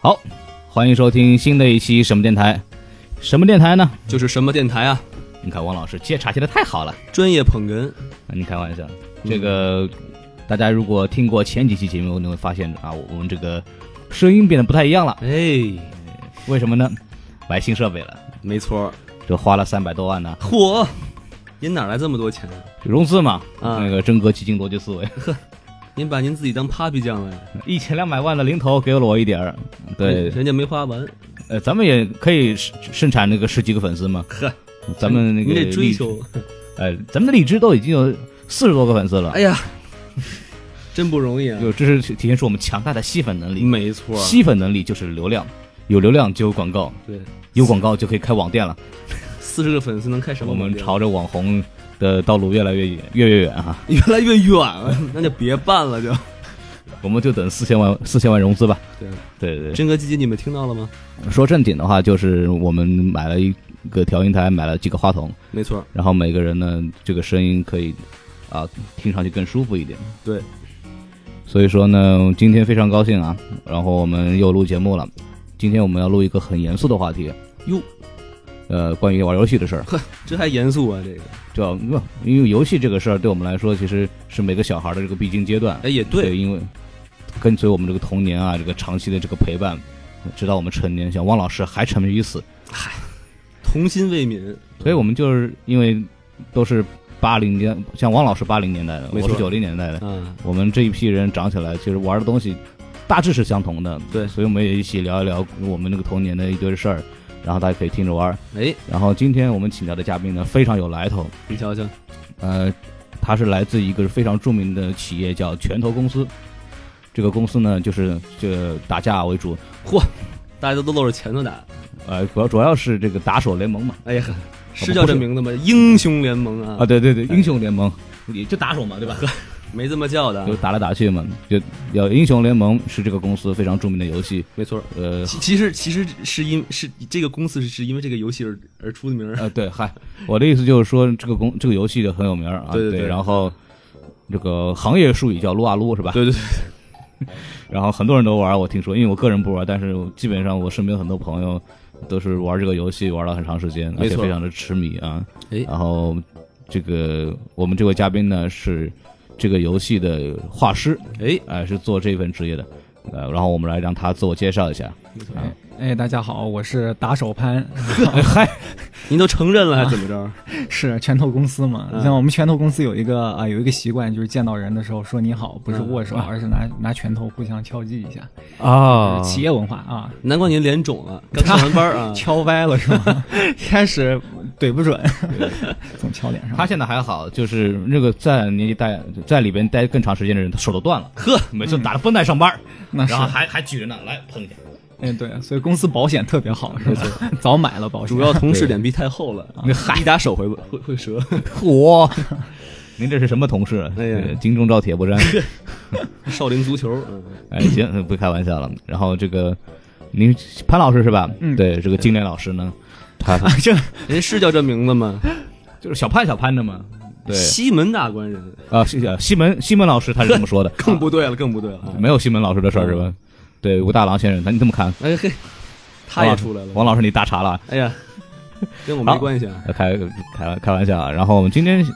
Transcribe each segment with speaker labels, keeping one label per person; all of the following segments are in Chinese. Speaker 1: 好，欢迎收听新的一期什么电台？什么电台呢？
Speaker 2: 就是什么电台啊？
Speaker 1: 你看汪老师接茬接的太好了，
Speaker 2: 专业捧哏。
Speaker 1: 你开玩笑，这个、大家如果听过前几期节目，你会发现啊，我我们这个声音变得不太一样了，
Speaker 2: 哎，
Speaker 1: 为什么呢？买新设备了。
Speaker 2: 没错。
Speaker 1: 这花了三百多万呢、
Speaker 2: 嚯，您哪来这么多钱、啊？
Speaker 1: 融资嘛，
Speaker 2: 啊
Speaker 1: 那个真格基金逻辑思维，
Speaker 2: 您把您自己当 Papi 酱了呀？
Speaker 1: 一千两百万的零头给了我一点儿，对，
Speaker 2: 人家没花完。
Speaker 1: 呃，咱们也可以生生产那个十几个粉丝嘛，
Speaker 2: 呵，
Speaker 1: 咱们那个
Speaker 2: 您得追
Speaker 1: 荔，
Speaker 2: 求。
Speaker 1: 呃，咱们的荔枝都已经有四十多个粉丝了，
Speaker 2: 哎呀，真不容易啊！
Speaker 1: 就这是体现出我们强大的吸粉能力，
Speaker 2: 没错
Speaker 1: 吸粉能力就是流量，有流量就有广告，
Speaker 2: 对，
Speaker 1: 有广告就可以开网店了，
Speaker 2: 四十个粉丝能开什么
Speaker 1: 我
Speaker 2: 网店？
Speaker 1: 们朝着网红的道路越来越远，越来越远啊哈、
Speaker 2: 越来越远了， 那就别办了就。
Speaker 1: 我们就等四千万四千万融资吧，
Speaker 2: 对，
Speaker 1: 对对对。
Speaker 2: 真哥基金你们听到了吗？
Speaker 1: 说正经的话，就是我们买了一个调音台，买了几个话筒，
Speaker 2: 没错，
Speaker 1: 然后每个人呢，这个声音可以啊、听上去更舒服一点。
Speaker 2: 对，
Speaker 1: 所以说呢，今天非常高兴啊，然后我们又录节目了。今天我们要录一个很严肃的话题，
Speaker 2: 哟，
Speaker 1: 呃，关于玩游戏的事儿。
Speaker 2: 这还严肃啊这个。
Speaker 1: 对吧？因为因为游戏这个事儿对我们来说，其实是每个小孩的这个必经阶段。
Speaker 2: 哎，也对，
Speaker 1: 因为跟随我们这个童年啊，这个长期的这个陪伴，直到我们成年，像汪老师还沉迷于此。
Speaker 2: 童心未泯。
Speaker 1: 所以我们就是因为都是八零年，像王老师八零年代的，
Speaker 2: 没
Speaker 1: 我
Speaker 2: 错
Speaker 1: 是九零年代的，
Speaker 2: 啊，
Speaker 1: 我们这一批人长起来，其实玩的东西大致是相同的。
Speaker 2: 对
Speaker 1: 所以我们也一起聊一聊我们那个童年的一堆事儿，然后大家可以听着玩儿。
Speaker 2: 哎，
Speaker 1: 然后今天我们请到的嘉宾呢非常有来头，
Speaker 2: 你瞧瞧，
Speaker 1: 呃，他是来自一个非常著名的企业叫拳头公司。这个公司呢，就是这打架为主，
Speaker 2: 大家都露着拳头打。
Speaker 1: 呃，主要主要是这个打手联盟嘛，
Speaker 2: 哎呀， 是叫这名字吗？英雄联盟啊
Speaker 1: 啊，，对对对，英雄联盟，也就打手嘛，对吧？
Speaker 2: 没这么叫的啊
Speaker 1: 就，打来打去嘛，就有英雄联盟是这个公司非常著名的游戏，
Speaker 2: 没错。
Speaker 1: 呃
Speaker 2: 其其实其实是因是这个公司是因为这个游戏而而出的名儿。
Speaker 1: 呃，对，嗨，我的意思就是说这个公这个游戏就很有名儿啊，
Speaker 2: 对对对
Speaker 1: 然后这个行业术语叫撸啊撸是吧？
Speaker 2: 对对对，
Speaker 1: 然后很多人都玩，我听说，因为我个人不玩，但是我基本上我身边很多朋友都是玩这个游戏玩了很长时间，而
Speaker 2: 没
Speaker 1: 且
Speaker 2: 错
Speaker 1: 非常的痴迷啊。
Speaker 2: 哎
Speaker 1: 然后这个我们这位嘉宾呢是这个游戏的画师，
Speaker 2: 哎，
Speaker 1: 哎、是做这份职业的，呃，然后我们来让他自我介绍一下。
Speaker 3: 哎，大家好，我是打手潘，
Speaker 1: 嗨，
Speaker 2: 您都承认了还怎么着？
Speaker 3: 是拳头公司嘛？
Speaker 2: 嗯
Speaker 3: 像我们拳头公司有一个啊、有一个习惯，就是见到人的时候说你好，不是握
Speaker 2: 嗯
Speaker 3: 手，而是拿拿拳头互相敲击一下，
Speaker 1: 啊
Speaker 3: 企业文化啊，。
Speaker 2: 难怪您脸肿了，刚上完班儿啊
Speaker 3: 敲歪了是吗？一开始怼不准， 总敲脸上
Speaker 1: 他。现在还好，就是那个在年纪待在里边待更长时间的人，他手都断了。
Speaker 2: 呵，
Speaker 1: 每次打着绷带上
Speaker 2: 嗯
Speaker 1: 班，
Speaker 3: 那是
Speaker 1: 然后还还举着呢，来碰一下。
Speaker 3: 哎对，所以公司保险特别好，是吧？早买了保险，
Speaker 2: 主要同事脸皮太厚了，一打手会会会折。
Speaker 1: 嚯，您这是什么同事？
Speaker 2: 哎 呀
Speaker 1: 呃金钟罩铁布衫。
Speaker 2: 少林足球，嗯
Speaker 1: 哎，行，不开玩笑了。然后这个您潘老师是吧？
Speaker 3: 嗯
Speaker 1: 对，这个金莲老师呢， 他
Speaker 3: 这
Speaker 2: 人是叫这名字吗？
Speaker 1: 就是小潘小潘的嘛。对
Speaker 2: 西门大官人，
Speaker 1: 啊，西呃西门西门老师他是这么说的，
Speaker 2: 更嗯不对了，更不对了。
Speaker 1: 没有西门老师的事儿是吧？对，武大郎先生，他你这么看？
Speaker 2: 哎嘿，他也出来了。
Speaker 1: 王老师，你大茬了。
Speaker 2: 哎呀，跟我没关系啊。
Speaker 1: 呃开开开玩笑啊。然后我们今天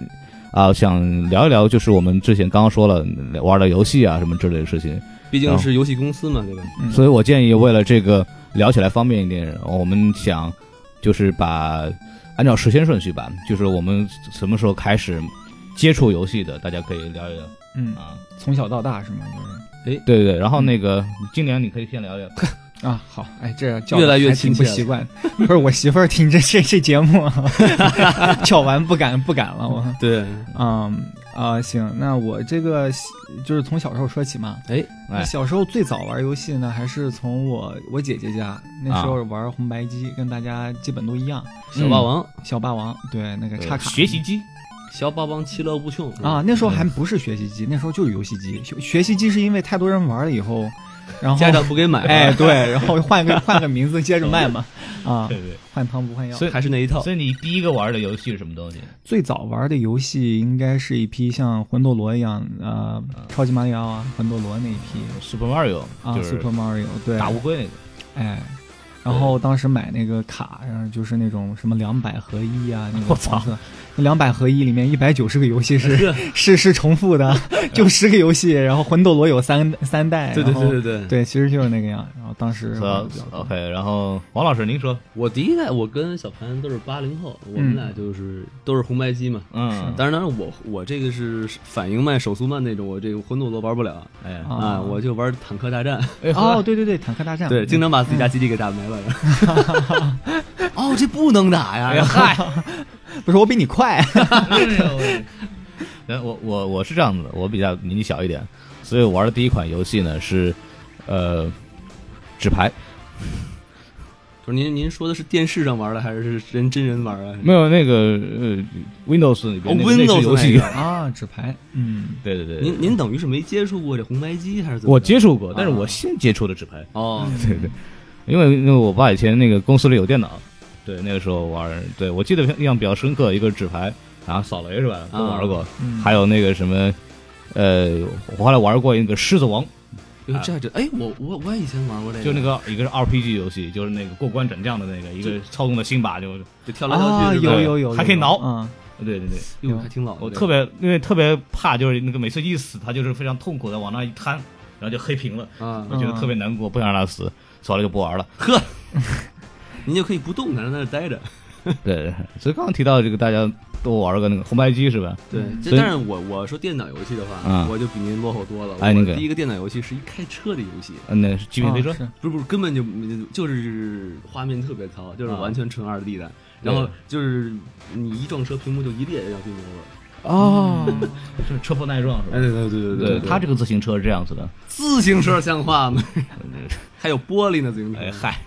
Speaker 1: 啊、想聊一聊，就是我们之前刚刚说了玩的游戏啊什么之类的事情。
Speaker 2: 毕竟是游戏公司嘛，对吧？
Speaker 3: 嗯
Speaker 1: 所以我建议，为了这个聊起来方便一点，我们想就是把按照时间顺序吧，就是我们什么时候开始接触游戏的，大家可以聊一聊
Speaker 3: 嗯，
Speaker 1: 啊。
Speaker 3: 从小到大是吗？就是
Speaker 1: 对对对，然后那个今年你可以先聊聊。
Speaker 3: 啊，好，哎，这叫
Speaker 2: 越来越
Speaker 3: 还挺
Speaker 2: 亲切
Speaker 3: 不
Speaker 2: 了
Speaker 3: 习惯。 不是我媳妇儿听这这这节目 啊，跳完不敢不敢了我。
Speaker 2: 对，
Speaker 3: 嗯啊、行，那我这个就是从小时候说起嘛。
Speaker 2: 哎，
Speaker 1: 哎
Speaker 3: 小时候最早玩游戏呢，还是从我我姐姐家，那时
Speaker 1: 啊
Speaker 3: 候玩红白机，跟大家基本都一样。
Speaker 2: 小霸王，
Speaker 3: 小霸王，对那个插卡
Speaker 1: 呃学习嗯机，
Speaker 2: 小霸王其乐无穷
Speaker 3: 啊，，那时候还不是学习机，那时候就是游戏机。学学习机是因为太多人玩了以后，然后
Speaker 2: 家长不给买，啊
Speaker 3: 哎，对，然后换个换个名字接着卖 嘛，啊，
Speaker 1: 对。
Speaker 3: 换汤不换药
Speaker 1: 所。以
Speaker 2: 还是那一套，
Speaker 1: 所以你第一个玩的游戏是什么东西？
Speaker 3: 最早玩的游戏应该是一批像魂斗罗一样，呃，
Speaker 1: 嗯
Speaker 3: 超级马里奥啊，魂斗罗那一批
Speaker 1: Super Mario，
Speaker 3: 啊
Speaker 1: 就是
Speaker 3: ，Super Mario 对，
Speaker 1: 打乌龟那个。
Speaker 3: 哎，然后当时买那个卡，然后就是那种什么两百合一啊，那个
Speaker 1: 我操
Speaker 3: 黄色，那两百合一里面一百九十个游戏是是是重复的，就十个游戏，然后魂斗罗有三三代，
Speaker 2: 对对
Speaker 3: 然后
Speaker 2: 对对对，
Speaker 3: 对，其实就是那个样。然后当时玩
Speaker 1: 和
Speaker 3: 的比较多
Speaker 1: OK，然后王老师您说，
Speaker 2: 我第一代我跟小潘都是八零后，我们俩就是都是红白机嘛。
Speaker 1: 嗯，
Speaker 2: 当然，当然我我这个是反应慢、手速慢那种，我这个魂斗罗玩不了
Speaker 1: 哎
Speaker 3: 啊
Speaker 2: 啊，我就玩坦克大战，
Speaker 1: 哎
Speaker 3: 哦，
Speaker 1: 呵
Speaker 3: 对对对，坦克大战，
Speaker 2: 对，经常把自己家基地给打没了。嗯 哦，这不能打
Speaker 1: 哎呀
Speaker 2: 呀！
Speaker 1: 嗨，
Speaker 3: 不是我比你快，
Speaker 1: 哎 呃，我我我是这样子的，我比较年纪小一点，所以我玩的第一款游戏呢是，呃，纸牌，
Speaker 2: 不是您您说的是电视上玩的，还是人真人玩啊？
Speaker 1: 没有那个呃 Windows 里边
Speaker 2: 哦
Speaker 1: 那个内置
Speaker 2: Windows
Speaker 1: 游戏
Speaker 2: 那，个
Speaker 3: 啊，纸牌，嗯，
Speaker 1: 对对对，对
Speaker 2: 您您等于是没接触过这红白机还是怎么着？
Speaker 1: 我接触过，但是
Speaker 2: 啊
Speaker 1: 我先接触的纸牌，
Speaker 2: 哦，
Speaker 1: 对对，因为因为我爸以前那个公司里有电脑，对那个时候玩儿，对我记得印象比较深刻，一个是纸牌，然后扫雷是吧，
Speaker 2: 啊
Speaker 1: 都玩过，
Speaker 3: 嗯
Speaker 1: 还有那个什么，呃，我后来玩过一个狮子王，
Speaker 2: 哟这这哎，我我我以前玩过这个，
Speaker 1: 就那个一个是 RPG 游戏，就是那个过关斩将的那个，一个操纵的辛巴，就
Speaker 2: 就跳来跳
Speaker 3: 啊，
Speaker 2: 去是吧，
Speaker 3: 有有有，
Speaker 1: 还可以
Speaker 3: 有
Speaker 1: 挠
Speaker 3: 嗯，
Speaker 1: 对对对，
Speaker 2: 哟还挺老的这
Speaker 1: 我
Speaker 2: 个。
Speaker 1: 特别因为特别怕就是那个每次一死，他就是非常痛苦的往那一摊，然后就黑屏了，
Speaker 2: 啊
Speaker 1: 我，觉得特别难过，不想让他死，所以后来就不玩了。
Speaker 2: 呵，您就可以不动弹，在那儿待着。
Speaker 1: 对，所以刚刚提到这个，大家都玩过那个红白机是吧？
Speaker 2: 对，
Speaker 1: 所
Speaker 2: 这
Speaker 1: 以
Speaker 2: 嗯但是我我说电脑游戏的话
Speaker 1: 啊，
Speaker 2: 我就比您落后多了。
Speaker 1: 哎那
Speaker 2: 我
Speaker 1: 个
Speaker 2: 第一个电脑游戏是一开车的游戏，
Speaker 1: 嗯，那是极品飞车
Speaker 3: 啊，是
Speaker 2: 不是不是，根本就就是画面特别糙，就是
Speaker 1: 啊
Speaker 2: 完全纯二 D 的。
Speaker 1: 对
Speaker 2: 然后就是你一撞车，屏幕就一裂，让屏幕 over。
Speaker 1: 哦，
Speaker 3: 嗯
Speaker 1: 就是车破耐撞是吧？
Speaker 2: 对对呃对
Speaker 1: 他这个自行车是这样子的，
Speaker 2: 自行车像话吗？还有玻璃呢，自行车。
Speaker 1: 哎
Speaker 3: 嗯
Speaker 1: 嗨，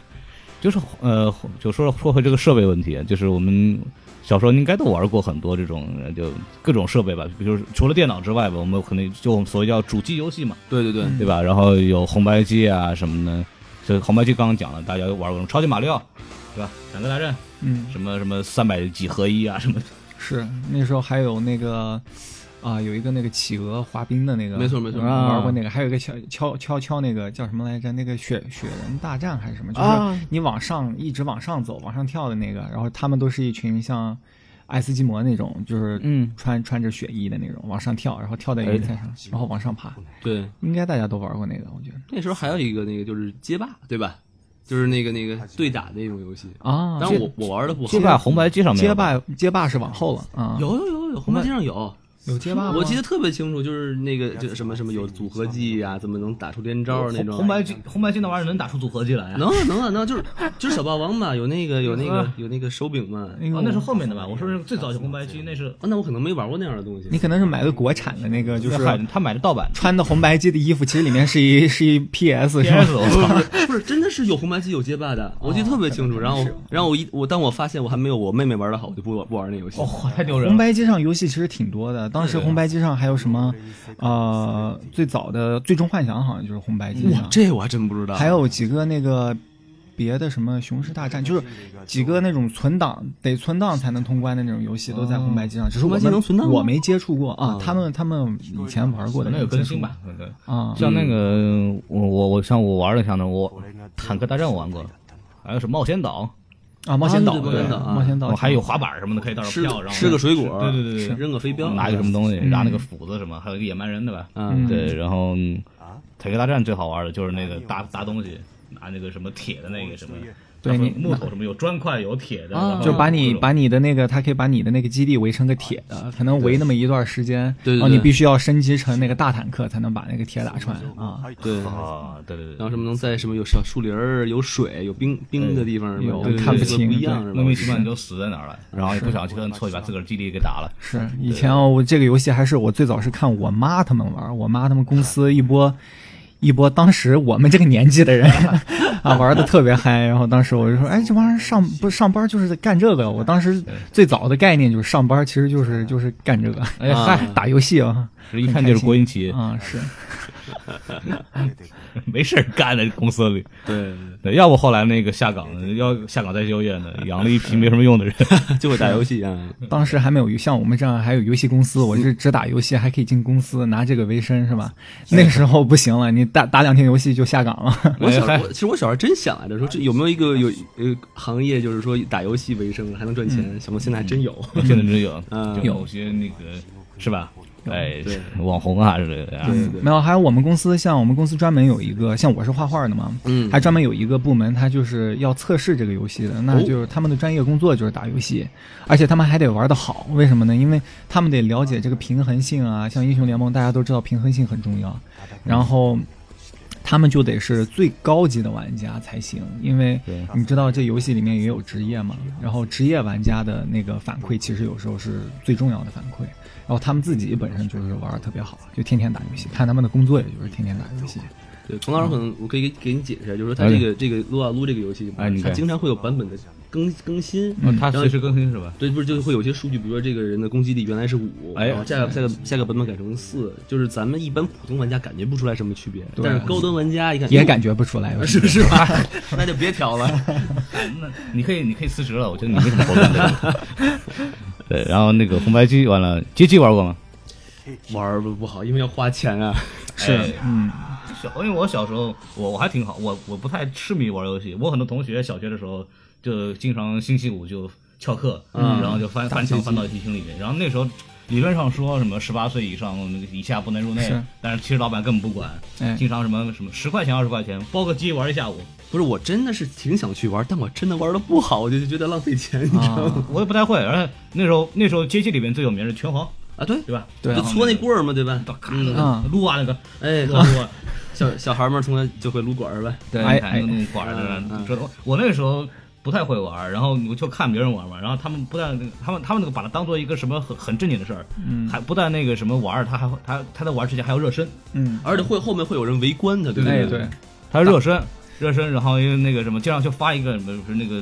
Speaker 1: 就是呃，就说说回这个设备问题，啊就是我们小时候应该都玩过很多这种呃就各种设备吧，比如说除了电脑之外吧，我们可能就我们所谓叫主机游戏嘛，
Speaker 2: 对对对，
Speaker 1: 对吧？然后有红白机啊什么的，就红白机刚刚讲了，大家玩过什么超级马里奥，对吧？坦克大战，
Speaker 3: 嗯，
Speaker 1: 什么什么三百几合一啊什么的，
Speaker 3: 是那时候还有那个。啊，有一个那个企鹅滑冰的那个，
Speaker 2: 没错没错
Speaker 1: 啊
Speaker 3: 玩过那个，还有一个敲敲敲敲那个叫什么来着？那个雪雪人大战还是什么？就是
Speaker 1: 啊
Speaker 3: 你往上一直往上走，往上跳的那个。然后他们都是一群像爱斯基摩那种，就是
Speaker 1: 嗯
Speaker 3: 穿穿着雪衣的那种，往上跳，然后跳在云彩
Speaker 2: 哎
Speaker 3: 上，然后往上爬。
Speaker 2: 对，
Speaker 3: 应该大家都玩过那个，我觉得
Speaker 2: 那时候还有一个那个就是街霸，对吧？就是那个那个对打那种游戏。
Speaker 3: 啊。
Speaker 2: 但是我我玩的不好。
Speaker 1: 街霸红白机上面
Speaker 3: 街霸街霸是往后了啊，
Speaker 2: 有有有有红白机上有。
Speaker 3: 有街霸吗？
Speaker 2: 我记得特别清楚，就是那个就是什么什么有组合技呀、怎么能打出连招儿那种。
Speaker 1: 红白机红白机那玩意儿能打出组合技来啊？
Speaker 2: 能啊能啊能啊，就是就是小霸王嘛，有那个有那个有那个手柄嘛。
Speaker 3: 哎呦
Speaker 1: 哦，那是后面的吧？我说是最早就红白机，那是
Speaker 2: 啊，那我可能没玩过那样的东西
Speaker 3: 你。可能是买个国产的那个，就是
Speaker 1: 他买的盗版
Speaker 3: 穿的红白机的衣服，其实里面是一 是一 PS 是吧？
Speaker 1: PS，我
Speaker 2: 不是
Speaker 1: 操！
Speaker 2: 不是不是，真的是有红白机有街霸的，我记得特别清楚。然后然后我一我当我发现我还没有我妹妹玩的好，我就不玩不玩那游戏。
Speaker 1: 哇，哦太丢人了！
Speaker 3: 红白机上游戏其实挺多的，当时红白机上还有什么？呃，最早的《最终幻想》好像就是红白机
Speaker 2: 哇
Speaker 3: 上，，
Speaker 2: 这我还真不知道。
Speaker 3: 还有几个那个别的什么《雄狮大战》，就是几个那种存档得存档才能通关的那种游戏都在红白机上，只是
Speaker 2: 红
Speaker 3: 我
Speaker 2: 白机
Speaker 3: 们
Speaker 2: 能存档吗
Speaker 3: 我没接触过啊
Speaker 2: 哦，
Speaker 3: 他们他们以前玩过
Speaker 1: 可
Speaker 3: 的
Speaker 2: 嗯
Speaker 1: 能有更新
Speaker 3: 接触
Speaker 1: 吧，可能
Speaker 3: 啊，
Speaker 1: 像那个我我我像我玩了一下呢，我坦克大战我玩过，还有什么冒险岛，
Speaker 3: 啊，冒险岛，
Speaker 2: 啊对
Speaker 3: 对
Speaker 2: 冒险岛啊
Speaker 3: 冒险岛
Speaker 1: 我，哦还有滑板什么的可以到时候
Speaker 2: 吃
Speaker 1: 跳，然后
Speaker 2: 吃个水果，
Speaker 1: 对对对对
Speaker 2: 扔个飞镖，
Speaker 1: 拿个什么东西，拿那个斧子什么，还有一个野蛮人对吧？
Speaker 2: 嗯，
Speaker 1: 对，然后嗯坦克大战最好玩的就是那个搭搭东西，拿那个什么铁的那个什么。
Speaker 3: 对你
Speaker 1: 木头什么有砖块有铁的，
Speaker 2: 啊
Speaker 1: 然后
Speaker 3: 就把你
Speaker 1: 各种
Speaker 3: 把你的那个，它可以把你的那个基地围成个铁
Speaker 1: 啊
Speaker 3: 的，可能围那么一段时间，
Speaker 2: 对对
Speaker 3: 然后你
Speaker 2: 对
Speaker 3: 必须要升级成那个大坦克才能把那个铁打穿啊。
Speaker 2: 对，
Speaker 1: 啊，对对对，
Speaker 2: 然后什么能在什么有小树林儿、有水、有冰冰的地方，
Speaker 3: 有
Speaker 2: 对
Speaker 1: 看不
Speaker 2: 这个
Speaker 3: 清
Speaker 2: 不一样是吧
Speaker 1: 莫？名其妙你就死在哪儿了，然后也不想去摁错，就把自个儿基地给打了。
Speaker 3: 是以前哦，我这个游戏还是我最早是看我妈他们玩，我妈他们公司一波一波，当时我们这个年纪的 人啊玩的特别嗨，然后当时我就说，哎，这帮人上不上班就是在干这个，我当时最早的概念就是上班其实就是就是干这个，
Speaker 1: 哎 呀
Speaker 2: 啊
Speaker 1: 嗨，
Speaker 3: 打游戏啊
Speaker 1: 这一看就是国营企业，
Speaker 3: 啊是，
Speaker 1: 没事儿干的公司里。
Speaker 2: 对，
Speaker 1: 对，要不后来那个下岗，要下岗再就业呢，养了一批没什么用的人。
Speaker 2: 就会打游戏啊。
Speaker 3: 当时还没有像我们这样还有游戏公司，我是只打游戏还可以进公司拿这个为生是吧？那个时候不行了，你打打两天游戏就下岗了，
Speaker 2: 我小
Speaker 1: 哎嗨
Speaker 2: 我其实我小时候真想来着，说这有没有一个有呃行业，就是说打游戏为生还能赚钱？想不到现在还真有。
Speaker 1: 现在真有，
Speaker 2: 嗯
Speaker 1: 就有些那个是吧？哎
Speaker 2: 对，
Speaker 1: 网红啊之类的啊。
Speaker 2: 对对
Speaker 3: 没有，还有我们公司像我们公司专门有一个，像我是画画的嘛，
Speaker 2: 嗯
Speaker 3: 还专门有一个部门，他就是要测试这个游戏的，那
Speaker 2: 哦
Speaker 3: 就是他们的专业工作就是打游戏，而且他们还得玩得好，为什么呢？因为他们得了解这个平衡性
Speaker 2: 嗯
Speaker 3: 啊，像英雄联盟大家都知道平衡性很重要，然后。他们就得是最高级的玩家才行，因为
Speaker 1: 对
Speaker 3: 你知道这游戏里面也有职业嘛，然后职业玩家的那个反馈其实有时候是最重要的反馈，然后他们自己本身就是玩的特别好，就天天打游戏，看他们的工作也就是天天打游戏。
Speaker 2: 对，孔老师可能我可以给你解释一下，就是说他这个这个撸啊撸这个游戏
Speaker 1: 哎你，
Speaker 2: 它
Speaker 1: 看
Speaker 2: 经常会有版本的更更新。
Speaker 1: 哦他随时更新是吧？
Speaker 2: 对，不是就会有些数据，比如说这个人的攻击力原来是五，
Speaker 1: 哎
Speaker 2: 然后下个下个下个版本改成四，就是咱们一般普通玩家感觉不出来什么区别，
Speaker 3: 对
Speaker 2: 但是高端玩家一看
Speaker 3: 也感觉不出来，有时
Speaker 2: 是
Speaker 3: 候
Speaker 2: 不是吧？那就别调了。
Speaker 1: 那你可以，你可以辞职了，我觉得你没什么活干的。 对，然后那个红白机完了，街机玩过吗？
Speaker 2: 玩儿不不好，因为要花钱啊。
Speaker 1: 哎
Speaker 3: 嗯，
Speaker 1: 小，因为我小时候我我还挺好，我我不太痴迷玩游戏。我很多同学小学的时候就经常星期五就翘课，
Speaker 2: 嗯
Speaker 1: 然后就翻
Speaker 2: 打
Speaker 1: 翻墙
Speaker 2: 街机
Speaker 1: 翻到游戏厅里面。然后那时候理论上说什么十八岁以上那个以下不能入内
Speaker 3: 是，
Speaker 1: 但是其实老板根本不管，
Speaker 3: 哎，
Speaker 1: 经常什么什么十块钱二十块钱包个机玩一下午。
Speaker 2: 不是，我真的是挺想去玩，但我真的玩的不好，我就觉得浪费钱，你知道吗？
Speaker 1: 我也不太会，而且那时候那时候街机里面最有名是拳皇，
Speaker 2: 啊，对，
Speaker 1: 对吧？
Speaker 3: 对啊
Speaker 2: 就搓那棍儿嘛，对吧？嗯，
Speaker 3: 啊
Speaker 1: 撸啊那个
Speaker 2: 哎，
Speaker 1: 撸啊撸啊。
Speaker 2: 小小孩们儿从来就会撸管儿呗。
Speaker 1: 对，
Speaker 3: 哎
Speaker 1: 你看
Speaker 3: 哎
Speaker 1: 那种管儿的
Speaker 2: 嗯嗯
Speaker 1: 折腾。我那个时候不太会玩儿，然后我就看别人玩嘛，然后他们不但他们他们那个把它当做一个什么很很正经的事儿，
Speaker 3: 嗯
Speaker 1: 还不但那个什么玩儿，他还会他他在玩儿之前还要热身，
Speaker 3: 嗯，
Speaker 2: 而且会后面会有人围观他，对不
Speaker 3: 哎
Speaker 2: 对？
Speaker 3: 对，
Speaker 1: 他热身热身，然后因为那个什么经常就发一个什么不是那个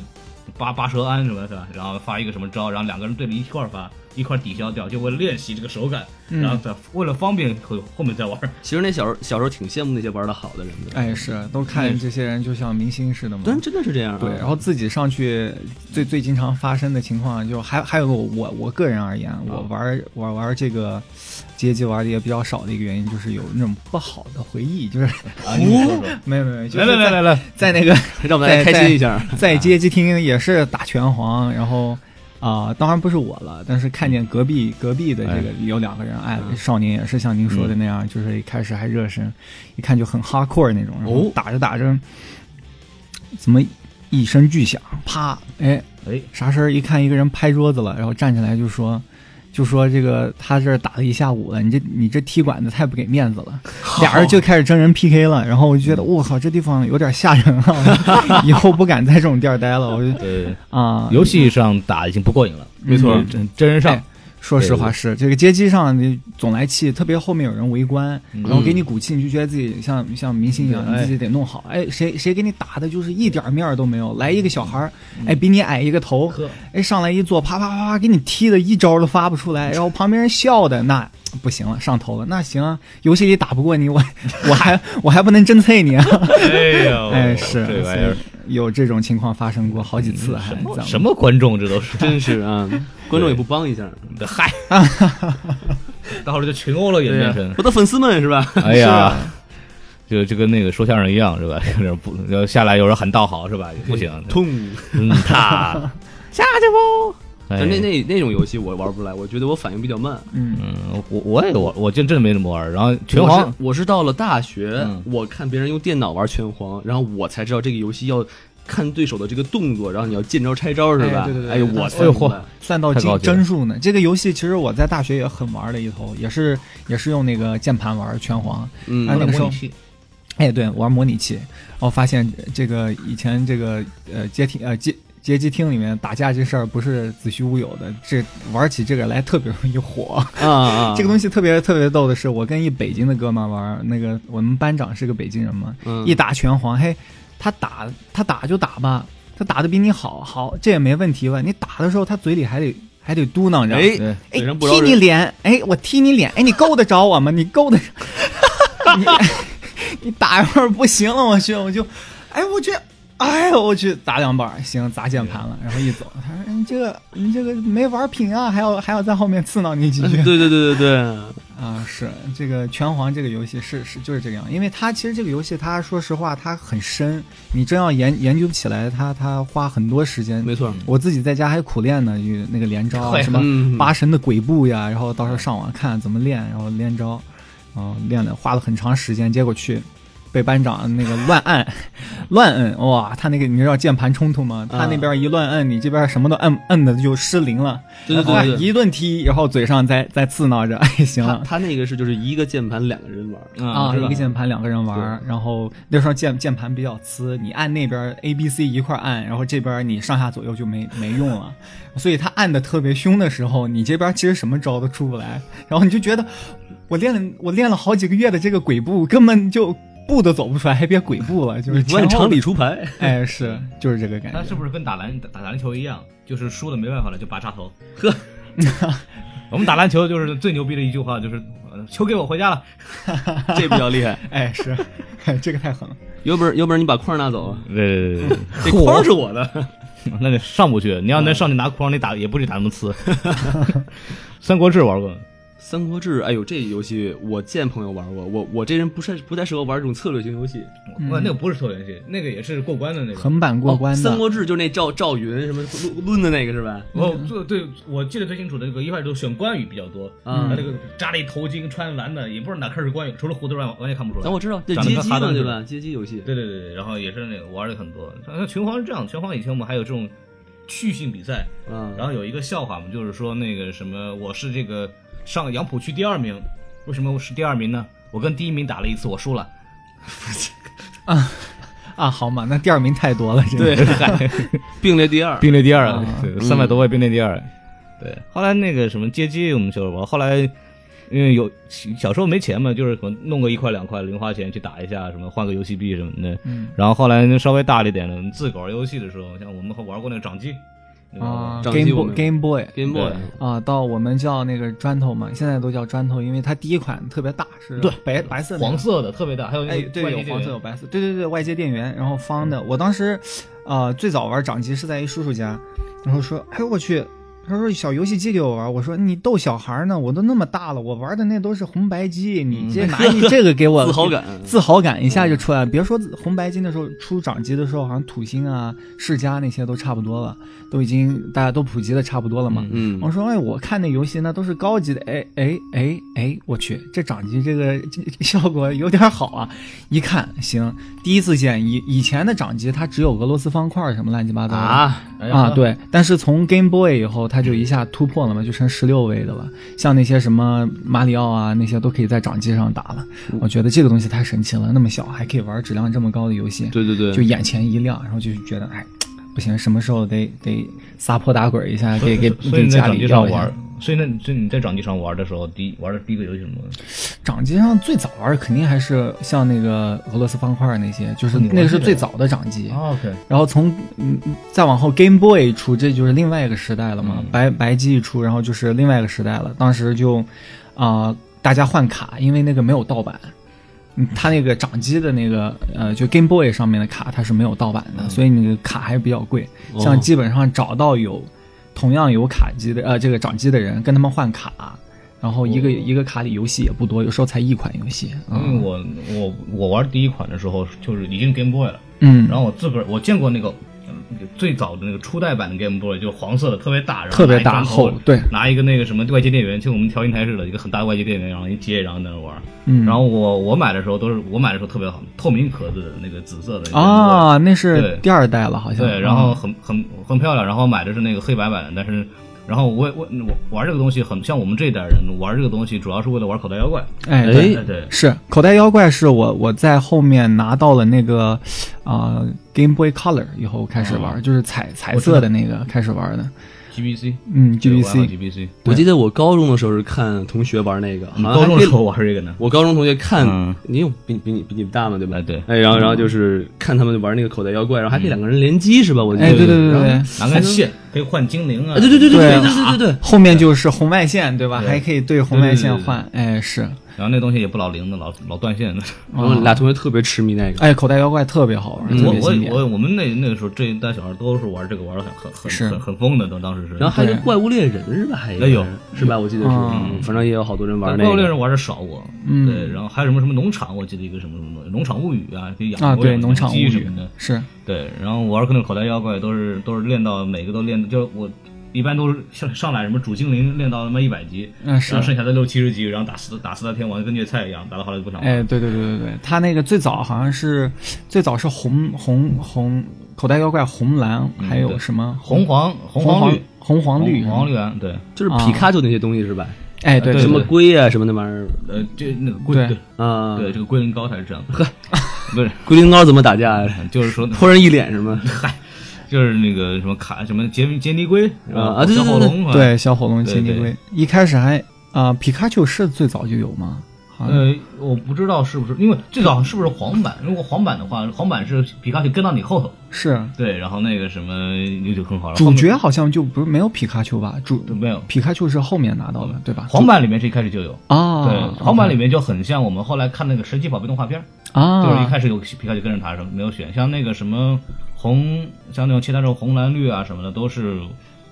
Speaker 1: 八八蛇鞍什么的，然后发一个什么招，然后两个人对着一块儿发。一块儿抵消掉，就为了练习这个手感，
Speaker 3: 嗯
Speaker 1: 然后再为了方便后后面再玩儿。
Speaker 2: 其实那小时候小时候挺羡慕那些玩的好的人的，
Speaker 3: 哎是，都看这些人就像明星似的嘛。
Speaker 2: 但真的是这样啊。
Speaker 3: 对，然后自己上去最最经常发生的情况，就还还有个我我我个人而言，啊
Speaker 1: 啊
Speaker 3: 我玩玩玩这个街机玩的也比较少的一个原因，就是有那种不好的回忆，就是
Speaker 1: 啊，你说说
Speaker 3: 没有没有，没有就是
Speaker 1: 来来来来
Speaker 3: 在
Speaker 1: 来，
Speaker 3: 在那个
Speaker 2: 让我们来
Speaker 3: 在
Speaker 2: 开心一下。
Speaker 3: 在街机厅也是打拳皇，然后啊、当然不是我了，但是看见隔壁隔壁的这个有两个人，哎，少年也是像您说的那样，就是一开始还热身，一看就很 hardcore 那种，然后
Speaker 2: 哦
Speaker 3: 打着打着，怎么一声巨响，啪，哎，
Speaker 1: 哎，
Speaker 3: 啥声儿？一看一个人拍桌子了，然后站起来就说。就说这个他这儿打了一下午了，你这你这踢馆子太不给面子了，俩人就开始真人 PK 了，然后我就觉得我靠，这地方有点吓人啊， 以后不敢在这种地儿待了，我就
Speaker 1: 对，
Speaker 3: 啊，
Speaker 1: 游戏上打已经不过瘾了，
Speaker 3: 没错
Speaker 1: 对真真人上
Speaker 3: 哎说实话是这个街机上你总来气，特别后面有人围观，
Speaker 1: 嗯
Speaker 3: 然后给你鼓气，你就觉得自己像像明星一样，
Speaker 1: 对
Speaker 3: 你自己得弄好。哎，谁谁给你打的就是一点面儿都没有，来一个小孩儿，哎，比你矮一个头，
Speaker 1: 嗯呵
Speaker 3: 哎，上来一坐，啪啪啪啪，给你踢的一招都发不出来，然后旁边人笑的那不行了，上头了，那行啊，游戏里打不过你，我 我还我还不能真啐你啊，
Speaker 1: 哎呦，
Speaker 3: 哎是，
Speaker 1: 这玩意儿嗯
Speaker 3: 所以有这种情况发生过好几次，还
Speaker 1: 什
Speaker 3: 咱
Speaker 1: 么
Speaker 3: 们
Speaker 1: 什么观众，这都是
Speaker 2: 真是啊，观众也不帮一下，
Speaker 1: 嗨，到时候就群殴了，也
Speaker 2: 对
Speaker 1: 变
Speaker 2: 呀
Speaker 1: 成，
Speaker 2: 我的粉丝们是吧？
Speaker 1: 哎呀，就就跟那个说相声一样是吧？ 有点不，要下来有人喊道好是吧？也不行，
Speaker 2: 痛。
Speaker 1: 嗯他下去不？哎
Speaker 2: 但那那那种游戏我玩不来，我觉得我反应比较慢。
Speaker 3: 嗯。
Speaker 1: 嗯，我我也我我真真的没怎么玩儿，然后啊拳
Speaker 2: 我
Speaker 1: 皇
Speaker 2: 是我是到了大学
Speaker 1: 嗯，
Speaker 2: 我看别人用电脑玩拳皇，然后我才知道这个游戏要看对手的这个动作，然后你要见招拆招，是吧？
Speaker 3: 哎对对对
Speaker 2: 哎呦，我
Speaker 1: 哎呦嚯
Speaker 3: 算到
Speaker 1: 太高
Speaker 3: 帧
Speaker 1: 级了
Speaker 3: 帧数呢。这个游戏其实我在大学也很玩了一头，也是也是用那个键盘玩拳皇。
Speaker 2: 嗯
Speaker 3: 哎，那个时候
Speaker 1: 模拟器
Speaker 3: 哎，对，玩模拟器，然后发现这个以前这个呃街厅呃街街机厅里面打架这事儿不是子虚乌有的，这玩起这个来特别容易火。
Speaker 1: 哎
Speaker 2: 啊啊，
Speaker 3: 这个东西特别特别逗的是，我跟一北京的哥们儿玩儿，那个我们班长是个北京人嘛，
Speaker 2: 嗯
Speaker 3: 一打拳皇，嘿，他打他打就打吧，他打的比你好，好这也没问题吧？你打的时候他嘴里还得还得嘟囔着，
Speaker 2: 哎
Speaker 1: 对，
Speaker 3: 哎，
Speaker 2: 嘴上不饶
Speaker 3: 踢
Speaker 2: 人
Speaker 3: 你脸，哎，我踢你脸，哎，你够得着我吗？你够得着？ 你你打一会儿不行了，我去，我就，哎，我去，哎呦，我去打两板儿，行，砸键盘了，然后一走，他说嗯你这个你这个没玩品啊，还要还要在后面刺挠你几句。
Speaker 2: 对对对对对，
Speaker 3: 啊，是这个拳皇这个游戏是是就是这个样，因为它其实这个游戏它说实话它很深，你真要研研究起来，它它花很多时间。
Speaker 2: 没错，
Speaker 3: 我自己在家还苦练呢，与那个连招 啊，
Speaker 1: 会
Speaker 3: 什么
Speaker 2: 嗯
Speaker 3: 八神的鬼步呀，然后到时候上网看怎么练，然后连招，然后练了花了很长时间，结果去被班长那个乱按， 乱摁，哇，他那个你知道键盘冲突吗？
Speaker 2: 啊
Speaker 3: 他那边一乱摁，你这边什么都摁摁的就失灵了，
Speaker 2: 对对对
Speaker 3: 然后
Speaker 2: 对对
Speaker 3: 一顿踢，然后嘴上再再刺挠着， 哎，行
Speaker 2: 他
Speaker 3: 了。
Speaker 2: 他那个是就是一个键盘两个人玩，
Speaker 1: 啊
Speaker 3: 啊，
Speaker 1: 是
Speaker 3: 一
Speaker 1: 吧
Speaker 3: 个键盘两个人玩儿，然后那时候键键盘比较呲，你按那边 A B C 一块儿按，然后这边你上下左右就没没用了， 所以他按的特别凶的时候，你这边其实什么招都出不来，然后你就觉得我练了我练了好几个月的这个鬼步根本就步都走不出来，还别鬼步了，就是
Speaker 2: 不按
Speaker 3: 前后
Speaker 2: 常理出牌，
Speaker 3: 哎是就是这个感
Speaker 1: 那
Speaker 3: 觉，
Speaker 1: 是不是跟打篮打打篮球一样，就是输的没办法了就拔插头？
Speaker 2: 呵，
Speaker 1: 我们打篮球就是最牛逼的一句话就是呃球给我回家了，
Speaker 2: 这比较 厉害。
Speaker 3: 哎是， 这个太狠了，
Speaker 2: 有本事有本事你把框拿走，啊
Speaker 1: 对对对
Speaker 2: 这框是我的。
Speaker 1: 那得上不去。你要能上去拿筐，你打也不许打那么次。 三国志玩过吗？
Speaker 2: 三国志，哎呦，这游戏我见朋友玩过，我我这人不是不太适合玩这种策略型游戏。
Speaker 3: 嗯
Speaker 1: 哇，那个不是抽游戏，那个也是过关的那个。
Speaker 3: 横版过关
Speaker 2: 哦
Speaker 3: 的，
Speaker 2: 三国志就那赵赵云什么抡抡的那个是吧？
Speaker 1: 我最对我记得最清楚的这个一开始都选关羽比较多，
Speaker 2: 嗯
Speaker 1: 他那个扎了一头巾，穿蓝的，也不知道哪坑是关羽，除了胡子外完全看不出来
Speaker 2: 咱。我知道，这
Speaker 1: 长得
Speaker 2: 街
Speaker 1: 跟
Speaker 2: 机
Speaker 1: 哈
Speaker 2: 嘛
Speaker 1: 登似
Speaker 2: 对
Speaker 1: 的
Speaker 2: 吧？街机游戏，
Speaker 1: 对对对对，然后也是那个玩的很多。像拳皇是这样，拳皇以前我们还有这种趣性比赛，
Speaker 2: 嗯，
Speaker 1: 然后有一个笑话嘛，就是说那个什么，我是这个上杨浦区第二名，为什么我是第二名呢？我跟第一名打了一次，我输了。
Speaker 3: 啊好嘛，那第二名太多了，这个
Speaker 2: 对，并列第二。
Speaker 1: 并列第二
Speaker 3: 啊
Speaker 1: 对，三百多位并列第二。对，后来那个什么街机我们就是玩，后来因为有小时候没钱嘛，就是可能弄个一块两块零花钱去打一下，什么换个游戏币什么的。
Speaker 3: 嗯
Speaker 1: 然后后来稍微大了一点了，自个儿玩游戏的时候，像我们还玩过那个掌机，对吧
Speaker 3: 啊
Speaker 2: 嗯掌机
Speaker 3: ，Game
Speaker 2: 我
Speaker 3: Boy
Speaker 2: 们
Speaker 3: Game Boy。
Speaker 2: Game Boy，
Speaker 1: 对
Speaker 3: 啊，到我们叫那个砖头嘛，现在都叫砖头，因为它第一款特别大，是
Speaker 1: 对
Speaker 3: 白白色那个
Speaker 1: 黄，色的特别大，还有那
Speaker 3: 哎，
Speaker 1: 个
Speaker 3: 对，
Speaker 1: 外接
Speaker 3: 有
Speaker 1: 电
Speaker 3: 黄色
Speaker 1: 源
Speaker 3: 有白色，对对对，外接电源，然后方的。我当时，呃，最早玩掌机是在一叔叔家，然后说，哎呦我去，他说小游戏机给我玩，我说你逗小孩儿呢，我都那么大了，我玩的那都是红白机，你
Speaker 1: 嗯
Speaker 3: 这拿你这个给我
Speaker 2: 自豪感
Speaker 3: 自豪感一下就出来了。别说红白机那时候出掌机的时候，好像土星啊、世嘉那些都差不多了，都已经大家都普及的差不多了嘛。
Speaker 2: 嗯
Speaker 3: 我说，哎，我看那游戏那都是高级的，哎哎哎哎，我去，这掌机这个 这这效果有点好啊！一看，行，第一次见，以以前的掌机它只有俄罗斯方块什么乱七八糟的
Speaker 2: 啊，
Speaker 1: 哎呀
Speaker 3: 啊，，对，但是从 Game Boy 以后，它就一下突破了嘛，就成十六位的了。像那些什么马里奥啊，那些都可以在掌机上打了。
Speaker 2: 嗯
Speaker 3: 我觉得这个东西太神奇了，那么小还可以玩质量这么高的游戏，
Speaker 2: 对对
Speaker 3: 就
Speaker 2: 对，
Speaker 3: 眼前一亮，然后就觉得哎，不行，什么时候得得撒泼打滚一下，给给
Speaker 1: 所以
Speaker 3: 给
Speaker 1: 你在
Speaker 3: 家
Speaker 1: 掌
Speaker 3: 里
Speaker 1: 机
Speaker 3: 要
Speaker 1: 上
Speaker 3: 一下
Speaker 1: 玩。，所以那所以你在掌机上玩的时候，第一玩的第一个游戏是什么？
Speaker 3: 掌机上最早玩儿肯定还是像那个俄罗斯方块那些，就是
Speaker 1: 哦你玩
Speaker 3: 那个是
Speaker 1: 这个
Speaker 3: 最早的掌机。
Speaker 1: OK，
Speaker 3: 然后从嗯再往后 Game Boy 一出，这就是另外一个时代了嘛。
Speaker 1: 嗯
Speaker 3: 白白机一出，然后就是另外一个时代了。当时就啊、大家换卡，因为那个没有盗版。嗯它那个掌机的那个呃，就 Game Boy 上面的卡，它是没有盗版
Speaker 1: 嗯
Speaker 3: 的，所以你的卡还比较贵。
Speaker 2: 哦
Speaker 3: 像基本上找到有同样有卡机的呃这个掌机的人，跟他们换卡，然后
Speaker 1: 哦
Speaker 3: 一个、一个卡里游戏也不多，有时候才一款游戏。
Speaker 1: 因为我我我玩第一款的时候就是已经 Game Boy 了，
Speaker 3: 嗯，
Speaker 1: 然后我自个儿我见过那个嗯最早的那个初代版的 Game Boy，就是黄色的，特别大，然后
Speaker 3: 特别
Speaker 1: 拿
Speaker 3: 大
Speaker 1: 一砖头
Speaker 3: 厚，对，
Speaker 1: 拿一个那个什么外接电源，就我们调音台似的，一个很大的外接电源，然后一接，然后在那玩。
Speaker 3: 嗯，
Speaker 1: 然后我我买的时候都是我买的时候特别好，透明壳子的那个紫色的啊，
Speaker 3: 啊，那是
Speaker 1: 对
Speaker 3: 第二代了，好像
Speaker 1: 对，然后很很很漂亮，然后买的是那个黑白版的，但是。然后我我我玩这个东西很像我们这一代人玩这个东西，主要是为了玩口袋妖怪。
Speaker 3: 哎，对
Speaker 2: 哎
Speaker 1: 对对，
Speaker 3: 是口袋妖怪是我我在后面拿到了那个啊、呃 Game Boy Color 以后开始
Speaker 1: 啊
Speaker 3: 玩，就是彩彩色的那个开始玩的，
Speaker 1: GBC
Speaker 3: 嗯
Speaker 1: 对我还有
Speaker 3: ，GBC
Speaker 1: GBC，
Speaker 2: 我记得我高中的时候是看同学玩那个，好
Speaker 1: 你
Speaker 2: 像
Speaker 1: 高中
Speaker 2: 还
Speaker 1: 的
Speaker 2: 可以
Speaker 1: 时候玩这个呢？
Speaker 2: 我高中同学看、
Speaker 1: 嗯
Speaker 2: 你有比比你比你大嘛，对吧？
Speaker 1: 哎，对，嗯
Speaker 2: 哎，然后然后就是看他们玩那个口袋妖怪，然后还可以两个人联机是吧？我记得。
Speaker 3: 哎，对对对
Speaker 2: 然后
Speaker 3: 对。
Speaker 1: 拿根线可以换精灵啊。
Speaker 2: 啊对对对对
Speaker 3: 对
Speaker 2: 对对对对。
Speaker 3: 后面就是红外线，对吧？
Speaker 1: 对
Speaker 3: 还可以对红外
Speaker 1: 对
Speaker 3: 线
Speaker 1: 对对对
Speaker 3: 换，哎是，
Speaker 1: 然后那东西也不老灵的，老老断线的。
Speaker 2: 然后俩同学特别痴迷那个，
Speaker 3: 嗯哎，口袋妖怪特别好玩，嗯特
Speaker 1: 嗯我
Speaker 3: 别经
Speaker 1: 我
Speaker 3: 典。
Speaker 1: 我我们那那个时候这一代小孩都是玩这个玩的很很
Speaker 3: 是
Speaker 1: 很很很疯的，当当时是。
Speaker 2: 然后还有一个
Speaker 3: 对
Speaker 2: 怪物猎人是吧？还有
Speaker 1: 哎呦
Speaker 2: 是吧？我记得是，
Speaker 3: 嗯
Speaker 2: 嗯反正也有好多人玩那
Speaker 1: 怪物猎
Speaker 2: 个。
Speaker 1: 人玩的少我，
Speaker 3: 嗯
Speaker 1: 对，然后还有什么什么农场，我记得一个什么什么东西农场物语啊，可以养
Speaker 3: 啊，
Speaker 1: 牛
Speaker 3: 对，
Speaker 1: 养
Speaker 3: 农场物
Speaker 1: 鸡什
Speaker 3: 语
Speaker 1: 么的，
Speaker 3: 是，
Speaker 1: 对，然后玩可能口袋妖怪都是都是练到每个都练，就是我一般都是上上来什么主精灵练到他妈一百级，
Speaker 3: 嗯是
Speaker 1: 然后，剩下的六七十级，然后打四打四大天王跟虐菜一样，打到后来就不想玩。
Speaker 3: 哎，对对对对对，他那个最早好像是最早是红红红口袋妖怪红蓝，
Speaker 1: 嗯
Speaker 3: 还有
Speaker 1: 对
Speaker 3: 什么
Speaker 1: 红黄红
Speaker 3: 红
Speaker 1: 黄绿
Speaker 3: 红黄绿嗯
Speaker 1: 红黄绿蓝，对，
Speaker 2: 就是皮卡丘那些东西是吧？
Speaker 3: 哎，对
Speaker 1: 对
Speaker 2: 什
Speaker 3: 对
Speaker 2: 么
Speaker 3: 对
Speaker 2: 龟啊，什么那玩意儿
Speaker 1: 呃，这那个龟
Speaker 3: 对
Speaker 1: 对
Speaker 2: 啊？
Speaker 1: 对，这个龟苓膏才是这样的，不是，
Speaker 2: 龟苓膏怎么打架 呀？
Speaker 1: 就是说
Speaker 2: 泼人一脸是吗？
Speaker 1: 就是那个什么卡什么杰杰尼龟吧
Speaker 2: 啊对对
Speaker 1: 小火
Speaker 2: 对
Speaker 1: 龙啊，
Speaker 3: 对，小火龙
Speaker 1: 对
Speaker 3: 千金
Speaker 1: 对
Speaker 3: 龟，一开始还啊，皮卡丘是最早就有吗？好像
Speaker 1: 呃，我不知道是不是，因为最早是不是黄版？如果黄版的话，黄版是皮卡丘跟到你后头，
Speaker 3: 是
Speaker 1: 对，然后那个什么那就很好了。啊后
Speaker 3: 主
Speaker 1: 面
Speaker 3: 角好像就不是没有皮卡丘吧？主
Speaker 1: 对没有嗯
Speaker 3: 皮卡丘是后面拿到的，对吧？
Speaker 1: 黄版里面是一开始就有，
Speaker 3: 啊，
Speaker 1: 对，黄版里面就很像我们后来看那个神奇宝贝动画片儿，就是一
Speaker 3: 啊，
Speaker 1: 开始有皮卡丘跟着他什么没有选，像那个什么红，像那种其他这种红蓝绿啊什么的都是，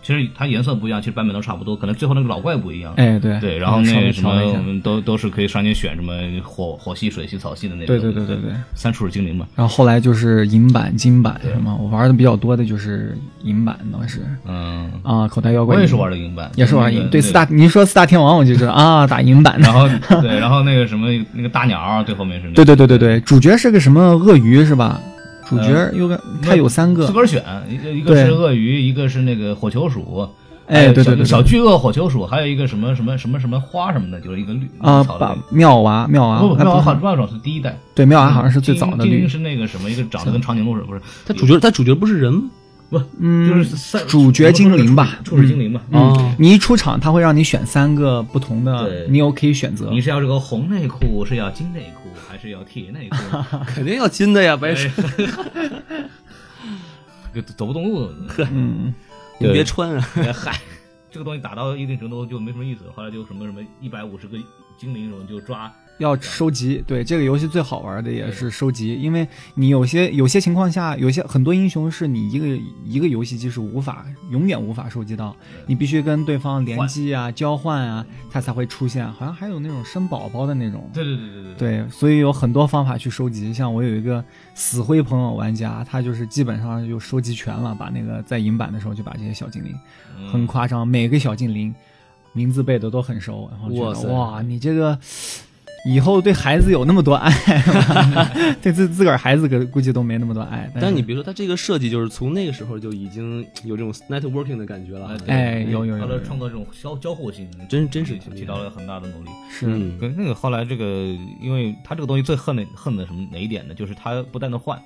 Speaker 1: 其实它颜色不一样，其实版本都差不多，可能最后那个老怪不一样。
Speaker 3: 哎对
Speaker 1: 对，然后
Speaker 3: 稍
Speaker 1: 那
Speaker 3: 微
Speaker 1: 个什么
Speaker 3: 调了一，下
Speaker 1: 我们都都是可以上街选什么火火系、水系、草系的那种。
Speaker 3: 对对对对对。
Speaker 1: 三处是精灵嘛，
Speaker 3: 然后后来就是银版、金版什么，我玩的比较多的就是银版，当时
Speaker 1: 嗯，
Speaker 3: 啊，口袋妖怪
Speaker 1: 我也是
Speaker 3: 银
Speaker 1: 玩的银版，
Speaker 3: 也是玩
Speaker 1: 那
Speaker 3: 银，
Speaker 1: 个
Speaker 3: 对四大，。您说四大天王，我就知道啊，打银版 的
Speaker 1: 然。后对，然后那个什么那个大鸟啊最后面是那个
Speaker 3: 对对对对对，主角是个什么鳄鱼是吧？主角
Speaker 1: 呃
Speaker 3: 有个他有三个
Speaker 1: 自，个儿选，一个一个
Speaker 3: 对
Speaker 1: 是鳄鱼，一个是那个火球鼠，还
Speaker 3: 哎
Speaker 1: 有
Speaker 3: 对
Speaker 1: 小
Speaker 3: 对对
Speaker 1: 小
Speaker 3: 对
Speaker 1: 巨鳄、火球鼠，还有一个什么什么什么什么花什么的，就是一个绿
Speaker 3: 啊，
Speaker 1: 草的
Speaker 3: 把妙娃妙娃，
Speaker 1: 不不，
Speaker 3: 哎
Speaker 1: 妙蛙
Speaker 3: 不是
Speaker 1: 好妙蛙是第一代，
Speaker 3: 对妙娃好像是最早的
Speaker 1: 精灵
Speaker 3: 绿，
Speaker 1: 是那个什么一个长得跟长颈鹿似的，不是，
Speaker 2: 他主角他主角不是人吗？
Speaker 1: 就
Speaker 3: 嗯，
Speaker 1: 是三
Speaker 3: 主角精灵吧
Speaker 1: 初始精灵吧，
Speaker 2: 哦
Speaker 3: 嗯，你一出场他会让你选三个不同的
Speaker 1: 对，
Speaker 3: 你有可以选择
Speaker 1: 你。是要这个红内裤，是要金内裤，还是要铁内裤？
Speaker 2: 肯定要金的呀，白痴，
Speaker 1: 就走不动路，
Speaker 3: 嗯，
Speaker 2: 你别穿啊！
Speaker 1: 嗨，这个东西打到一定程度就没什么意思。后来就什么什么一百五十个精灵，我们就抓，
Speaker 3: 要收集，对这个游戏最好玩的也是收集，因为你有些有些情况下，有些很多英雄是你一个一个游戏机是无法永远无法收集到，你必须跟对方联机啊、交换啊，它才会出现。好像还有那种生宝宝的那种，
Speaker 1: 对对对对对对。
Speaker 3: 对，所以有很多方法去收集。像我有一个死灰朋友玩家，他就是基本上就收集全了，把那个在银版的时候就把这些小精灵，
Speaker 1: 嗯
Speaker 3: 很夸张，每个小精灵名字背的都很熟，然后
Speaker 2: 哇
Speaker 3: 觉
Speaker 2: 塞
Speaker 3: 得哇，你这个以后对孩子有那么多爱， 对自自个儿孩子可估计都没那么多爱。
Speaker 2: 但
Speaker 3: 是
Speaker 2: 你别说，他这个设计就是从那个时候就已经有这种 networking 的感觉了。
Speaker 1: 对
Speaker 3: 哎，有有
Speaker 1: 他
Speaker 3: 有
Speaker 1: 的
Speaker 3: 有，
Speaker 1: 创造这种交交互性，
Speaker 2: 真真
Speaker 3: 嗯
Speaker 2: 是挺厉害
Speaker 1: 起到了很大的努力。
Speaker 3: 是
Speaker 2: 嗯，
Speaker 1: 跟那个后来这个，因为他这个东西最恨的恨的什么哪一点呢？就是他不断的换，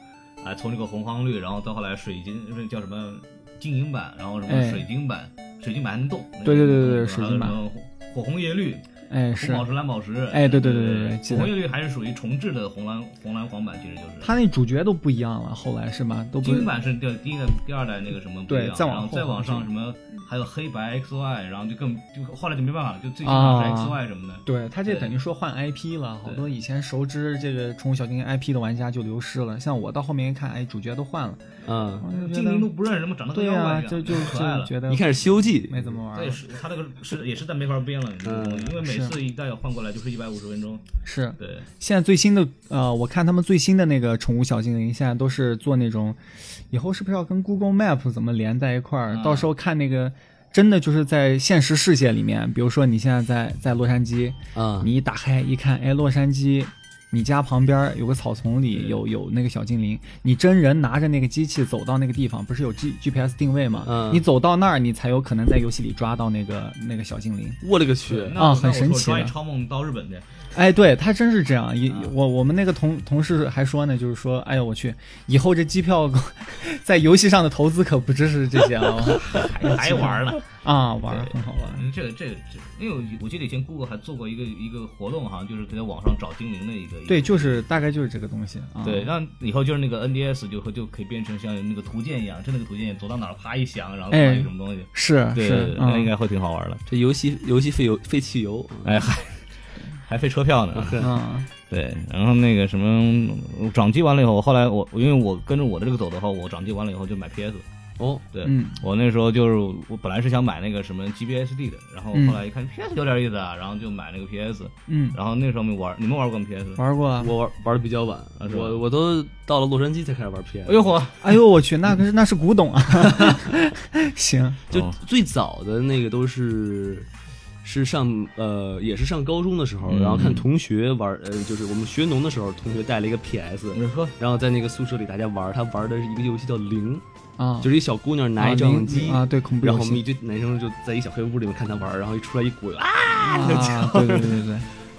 Speaker 1: 啊，从这个红黄绿，然后到后来水晶那叫什么金银版，然后什
Speaker 3: 哎
Speaker 1: 么水晶版，水晶版还能动，
Speaker 3: 对对对对对
Speaker 1: 然后
Speaker 3: 水晶版
Speaker 1: 什么火红叶绿，
Speaker 3: 哎
Speaker 1: 红
Speaker 3: 是。
Speaker 1: 宝石蓝宝石，
Speaker 3: 哎对对对对对记
Speaker 1: 对，
Speaker 3: 得
Speaker 1: 火红叶绿还是属于重置的红蓝红蓝黄版，其实就是
Speaker 3: 他那主角都不一样了，后来是吧？都不
Speaker 1: 金版是第第一代、第二代那个什么不一
Speaker 3: 对
Speaker 1: 样，
Speaker 3: 再往
Speaker 1: 然
Speaker 3: 后
Speaker 1: 后再往上
Speaker 3: 是
Speaker 1: 什么还有黑白 XY，然后就更就后来就没办法了，就最起
Speaker 3: 啊
Speaker 1: 码是 XY 什么的。
Speaker 3: 对他这
Speaker 1: 对
Speaker 3: 等于说换 IP 了，好多以前熟知这个宠物小精灵 IP 的玩家就流失了。像我到后面一看，哎，主角都换了，
Speaker 2: 啊，
Speaker 3: 我就觉
Speaker 1: 精灵都
Speaker 3: 得
Speaker 1: 不认识，什么长得跟
Speaker 3: 对
Speaker 1: 妖怪
Speaker 3: 啊，
Speaker 1: 一样，
Speaker 3: 就就
Speaker 1: 可爱
Speaker 3: 就
Speaker 1: 了。
Speaker 3: 觉得
Speaker 2: 一看是《西游记》，
Speaker 3: 没怎么玩
Speaker 1: 这
Speaker 3: 儿嗯
Speaker 1: 也。是他那个是也是在没法编了，你这个东西因为每每次一代要换过来就是一百五十分钟。
Speaker 3: 是
Speaker 1: 对，
Speaker 3: 现在最新的呃，我看他们最新的那个宠物小精灵，现在都是做那种，以后是不是要跟 Google Map 怎么连在一块儿？
Speaker 1: 啊
Speaker 3: 到时候看那个真的就是在现实世界里面，比如说你现在在在洛杉矶，
Speaker 2: 啊，
Speaker 3: 你一打开一看，哎，洛杉矶，你家旁边有个草丛
Speaker 2: 嗯
Speaker 3: 里有有那个小精灵，你真人拿着那个机器走到那个地方，不是有 G G P S 定位吗？
Speaker 2: 嗯
Speaker 3: 你走到那儿，你才有可能在游戏里抓到那个那个小精灵。
Speaker 2: 我勒个去！
Speaker 1: 那
Speaker 3: 啊
Speaker 1: 我
Speaker 3: 很
Speaker 1: 那我
Speaker 3: 神
Speaker 1: 说
Speaker 3: 奇
Speaker 1: 抓
Speaker 3: 的
Speaker 1: 一超梦到日本去，
Speaker 3: 哎，对他真是这样。也、
Speaker 1: 啊
Speaker 2: 嗯
Speaker 3: 我我们那个同同事还说呢，就是说，哎呦我去，以后这机票 在游戏上的投资可不只是这些啊
Speaker 1: 还还玩呢。
Speaker 3: 啊，玩儿
Speaker 1: 对
Speaker 3: 很好玩。
Speaker 1: 嗯，这个这个这个，因为我我记得以前 Google 还做过一个一个活动，好像就是在网上找精灵的一个。
Speaker 3: 对，
Speaker 1: 一个
Speaker 3: 就是大概就是这个东西啊。
Speaker 1: 对，让以后就是那个 NDS 就会就可以变成像那个图鉴一样，真的那个图鉴走到哪儿啪一响，然后
Speaker 3: 哎
Speaker 1: 看有什么东西。
Speaker 3: 是
Speaker 1: 对对，
Speaker 3: 是
Speaker 1: 对，那应
Speaker 3: 嗯
Speaker 1: 该会挺好玩的。
Speaker 2: 这游戏游戏费油费汽油，
Speaker 1: 哎，还还费车票呢。啊
Speaker 3: 嗯
Speaker 1: 对，然后那个什么，我掌机完了以后，我后来我因为我跟着我的这个走的话，我掌机完了以后就买 PS。
Speaker 2: 哦，
Speaker 1: 对，
Speaker 3: 嗯
Speaker 1: 我那时候就是我本来是想买那个什么 GBHD 的，然后后来一看 PS 有点意思啊，然后就买那个 PS。
Speaker 3: 嗯，
Speaker 1: 然后那时候没玩，你们玩过吗 PS？
Speaker 3: 玩过啊。
Speaker 2: 我玩玩的比较晚，
Speaker 1: 啊是吧
Speaker 2: 我我都到了洛杉矶才开始玩 PS。
Speaker 1: 哎呦嚯！
Speaker 3: 哎呦我去，
Speaker 2: 嗯
Speaker 3: 那可是那是古董 啊！行，
Speaker 2: 就最早的那个都是是上呃也是上高中的时候，
Speaker 1: 嗯
Speaker 2: 然后看同学玩，呃就是我们学农的时候，同学带了一个 PS，
Speaker 1: 你说
Speaker 2: 然后在那个宿舍里大家玩，他玩的是一个游戏叫《零》，
Speaker 3: 啊，
Speaker 2: 就是一小姑娘拿
Speaker 3: 啊
Speaker 2: 一照相
Speaker 3: 零
Speaker 2: 机
Speaker 3: 啊，对，恐怖
Speaker 2: 然
Speaker 3: 游
Speaker 2: 后我们一
Speaker 3: 戏
Speaker 2: 堆男生就在一小黑屋里面看她玩，然后一出来一股啊，
Speaker 3: 啊，对对对对对。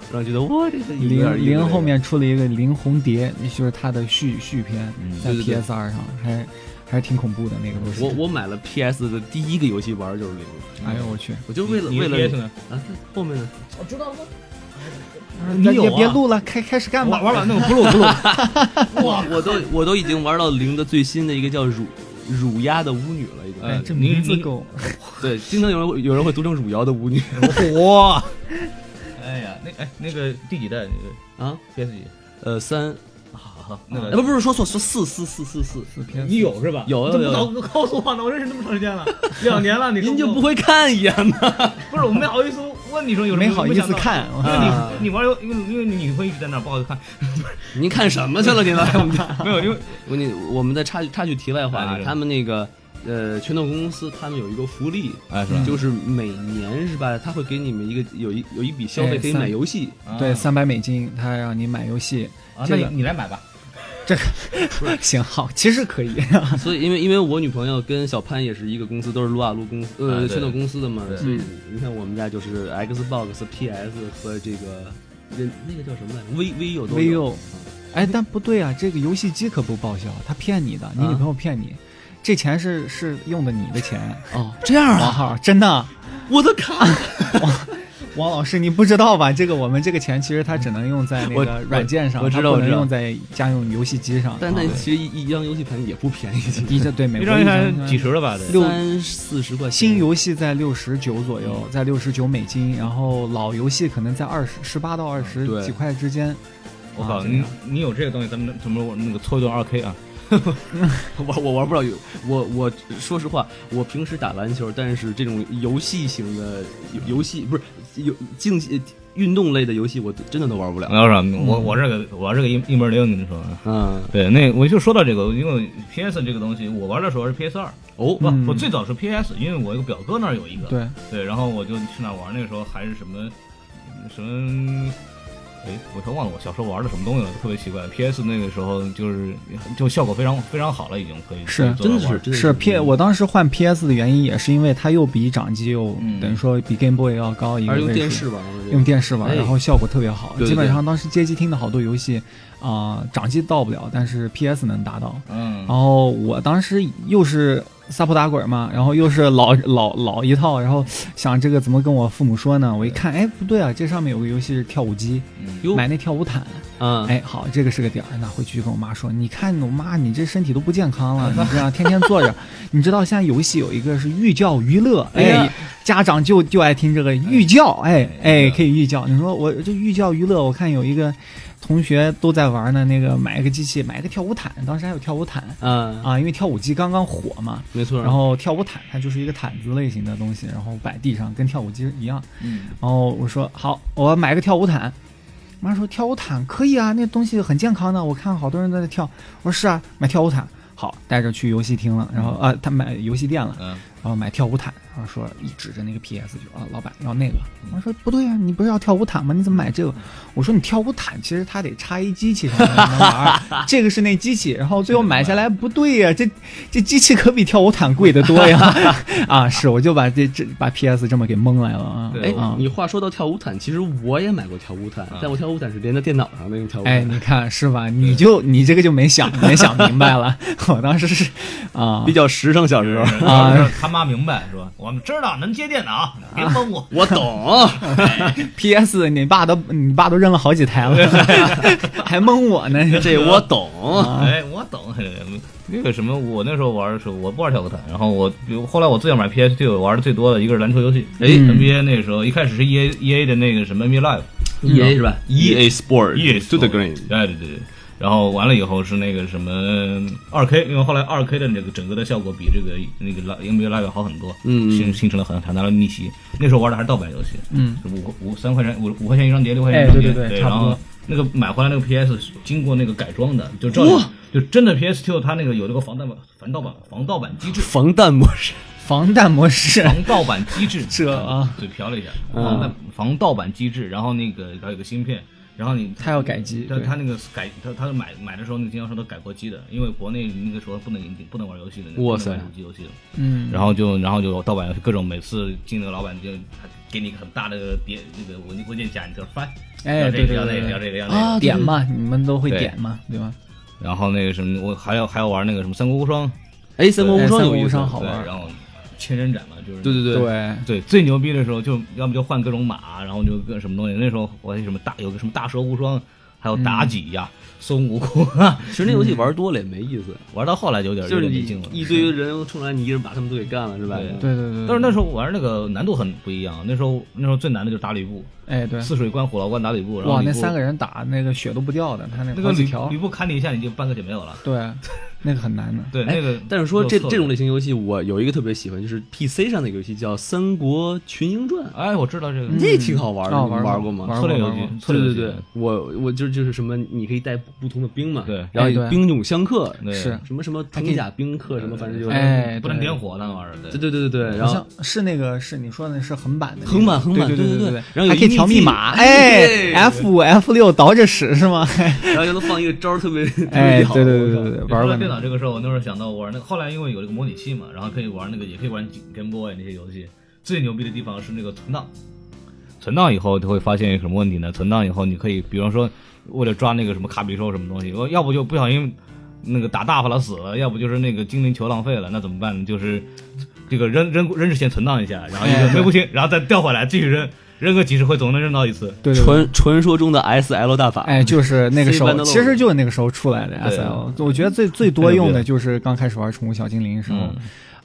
Speaker 2: 然后觉得哇这个有点
Speaker 3: 零
Speaker 2: 意思
Speaker 3: 零后面出了一个《零红蝶》，就是它的续续篇，在
Speaker 2: 嗯对对对
Speaker 3: PS 二上还还挺恐怖的那个东西。
Speaker 2: 我我买了 PS 的第一个游戏玩就是零，
Speaker 3: 哎呦我去！
Speaker 2: 我就为了
Speaker 1: 你
Speaker 2: 为
Speaker 1: 的 PS
Speaker 2: 了
Speaker 1: 呢？
Speaker 2: 啊后面呢
Speaker 1: 你有
Speaker 3: 也
Speaker 1: 啊
Speaker 3: 别录了，开开始干吧
Speaker 1: 玩。玩完那个不录不录。
Speaker 2: 哇我都我都已经玩到零的最新的一个叫乳乳鸦的巫女了已经。
Speaker 1: 哎
Speaker 3: 哎，这
Speaker 1: 你
Speaker 3: 名字
Speaker 1: 你
Speaker 3: 够
Speaker 2: 对，经常有人会有人会读成汝窑的舞女
Speaker 1: 哇！哎呀，那哎那个第几代那个
Speaker 2: 啊，
Speaker 1: PS 几？
Speaker 2: 呃三，
Speaker 1: 好，那
Speaker 2: 哎
Speaker 1: 个
Speaker 2: 不不是说错说四四四四四，
Speaker 3: 四 PS。
Speaker 1: 你有是吧？
Speaker 2: 有有
Speaker 1: 怎么
Speaker 2: 有
Speaker 1: 早不告诉我呢？我认识那么长时间了，两年了，你
Speaker 2: 您就
Speaker 1: 不
Speaker 2: 不会看一眼吗？
Speaker 1: 不是我没好意思问你说有什么，
Speaker 3: 没好意思
Speaker 1: 没想到。
Speaker 3: 看，
Speaker 1: 因为
Speaker 2: 啊
Speaker 1: 你你玩游，因为因为你会一直在那儿不好意思 看，
Speaker 2: 您看什么去了？您来，我们
Speaker 1: 没有，因为
Speaker 2: 我跟你我们再插句插句题外话
Speaker 1: 啊
Speaker 2: 啊
Speaker 1: 这，个
Speaker 2: 他们那个呃拳头公司他们有一个福利，
Speaker 1: 哎是
Speaker 2: 就是每年是吧，他会给你们一个有一有一笔消费
Speaker 3: 哎
Speaker 2: 可以
Speaker 3: 三
Speaker 2: 买游戏，
Speaker 3: 对，三百美金，他让你买游戏，
Speaker 1: 啊，那
Speaker 3: 这
Speaker 1: 你
Speaker 3: 个
Speaker 1: 你来买吧。
Speaker 3: 行好，其实可以。
Speaker 2: 所以因为因为我女朋友跟小潘也是一个公司，都是撸啊撸公司
Speaker 1: 啊
Speaker 2: 呃
Speaker 1: 对
Speaker 2: 拳头公司的嘛，
Speaker 1: 对
Speaker 2: 所以你看我们家就是 Xbox、PS 和这个那那个叫什么来着？V V 有 都
Speaker 3: VU 哎，但不对啊，这个游戏机可不报销，他骗你的，你
Speaker 2: 啊
Speaker 3: 女朋友骗你，这钱是是用的你的钱，
Speaker 2: 哦，这样
Speaker 3: 王
Speaker 2: 啊，
Speaker 3: 浩真的。
Speaker 2: 我的卡，
Speaker 3: 王老师，你不知道吧？这个我们这个钱其实它只能用在那
Speaker 2: 我
Speaker 3: 个软件上，
Speaker 2: 我我知道
Speaker 3: 它不
Speaker 2: 我
Speaker 3: 能
Speaker 2: 知道
Speaker 3: 用在家用游戏机上。
Speaker 2: 但那
Speaker 3: 啊
Speaker 2: 其实一一张游戏盘也不便 宜，其实
Speaker 3: 一这对美
Speaker 1: 一
Speaker 3: 国
Speaker 1: 张一啊
Speaker 3: 一
Speaker 1: 看
Speaker 3: 张
Speaker 1: 几十了吧？得
Speaker 3: 六
Speaker 2: 三四十块钱
Speaker 3: 新游戏在六十九左右，在六十九美金，然后老游戏可能在二十十八到二十
Speaker 2: 对
Speaker 3: 几块之间。
Speaker 1: 我靠，
Speaker 3: 啊
Speaker 1: 你你有这个东西，咱们什么时候那个搓一顿二 K 啊？
Speaker 2: 我我玩不了游，我我说实话，我平时打篮球，但是这种游戏型的游游戏不是游竞技运动类的游戏，我真的都玩不了。
Speaker 1: 要是我我这个我这个一一门儿灵，你说啊？
Speaker 2: 嗯，
Speaker 1: 对，那我就说到这个，因为 PS 这个东西，我玩的时候是 PS 二，
Speaker 2: 哦
Speaker 1: 不，
Speaker 3: 嗯
Speaker 1: 我最早是 PS，因为我一个表哥那儿有一个，
Speaker 3: 对，
Speaker 1: 对，然后我就去那玩，那个时候还是什么什么。哎，我都忘了我小时候玩的什么东西了，特别奇怪。P.S. 那个时候就是就效果非常非常好了，已经可以
Speaker 3: 是
Speaker 1: 可以做着
Speaker 2: 真的嗯是
Speaker 1: 玩
Speaker 2: 真的
Speaker 3: 是 P，我当时换 PS 的原因也是因为它又比掌机又
Speaker 1: 嗯
Speaker 3: 等于说比 Game Boy 要高一个
Speaker 2: 还是用
Speaker 3: 位
Speaker 2: 电
Speaker 3: 数
Speaker 2: 视玩的那
Speaker 3: 用
Speaker 2: 种。
Speaker 3: 电视玩，
Speaker 2: 哎
Speaker 3: 然后效果特别好。
Speaker 2: 对对
Speaker 3: 基本上当时街机厅的好多游戏，啊、掌机到不了，但是 PS 能达到。
Speaker 1: 嗯
Speaker 3: 然，后我当时又是撒泼打滚嘛，然后又是老老老一套，然后想这个怎么跟我父母说呢？我一看，哎，不对啊，这上面有个游戏是跳舞机，
Speaker 1: 嗯
Speaker 2: 哟
Speaker 3: 买那跳舞毯。
Speaker 2: 啊，
Speaker 3: 哎，好，这个是个点儿。那回去就跟我妈说，你看我妈，你这身体都不健康了，你这样天天坐着， 你知道现在游戏有一个是寓教于乐，
Speaker 2: 哎呀
Speaker 3: 哎，家长就就爱听这个寓教，哎
Speaker 1: 哎
Speaker 3: 哎，可以寓教。你说我这寓教于乐，我看有一个同学都在玩呢，那个买一个机器，买一个跳舞毯，当时还有跳舞毯
Speaker 2: 嗯，
Speaker 3: 啊，因为跳舞机刚刚火嘛。
Speaker 2: 没错。
Speaker 3: 然后跳舞毯它就是一个毯子类型的东西，然后摆地上跟跳舞机一样。
Speaker 1: 嗯，
Speaker 3: 然后我说好，我买个跳舞毯。妈说跳舞毯可以啊，那东西很健康的，我看好多人都在跳。我说是啊，买跳舞毯。好，带着去游戏厅了，然后啊，他买游戏店了，
Speaker 1: 嗯，
Speaker 3: 然后买跳舞毯，然后说一指着那个 PS 就啊，老板要那个。我说不对呀、啊，你不是要跳舞毯吗？你怎么买这个？我说你跳舞毯其实它得插一机器上面能 玩儿，这个是那机器，然后最后买下来不对呀、这这机器可比跳舞毯贵得多呀！啊，是，我就把这这把 PS 这么给蒙来了啊！
Speaker 1: 对
Speaker 2: 哎
Speaker 3: 啊，
Speaker 2: 你话说到跳舞毯，其实我也买过跳舞毯
Speaker 1: 啊，
Speaker 2: 但我跳舞毯是连在电脑上那种跳舞
Speaker 3: 嗯
Speaker 2: 毯，
Speaker 3: 哎，
Speaker 2: 啊
Speaker 3: 你看是吧？你就你这个就没想没想明白了。 我当时是啊
Speaker 2: 比较时尚。小时候，
Speaker 1: 啊，他妈明白是吧？我们知道能接电脑，别蒙我。
Speaker 2: 我懂，
Speaker 3: ，PS 你爸都你爸都扔了好几台了， 还蒙我呢。
Speaker 2: 这我 懂。
Speaker 1: 哎，我懂。那个什么，我那时候玩的时候，我不玩跳舞毯，然后我比如后来我最想买 PS 对我玩的最多的一个是篮球游戏，哎
Speaker 3: 嗯
Speaker 1: ，NBA 那时候一开始是 EA EA 的那个什么 NBA Live。
Speaker 2: E A 是吧？E A
Speaker 1: EA
Speaker 2: Sport，to the green。
Speaker 1: 哎对对对，然后完了以后是那个什么二 K，因为后来二 K 的那个整个的效果比这个那个拉 NBA 拉 i 好很多，
Speaker 2: 嗯
Speaker 1: 形形成了很很大的逆袭。那时候玩的还是盗版游戏，
Speaker 3: 嗯，
Speaker 1: 是五五三块钱五五块钱一张碟，六块钱
Speaker 3: 哎
Speaker 1: 一张碟，
Speaker 3: 对对对差
Speaker 1: 然
Speaker 3: 不多
Speaker 1: 后那个买回来那个 PS 是经过那个改装的，就照样
Speaker 2: 哇。
Speaker 1: 就真的 PS Two 它那个有这个防盗版防盗版防盗版机制
Speaker 2: 防弹模式，
Speaker 3: 防弹模式，
Speaker 1: 防盗版机制，
Speaker 3: 这啊，
Speaker 1: 嘴瓢了一下，
Speaker 2: 嗯
Speaker 1: 防弹防盗版机制，然后那个它有个芯片，然后你
Speaker 3: 他要改机，
Speaker 1: 他
Speaker 3: 对
Speaker 1: 嗯他那个改他他买买的时候，那个经销商都改过机的，因为国内那个时候不能引进不能玩游戏的，那个
Speaker 2: 哇塞
Speaker 1: 不能玩主机游戏的。
Speaker 3: 嗯，
Speaker 1: 然后就然后就盗版游戏各种，每次进那个老板就他给你一个很大的碟那个文文件夹，你就翻，
Speaker 3: 哎，
Speaker 1: 要
Speaker 3: 对
Speaker 1: 这个
Speaker 3: 对
Speaker 1: 要那
Speaker 3: 对
Speaker 1: 个要
Speaker 3: 对
Speaker 1: 这个要那
Speaker 2: 啊
Speaker 1: 个。
Speaker 3: 点嘛，你们都会
Speaker 1: 对
Speaker 3: 点嘛，对吧？
Speaker 1: 然后那个什么，我还要还要玩那个什么三国无双，
Speaker 2: 哎，三国无双
Speaker 3: 哎
Speaker 2: 有意
Speaker 3: 三国无
Speaker 2: 思，
Speaker 3: 双好
Speaker 1: 对，
Speaker 3: 玩
Speaker 1: 然后千人斩嘛，就是
Speaker 2: 对对对，
Speaker 3: 对，
Speaker 1: 对，最牛逼的时候就要么就换各种马，然后就各什么东西。那时候我还有什么大有个什么大蛇无双，还有妲己呀、
Speaker 2: 嗯
Speaker 1: 孙悟空啊，
Speaker 2: 其实那游
Speaker 3: 嗯
Speaker 2: 戏玩多了也没意思，
Speaker 1: 玩到后来就有点
Speaker 2: 就
Speaker 1: 嗯
Speaker 2: 是
Speaker 1: 有
Speaker 2: 你
Speaker 1: 点没劲了。
Speaker 2: 一堆人冲来，你一人把他们都给干了，是吧？
Speaker 1: 对
Speaker 3: 对对对。
Speaker 1: 但是那时候玩那个难度很不一样，那时候那时候最难的就是打吕布，
Speaker 3: 哎，对，
Speaker 1: 泗水关、虎牢关打吕布，然后
Speaker 3: 哇，
Speaker 1: 吕布
Speaker 3: 那三个人打那个血都不掉的，他那
Speaker 1: 那
Speaker 3: 好
Speaker 1: 个
Speaker 3: 几
Speaker 1: 吕
Speaker 3: 条
Speaker 1: 吕，布砍你一下你就半个血没有了，
Speaker 3: 对，那个很难的。
Speaker 1: 对
Speaker 2: 哎
Speaker 1: 那个。
Speaker 2: 但是说这
Speaker 1: 就特别
Speaker 2: 这种类型游戏，我有一个特别喜欢，就是 PC 上的一个游戏叫《三国群英传》，
Speaker 1: 哎，我知道这个
Speaker 3: 嗯
Speaker 2: 那挺好玩的，
Speaker 3: 啊
Speaker 2: 你们
Speaker 3: 玩过
Speaker 2: 玩过吗？
Speaker 3: 玩
Speaker 1: 策略游
Speaker 3: 玩过
Speaker 1: 戏，策
Speaker 2: 对
Speaker 1: 略游
Speaker 2: 对
Speaker 1: 戏
Speaker 2: 对，我我就就是什么，你可以带不同的兵嘛，
Speaker 1: 对
Speaker 2: 然后
Speaker 3: 哎
Speaker 2: 有
Speaker 3: 对
Speaker 2: 兵种相克，
Speaker 1: 对
Speaker 3: 是
Speaker 2: 什么什么
Speaker 3: 还可以
Speaker 2: 铜甲兵克，什么反正就是，
Speaker 3: 哎
Speaker 1: 不能
Speaker 3: 对
Speaker 1: 点火那玩意儿，
Speaker 2: 对，对对对对，然后
Speaker 3: 好像是那个是你说的是横版的那个
Speaker 2: 横版横版
Speaker 3: 对
Speaker 2: 对
Speaker 3: 对
Speaker 2: 对
Speaker 3: 对
Speaker 2: 然后有
Speaker 3: 还可以
Speaker 2: 一个
Speaker 3: 调密码，哎
Speaker 2: 对
Speaker 3: ，F 五 F 六倒着使是吗？
Speaker 2: 然后就能放一个招儿 特别特
Speaker 3: 哎
Speaker 2: 别，好，
Speaker 3: 对对对
Speaker 2: 我
Speaker 3: 对
Speaker 2: 靠
Speaker 3: 对，
Speaker 1: 玩
Speaker 3: 玩
Speaker 1: 到
Speaker 3: 过
Speaker 1: 电脑
Speaker 3: 那个
Speaker 1: 这个时候，我那时候想到我玩那个，后来因为有这个模拟器嘛，然后可以玩那个，也可以玩 Game Boy 那些游戏。最牛逼的地方是那个存档，存档以后就会发现有什么问题呢？存档以后你可以，比方说为了抓那个什么卡比兽什么东西，我要不就不小心那个打大发了死了，要不就是那个精灵球浪费了，那怎么办呢？就是这个扔扔扔之前存档一下，然后一
Speaker 3: 哎
Speaker 1: 个没不行，然后再调回来继续扔，扔个几十回总能扔到一次。
Speaker 3: 对对对。
Speaker 2: 传传说中的 S L 大法，
Speaker 3: 哎，就是那个时
Speaker 2: C 班
Speaker 3: 候，
Speaker 2: 的路
Speaker 3: 其实就是那个时候出来的
Speaker 1: 对
Speaker 3: S L。我觉得最最多用的就是刚开始玩宠物小精灵的时候，
Speaker 1: 嗯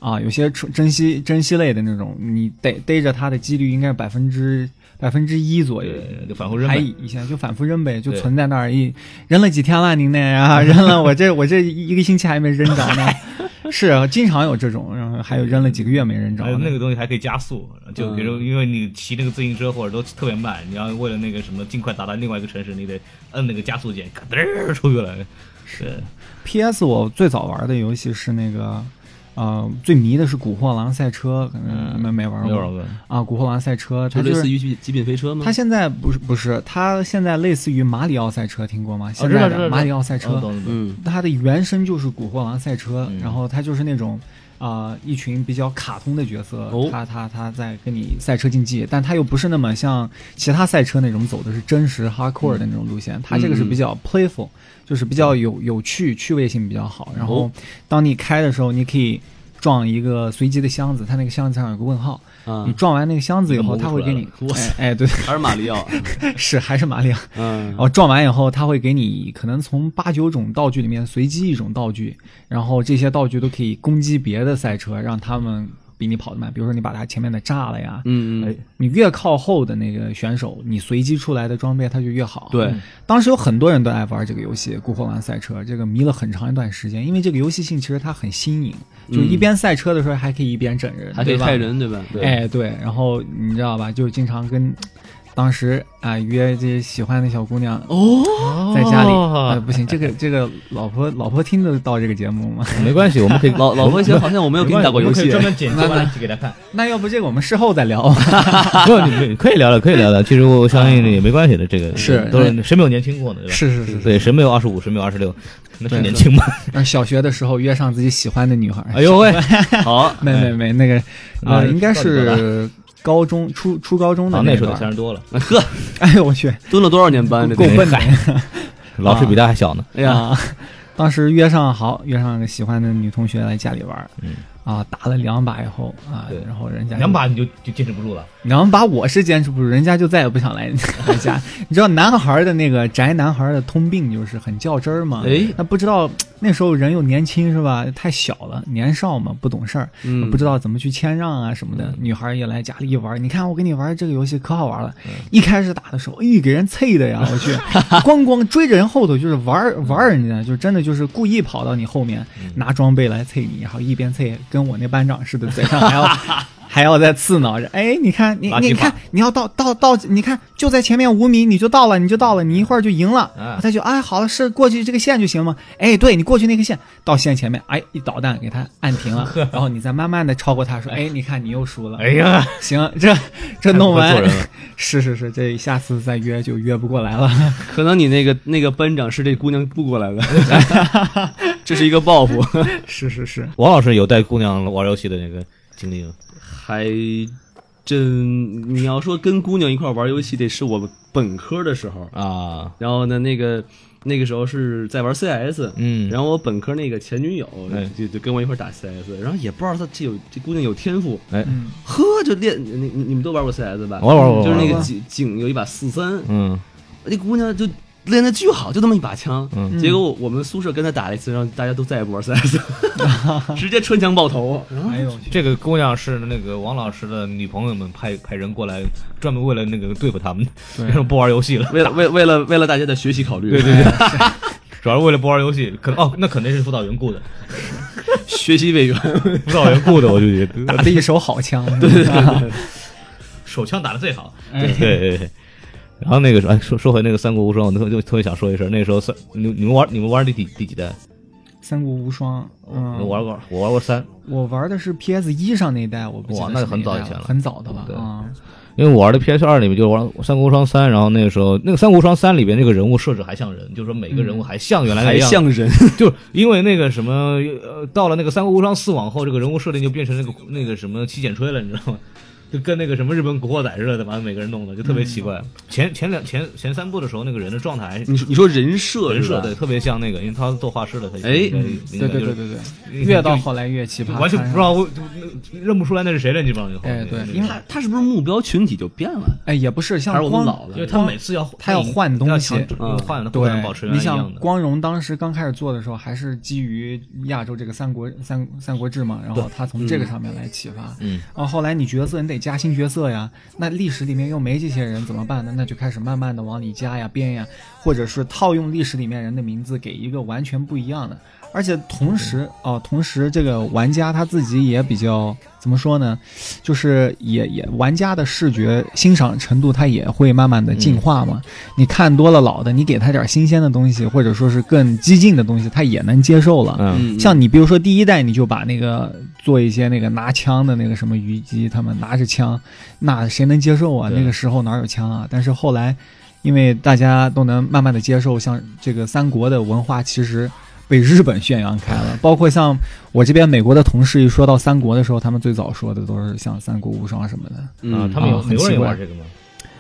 Speaker 3: 啊，有些宠珍稀珍稀类的那种，你逮逮着它的几率应该是百分之百分之一左右。
Speaker 1: 对，就反复扔
Speaker 3: 还
Speaker 1: 呗。
Speaker 3: 以前就反复扔呗，就
Speaker 1: 对
Speaker 3: 存在那儿一扔了几天了，您那 啊，扔了我这我这一个星期还没扔着呢，是啊经常有这种，然后还有扔了几个月没扔着
Speaker 1: 还有哎那
Speaker 3: 呢，嗯
Speaker 1: 个东西还可以加速，就比如因为你骑那个自行车或者都特别慢，你要为了那个什么尽快达到另外一个城市，你得摁那个加速键，嘎噔儿出去了。是，
Speaker 3: P.S. 我最早玩的游戏是那个，呃，最迷的是《古惑狼赛车》，可能
Speaker 1: 嗯
Speaker 3: 你们没玩
Speaker 1: 没
Speaker 3: 过
Speaker 1: 玩过。
Speaker 3: 啊，《古惑狼赛车》
Speaker 2: 就
Speaker 3: 它
Speaker 2: 类
Speaker 3: 就
Speaker 2: 似
Speaker 3: 是
Speaker 2: 于极极品飞车吗？
Speaker 3: 它现在不是不是，它现在类似于马里奥赛车，听过吗？
Speaker 1: 哦
Speaker 3: 现
Speaker 1: 知道
Speaker 3: 在
Speaker 1: 知道，
Speaker 3: 的马里奥赛车，
Speaker 1: 嗯，
Speaker 2: 嗯，
Speaker 3: 它的原声就是《古惑狼赛车》
Speaker 1: 嗯
Speaker 3: 然后它就是那种。啊、一群比较卡通的角色，
Speaker 2: 哦
Speaker 3: 他他他在跟你赛车竞技，但他又不是那么像其他赛车那种走的是真实 hardcore 的那种路线，
Speaker 2: 嗯
Speaker 3: 他这个是比较 playful，、就是比较有有趣，趣味性比较好。然后
Speaker 2: 哦
Speaker 3: 当你开的时候，你可以撞一个随机的箱子，它那个箱子上有个问号，
Speaker 2: 啊
Speaker 3: 你，撞完那个箱子以后，
Speaker 1: 一个
Speaker 3: 他
Speaker 1: 蘑菇
Speaker 3: 会给
Speaker 1: 出来
Speaker 3: 你
Speaker 2: 了哇，
Speaker 3: 哎哎，对，
Speaker 2: 还是马里奥，
Speaker 3: 是还是马里奥，
Speaker 2: 嗯
Speaker 3: 然，后哦撞完以后，他会给你可能从八九种道具里面随机一种道具，然后这些道具都可以攻击别的赛车，让他们比你跑得慢，比如说你把它前面的炸了呀，
Speaker 2: 嗯
Speaker 3: 呃
Speaker 2: 嗯，
Speaker 3: 你越靠后的那个选手，你随机出来的装备它就越好。嗯
Speaker 2: 对，
Speaker 3: 当时有很多人都爱玩这个游戏《孤魂王赛车》，这个迷了很长一段时间，因为这个游戏性其实它很新颖，就一边赛车的时候还可以一边整人，
Speaker 2: 嗯还可以
Speaker 3: 对吧
Speaker 2: 派人对吧？对，
Speaker 3: 哎，对，然后你知道吧，就经常跟当时啊、约这喜欢的小姑娘
Speaker 1: 哦
Speaker 3: 在家里，呃 不行，这个这个老婆老婆听得到这个节目吗？
Speaker 1: 没关系，我们可以
Speaker 2: 老老 婆姐好像我没有跟你打过游戏，
Speaker 1: 专门 剪辑
Speaker 3: 完
Speaker 1: 完给他看。
Speaker 3: 那要不这个我们事后再聊 吧。
Speaker 1: 不，哦你你可以聊聊，可以聊聊。其实我相信也没关系的，这个
Speaker 3: 啊是
Speaker 1: 都是谁没有年轻过呢？对吧？
Speaker 3: 是是是是，
Speaker 1: 对，谁没有二十五，谁没有二十六，那是年轻吗？
Speaker 3: 呃小学的时候约上自己喜欢的女孩，
Speaker 1: 哎 呦喂，
Speaker 2: 好，
Speaker 3: 没没没，那个
Speaker 1: 啊
Speaker 3: 呃，应该
Speaker 1: 到底多大
Speaker 3: 是高中初初高中的
Speaker 1: 啊那时候
Speaker 3: 段
Speaker 1: 得三
Speaker 3: 儿。
Speaker 1: 十多了，
Speaker 2: 呵，
Speaker 3: 哎呦我去，
Speaker 2: 蹲了多少年班？这
Speaker 3: 够
Speaker 2: 得
Speaker 3: 笨的。
Speaker 1: 老师比他还小呢。
Speaker 2: 哎 呀，
Speaker 3: 啊，当时约上好约上个喜欢的女同学来家里玩儿，
Speaker 1: 嗯
Speaker 3: 啊，打了两把以后啊
Speaker 1: 对，
Speaker 3: 然后人家就
Speaker 1: 两把你就就坚持不住了，
Speaker 3: 两把我是坚持不住，人家就再也不想来 来 家。你知道男孩儿的那个宅男孩儿的通病就是很较真儿嘛，
Speaker 2: 哎
Speaker 3: 那不知道那时候人又年轻是吧？太小了，年少嘛，不懂事儿，
Speaker 2: 嗯
Speaker 3: 不知道怎么去谦让啊什么的。女孩儿也来家里一玩儿，你看我跟你玩儿这个游戏可好玩儿了。
Speaker 2: 嗯
Speaker 3: 一开始打的时候，哎，给人啐的呀，我 去， 咣咣追着人后头就是玩
Speaker 1: 嗯
Speaker 3: 儿玩儿人家，就真的就是故意跑到你后面拿装备来啐你，然后一边啐，跟我那班长似的，嘴 上还要还要再刺挠着。哎，你看你
Speaker 1: 垃圾
Speaker 3: 你
Speaker 1: 话
Speaker 3: 看你要到到到，你看就在前面五米你就到了，你就到了，你一会儿就赢了。
Speaker 1: 啊
Speaker 3: 他就哎好了，是过去这个线就行吗？哎，对你过去那个线，到线前面，哎一导弹给他按停 了，然后你再慢慢的超过他说，哎你看你又输了。
Speaker 1: 哎呀，
Speaker 3: 行，这这弄
Speaker 1: 太
Speaker 3: 完
Speaker 1: 不会做人了，
Speaker 3: 是是是，这下次再约就约不过来了。
Speaker 2: 可能你那个那个班长是这姑娘雇过 来的，这是一个报复，
Speaker 3: 是是是，
Speaker 1: 王老师有带姑娘玩游戏的那个经历吗？
Speaker 2: 还真你要说跟姑娘一块玩游戏，得是我本科的时候，
Speaker 1: 啊，
Speaker 2: 然后呢那个。那个时候是在玩 CS，
Speaker 1: 嗯
Speaker 2: 然后我本科那个前女友
Speaker 1: 哎
Speaker 2: 就就跟我一块打 CS，然后也不知道她这有这姑娘有天赋，
Speaker 1: 哎，
Speaker 3: 嗯，
Speaker 2: 呵就练你你你们都玩过 CS 吧？
Speaker 1: 玩玩玩，
Speaker 2: 就是那个
Speaker 1: 玩，
Speaker 2: 井井有一把四三，
Speaker 1: 嗯，
Speaker 2: 那姑娘就练的巨好，就那么一把枪。
Speaker 1: 嗯
Speaker 2: 结果我们宿舍跟她打了一次，然后大家都再也不玩 CS，直接穿墙爆头。然后
Speaker 3: 哎呦，
Speaker 1: 这个姑娘是那个王老师的女朋友们派派人过来，专门为了那个对付他们，
Speaker 3: 对
Speaker 1: 然后 不玩游戏了。
Speaker 2: 为了为为了为了大家的学习考虑，
Speaker 1: 对对对，主要是为了不玩游戏，可能哦，那肯定是辅导员雇的，
Speaker 2: 学习委员，
Speaker 1: 辅导员雇的，我就觉 得
Speaker 3: 打的一手好枪，对对对，
Speaker 1: 手枪打的最好。
Speaker 3: 哎
Speaker 1: 对对对对。然后那个时候，哎，说说回那个《三国无双》，我特就特别想说一声，那时候三你你们玩你们玩的第第几代？
Speaker 3: 三国无双，嗯，
Speaker 1: 我玩过，我玩过三，
Speaker 3: 我玩的是 PS 一上那一代，我不记得
Speaker 1: 哇那
Speaker 3: 是
Speaker 1: 很
Speaker 3: 哪一
Speaker 1: 早以
Speaker 3: 代
Speaker 1: 前了
Speaker 3: 很早的了
Speaker 1: 对
Speaker 3: 啊。
Speaker 1: 因为我玩的 PS 二里面就玩《三国无双三》，然后那个时候那个《三国无双三》里边那个人物设置还像人，就是说每个人物还像原来那
Speaker 2: 还
Speaker 1: 样，
Speaker 2: 像人，
Speaker 1: 就是因为那个什么，呃，到了那个《三国无双四》往后，这个人物设定就变成那个那个什么七剑吹了，你知道吗？就跟那个什么日本古惑仔似的，把每个人弄的就特别奇怪。
Speaker 3: 嗯
Speaker 1: 前前两前前三部的时候，那个人的状态还
Speaker 2: 你说你说人设
Speaker 1: 人
Speaker 2: 是
Speaker 1: 设
Speaker 2: 吧
Speaker 1: 对？特别像那个，因为他做画师的，他
Speaker 2: 哎
Speaker 1: 应该
Speaker 3: 哎对对对，对对，越到后来越奇
Speaker 1: 就
Speaker 3: 葩，
Speaker 1: 完全不知。道就就认不出来那是谁了，你知道吗？嗯
Speaker 3: 哎对
Speaker 1: 那个
Speaker 3: 因为
Speaker 2: 他他是不是目标群体就变了？
Speaker 3: 哎，也不是像
Speaker 2: 还是我们
Speaker 3: 光
Speaker 2: 老了
Speaker 1: 因为他每次要
Speaker 3: 啊他要换东西
Speaker 1: 要强
Speaker 2: 嗯
Speaker 1: 换的不能保持
Speaker 3: 对，
Speaker 1: 原
Speaker 3: 你
Speaker 1: 来一
Speaker 3: 想
Speaker 1: 样的。
Speaker 3: 光荣当时刚开始做的时候，还是基于亚洲这个三国三三国志嘛，然后他从这个上面来启发。
Speaker 1: 嗯，
Speaker 3: 哦，后来你角色你得加新角色呀，那历史里面又没这些人怎么办呢？那就开始慢慢的往里加呀、编呀，或者是套用历史里面人的名字，给一个完全不一样的。而且同时，哦，同时这个玩家他自己也比较怎么说呢？就是也也玩家的视觉欣赏程度，他也会慢慢的进化嘛。你看多了老的，你给他点新鲜的东西，或者说是更激进的东西，他也能接受了。
Speaker 1: 嗯，
Speaker 3: 像你比如说第一代，你就把那个做一些那个拿枪的那个什么虞姬，他们拿着枪，那谁能接受啊？
Speaker 1: 对
Speaker 3: 那个时候哪有枪啊？但是后来，因为大家都能慢慢的接受，像这个三国的文化其实被日本宣扬开了，包括像我这边美国的同事一说到三国的时候，他们最早说的都是像三国无双什么的。
Speaker 1: 啊
Speaker 2: 嗯，
Speaker 1: 他们有
Speaker 3: 啊
Speaker 1: 很多人
Speaker 3: 很奇
Speaker 1: 也
Speaker 3: 怪
Speaker 1: 玩这个吗？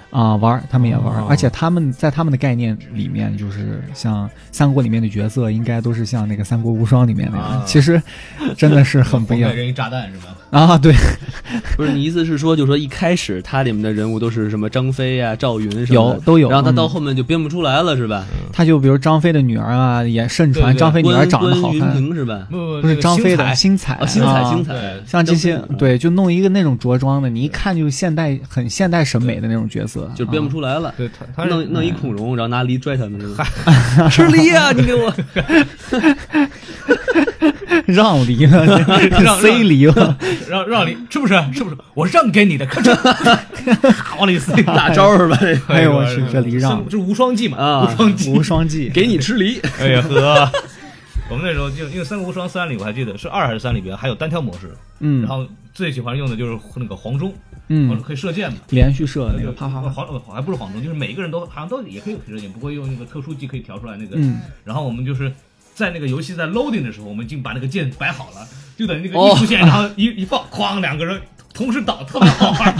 Speaker 3: 啊、玩儿，他们也玩儿，
Speaker 4: 哦
Speaker 3: 而且他们在他们的概念里面，就是像三国里面的角色，应该都是像那个《三国无双》里面那样，
Speaker 1: 啊
Speaker 3: 其实真的是很不 一样
Speaker 1: 给人一炸弹是吧？
Speaker 3: 啊！对，
Speaker 2: 不是你意思是说，就说一开始它里面的人物都是什么张飞啊、赵云什么的
Speaker 3: 有都有
Speaker 2: 然后他
Speaker 3: 嗯
Speaker 2: 到后面就编不出来了，是吧？
Speaker 3: 他就比如张飞的女儿啊，也盛
Speaker 1: 对
Speaker 3: 传
Speaker 1: 对
Speaker 3: 张飞女儿
Speaker 2: 关
Speaker 3: 长得好
Speaker 2: 关云
Speaker 3: 看，
Speaker 2: 平是吧？
Speaker 1: 不
Speaker 3: 不是张飞的星彩
Speaker 2: 哦，星彩
Speaker 3: 啊
Speaker 2: 星彩
Speaker 1: 对，
Speaker 3: 像这些
Speaker 2: 张飞
Speaker 3: 对，就弄一个那种着装的，你一看就是现代很现代审美的那种角色，
Speaker 2: 就编不
Speaker 3: 啊
Speaker 2: 出来了。
Speaker 1: 对他他
Speaker 2: 嗯弄
Speaker 1: 是
Speaker 2: 弄一孔融，然后拿梨拽他们，是吧 吃梨呀、你给 我
Speaker 3: 让梨了，
Speaker 1: 让
Speaker 3: 塞梨了，
Speaker 1: 让让你是不是是不是我让给你的，咔 嚓，咔往里塞。
Speaker 2: 大招是吧？
Speaker 3: 哎呦我去，这梨让
Speaker 1: 这无双计嘛，
Speaker 2: 啊
Speaker 1: 无双计
Speaker 3: 无，双计，
Speaker 2: 给你吃梨，
Speaker 1: 哎 呀呵，我们那时候就因为《三国无双三》里我还记得是二还是三里边还有单挑模式，
Speaker 3: 嗯
Speaker 1: 然后最喜欢用的就是那个黄忠，黄
Speaker 3: 嗯
Speaker 1: 忠，可以射箭嘛，
Speaker 3: 连续射那
Speaker 1: 那
Speaker 3: 个
Speaker 1: 个
Speaker 3: 啪啪啪，
Speaker 1: 呃黄还不是黄忠，就是每一个人都好像都也可以射箭，不会用那个特殊技可以调出来那个。
Speaker 3: 嗯，
Speaker 1: 然后我们就是在那个游戏在 loading 的时候，我们已经把那个箭摆好了，就等那个
Speaker 2: 哦
Speaker 1: 一出现，然后一一放，哐，两个人同时倒，特别好玩，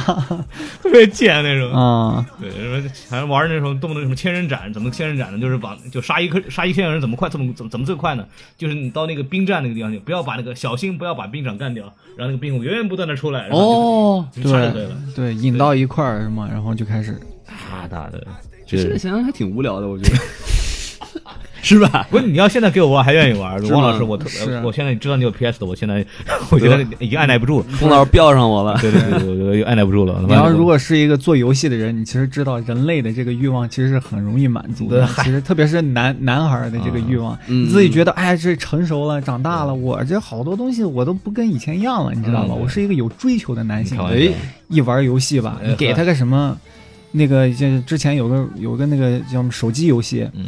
Speaker 1: 特别贱那种。
Speaker 3: 啊，
Speaker 1: 对，什么反正玩那种动不动什么千人斩，怎么千人斩呢？就是把就杀一个杀一千个人怎么快，怎么怎么怎么最快呢？就是你到那个兵站那个地方去，不要把那个小心不要把兵长干掉，让那个兵源源不断的出来。然后
Speaker 2: 哦，
Speaker 1: 就，就杀就对了。
Speaker 3: 对，引到一块儿是吗？然后就开始，
Speaker 1: 他大的，
Speaker 2: 现在想想还挺无聊的，我觉 得，是吧？
Speaker 1: 不是你要现在给我玩还愿意玩，
Speaker 2: 是吗
Speaker 1: 王老师，我特
Speaker 3: 是
Speaker 1: 我现在知道你有 PS 的，我现在 我觉得已经按耐不住了。
Speaker 2: 冯老师标上我了，
Speaker 1: 对对对，对我觉得又按耐不住了。
Speaker 3: 你要如果是一个做游戏的人，你其实知道人类的这个欲望其实是很容易满足的，其实特别是男男孩儿的这个欲望，
Speaker 2: 嗯
Speaker 3: 你自己觉得哎这成熟了，长大了，我这好多东西我都不跟以前一样了，你知道吧？
Speaker 1: 嗯对
Speaker 3: 我是一个有追求的男性，
Speaker 1: 嗯开玩
Speaker 2: 哎
Speaker 1: 笑，
Speaker 3: 一玩游戏吧，
Speaker 1: 哎
Speaker 3: 你给他个什么，那个就之前有个有个那个叫什么手机游戏，
Speaker 1: 嗯，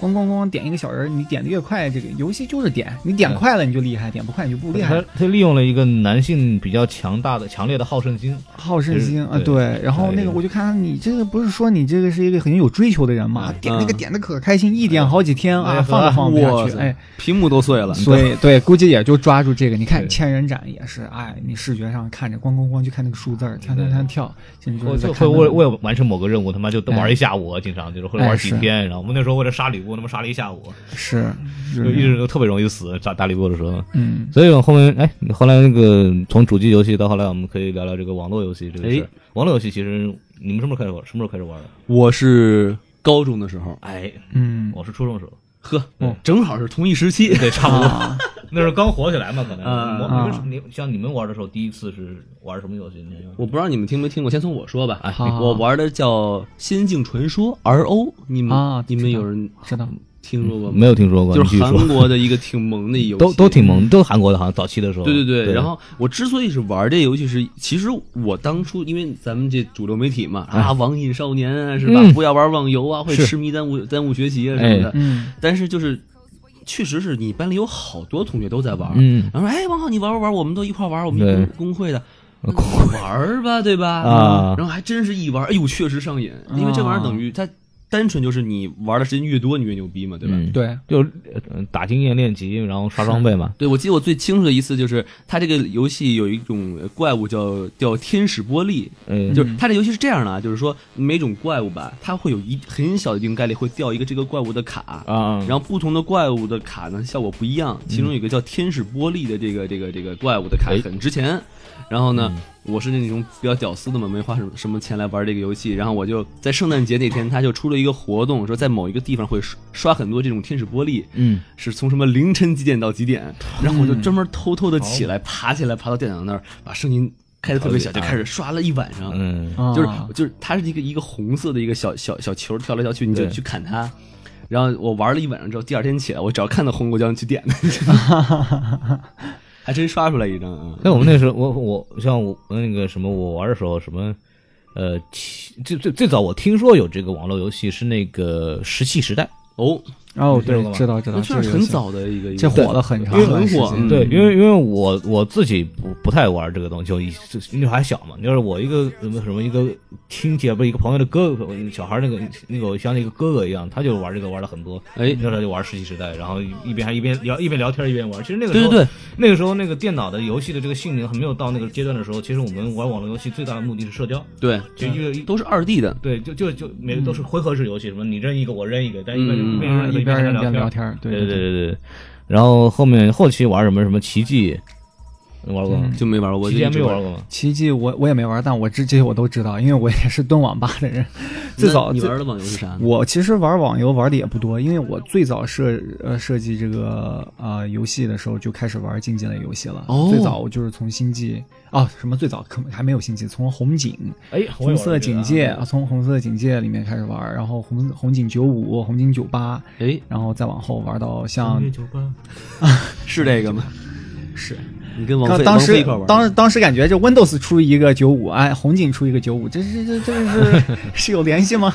Speaker 3: 咣咣咣点一个小人儿，你点的越快，这个游戏就是点，你点快了你就厉害，点不快你就不厉害
Speaker 1: 他。他利用了一个男性比较强大的、强烈的好胜心，
Speaker 3: 好胜心啊，
Speaker 1: 对
Speaker 3: 对，然后
Speaker 1: 对
Speaker 3: 那个我就看他，你这个不是说你这个是一个很有追求的人嘛？
Speaker 1: 嗯
Speaker 3: 点那个点的可开心，一点好几天
Speaker 1: 哎
Speaker 3: 啊，
Speaker 1: 呀
Speaker 3: 放都放不下
Speaker 2: 哇
Speaker 3: 去，哎
Speaker 2: 塞，，屏幕都碎了，
Speaker 3: 所以对，估计也就抓住这个。你看
Speaker 1: 对
Speaker 3: 千人斩也是，哎，你视觉上看着咣咣咣就看那个数字儿，跳跳跳跳，进去
Speaker 1: 我就
Speaker 3: 就
Speaker 1: 是会
Speaker 3: 看
Speaker 1: 为
Speaker 3: 那
Speaker 1: 为
Speaker 3: 个
Speaker 1: 了完成某个任务，他妈就玩一下午啊，经常就是会玩几
Speaker 3: 哎是
Speaker 1: 天。然后我们那时候为了杀吕布，他妈杀了一下午，啊
Speaker 3: 哎是，就
Speaker 1: 就一直特别容易死，打打吕布的时候。
Speaker 3: 嗯，
Speaker 1: 所以我后面哎，后来那个从主机游戏到后来，我们可以聊聊这个网络游戏这个事儿
Speaker 2: 哎。
Speaker 1: 网络游戏其实你们什么时候开始玩？什么时候开始玩的？
Speaker 2: 我是高中的时候，
Speaker 1: 哎，
Speaker 3: 嗯，
Speaker 1: 我是初中时候，
Speaker 2: 呵
Speaker 1: 嗯，
Speaker 2: 正好是同一时期，
Speaker 1: 对，差不多。
Speaker 3: 啊，
Speaker 1: 那时候刚火起来嘛，可能。
Speaker 2: 嗯
Speaker 1: 我
Speaker 3: 嗯
Speaker 1: 你们你像你们玩的时候，第一次是玩什么游戏？你们
Speaker 2: 我不知道你们听没听过，先从我说吧。
Speaker 1: 哎
Speaker 3: 好
Speaker 2: 我玩的叫《仙境传说》RO，你们、
Speaker 3: 啊
Speaker 2: 你们有人
Speaker 3: 知道，
Speaker 2: 听说过吗？
Speaker 1: 嗯没有听说过，
Speaker 2: 就
Speaker 1: 你继续
Speaker 2: 是韩
Speaker 1: 说。
Speaker 2: 国的一个挺萌的游戏，
Speaker 1: 都都挺萌，都是韩国的，好像早期的时候。
Speaker 2: 对对对，
Speaker 1: 对
Speaker 2: 然后我之所以是玩这游戏是，其实我当初因为咱们这主流媒体嘛，啊，网瘾少年啊，是吧？
Speaker 1: 哎嗯
Speaker 2: 不要玩网游啊，会
Speaker 1: 是哎
Speaker 2: 痴迷耽误耽误学习啊什么的。
Speaker 3: 嗯
Speaker 2: 但是就是，确实是你班里有好多同学都在玩，
Speaker 1: 嗯
Speaker 2: 然后说哎，王浩你玩玩玩，我们都一块玩，我们一
Speaker 1: 对呃
Speaker 2: 工工会的。那我玩儿吧，对吧？
Speaker 1: 啊
Speaker 2: 然后还真是一玩，哎呦，确实上瘾，因为这玩意儿等于它单纯就是你玩的时间越多，你越牛逼嘛，对吧？
Speaker 1: 嗯，
Speaker 3: 对，
Speaker 1: 就是呃打经验练级，然后刷装备 嘛。
Speaker 2: 对，我记得我最清楚的一次就是，它这个游戏有一种呃怪物叫叫天使玻璃，
Speaker 1: 嗯，
Speaker 2: 就是它这游戏是这样的啊，就是说每种怪物吧，它会有一很小的一定概率会掉一个这个怪物的卡，
Speaker 1: 啊，
Speaker 2: 然后不同的怪物的卡呢效果不一样，其中有一个叫天使玻璃的这个这个这个怪物的卡
Speaker 1: 哎
Speaker 2: 很值钱，然后呢。我是那种比较屌丝的嘛，没花什么什么钱来玩这个游戏，然后我就在圣诞节那天，他就出了一个活动，说在某一个地方会刷刷很多这种天使玻璃，
Speaker 1: 嗯，
Speaker 2: 是从什么凌晨几点到几点，然后我就专门偷偷的起来，爬起来，爬到电脑那儿，把声音开的特别小，就开始刷了一晚上。
Speaker 1: 嗯，
Speaker 3: 啊
Speaker 2: 就是就是，它是一个一个红色的一个小小小球跳来跳去，你就
Speaker 1: 对
Speaker 2: 去砍它。然后我玩了一晚上之后，第二天起来，我只要看到红果酱去点， 还真刷出来一张啊！
Speaker 1: 在我们那时候，我我像我那个什么，我玩的时候什么，呃，其最最最早我听说有这个网络游戏是那个《石器时代》，
Speaker 2: 哦，
Speaker 3: 哦，对
Speaker 1: 这个，吧
Speaker 3: 知道知道，
Speaker 2: 那确实
Speaker 3: 这个游
Speaker 2: 很
Speaker 3: 戏，
Speaker 2: 早的一个，一个
Speaker 3: 这火了很长
Speaker 2: 因为
Speaker 3: 一段时
Speaker 2: 很火
Speaker 3: 间，
Speaker 1: 对，
Speaker 2: 嗯
Speaker 1: 因为因为我我自己不不太玩这个东西，就一就因为还小嘛，就是我一个什么什么一个亲戚啊，不是一个朋友的哥哥，小孩儿那个那个我像那个哥哥一样，他就玩这个玩了很多，
Speaker 2: 哎，
Speaker 1: 那时候就玩《世纪时代》，然后一边还一边聊一边聊天一边玩。其实那个时
Speaker 2: 对
Speaker 1: 候
Speaker 2: 对对，
Speaker 1: 那个时候那个电脑的游戏的这个性能还没有到那个阶段的时候，其实我们玩网络游戏最大的目的是社交，
Speaker 2: 对，
Speaker 1: 就因为。
Speaker 2: 都是二 D 的，
Speaker 1: 对，就就就每个都是回合式游戏，什么你扔一个我扔一个，但一边
Speaker 2: 嗯
Speaker 1: 一边扔
Speaker 3: 一
Speaker 1: 边
Speaker 3: 边
Speaker 1: 还
Speaker 3: 一
Speaker 1: 聊
Speaker 3: 边聊
Speaker 1: 天。
Speaker 3: 天儿，对
Speaker 1: 对
Speaker 3: 对，
Speaker 1: 对对。然后后面后期玩什么什么奇迹，你玩过吗？
Speaker 2: 就没玩过，我
Speaker 1: 期
Speaker 2: 就
Speaker 1: 间
Speaker 2: 一
Speaker 1: 没
Speaker 2: 直
Speaker 1: 有玩过吗？
Speaker 3: 奇迹我我也没玩，但我这这些我都知道，因为我也是蹲网吧的 人。最早
Speaker 2: 那你
Speaker 3: 最嗯
Speaker 2: 玩的网游是啥呢？
Speaker 3: 我其实玩网游玩的也不多，因为我最早设呃设计这个呃游戏的时候就开始玩竞技类游戏了。
Speaker 2: 哦
Speaker 3: 最早我就是从星际啊什么最早可能还没有星际，从红警、
Speaker 1: 哎，我也玩过
Speaker 3: 红色警
Speaker 1: 这个
Speaker 3: 戒
Speaker 1: 啊
Speaker 3: 啊，从红色警戒里面开始玩，然后红红警九五、红警九八，
Speaker 2: 哎，
Speaker 3: 然后再往后玩到像
Speaker 2: 是这个吗？
Speaker 3: 是
Speaker 2: 你跟王
Speaker 3: 当
Speaker 2: 菲
Speaker 3: 当
Speaker 2: 王菲
Speaker 3: 时
Speaker 2: 一块玩的，
Speaker 3: 当时当时感觉这 Windows 出一个九五，哎，红警出一个九五，这这这这是 是有联系吗？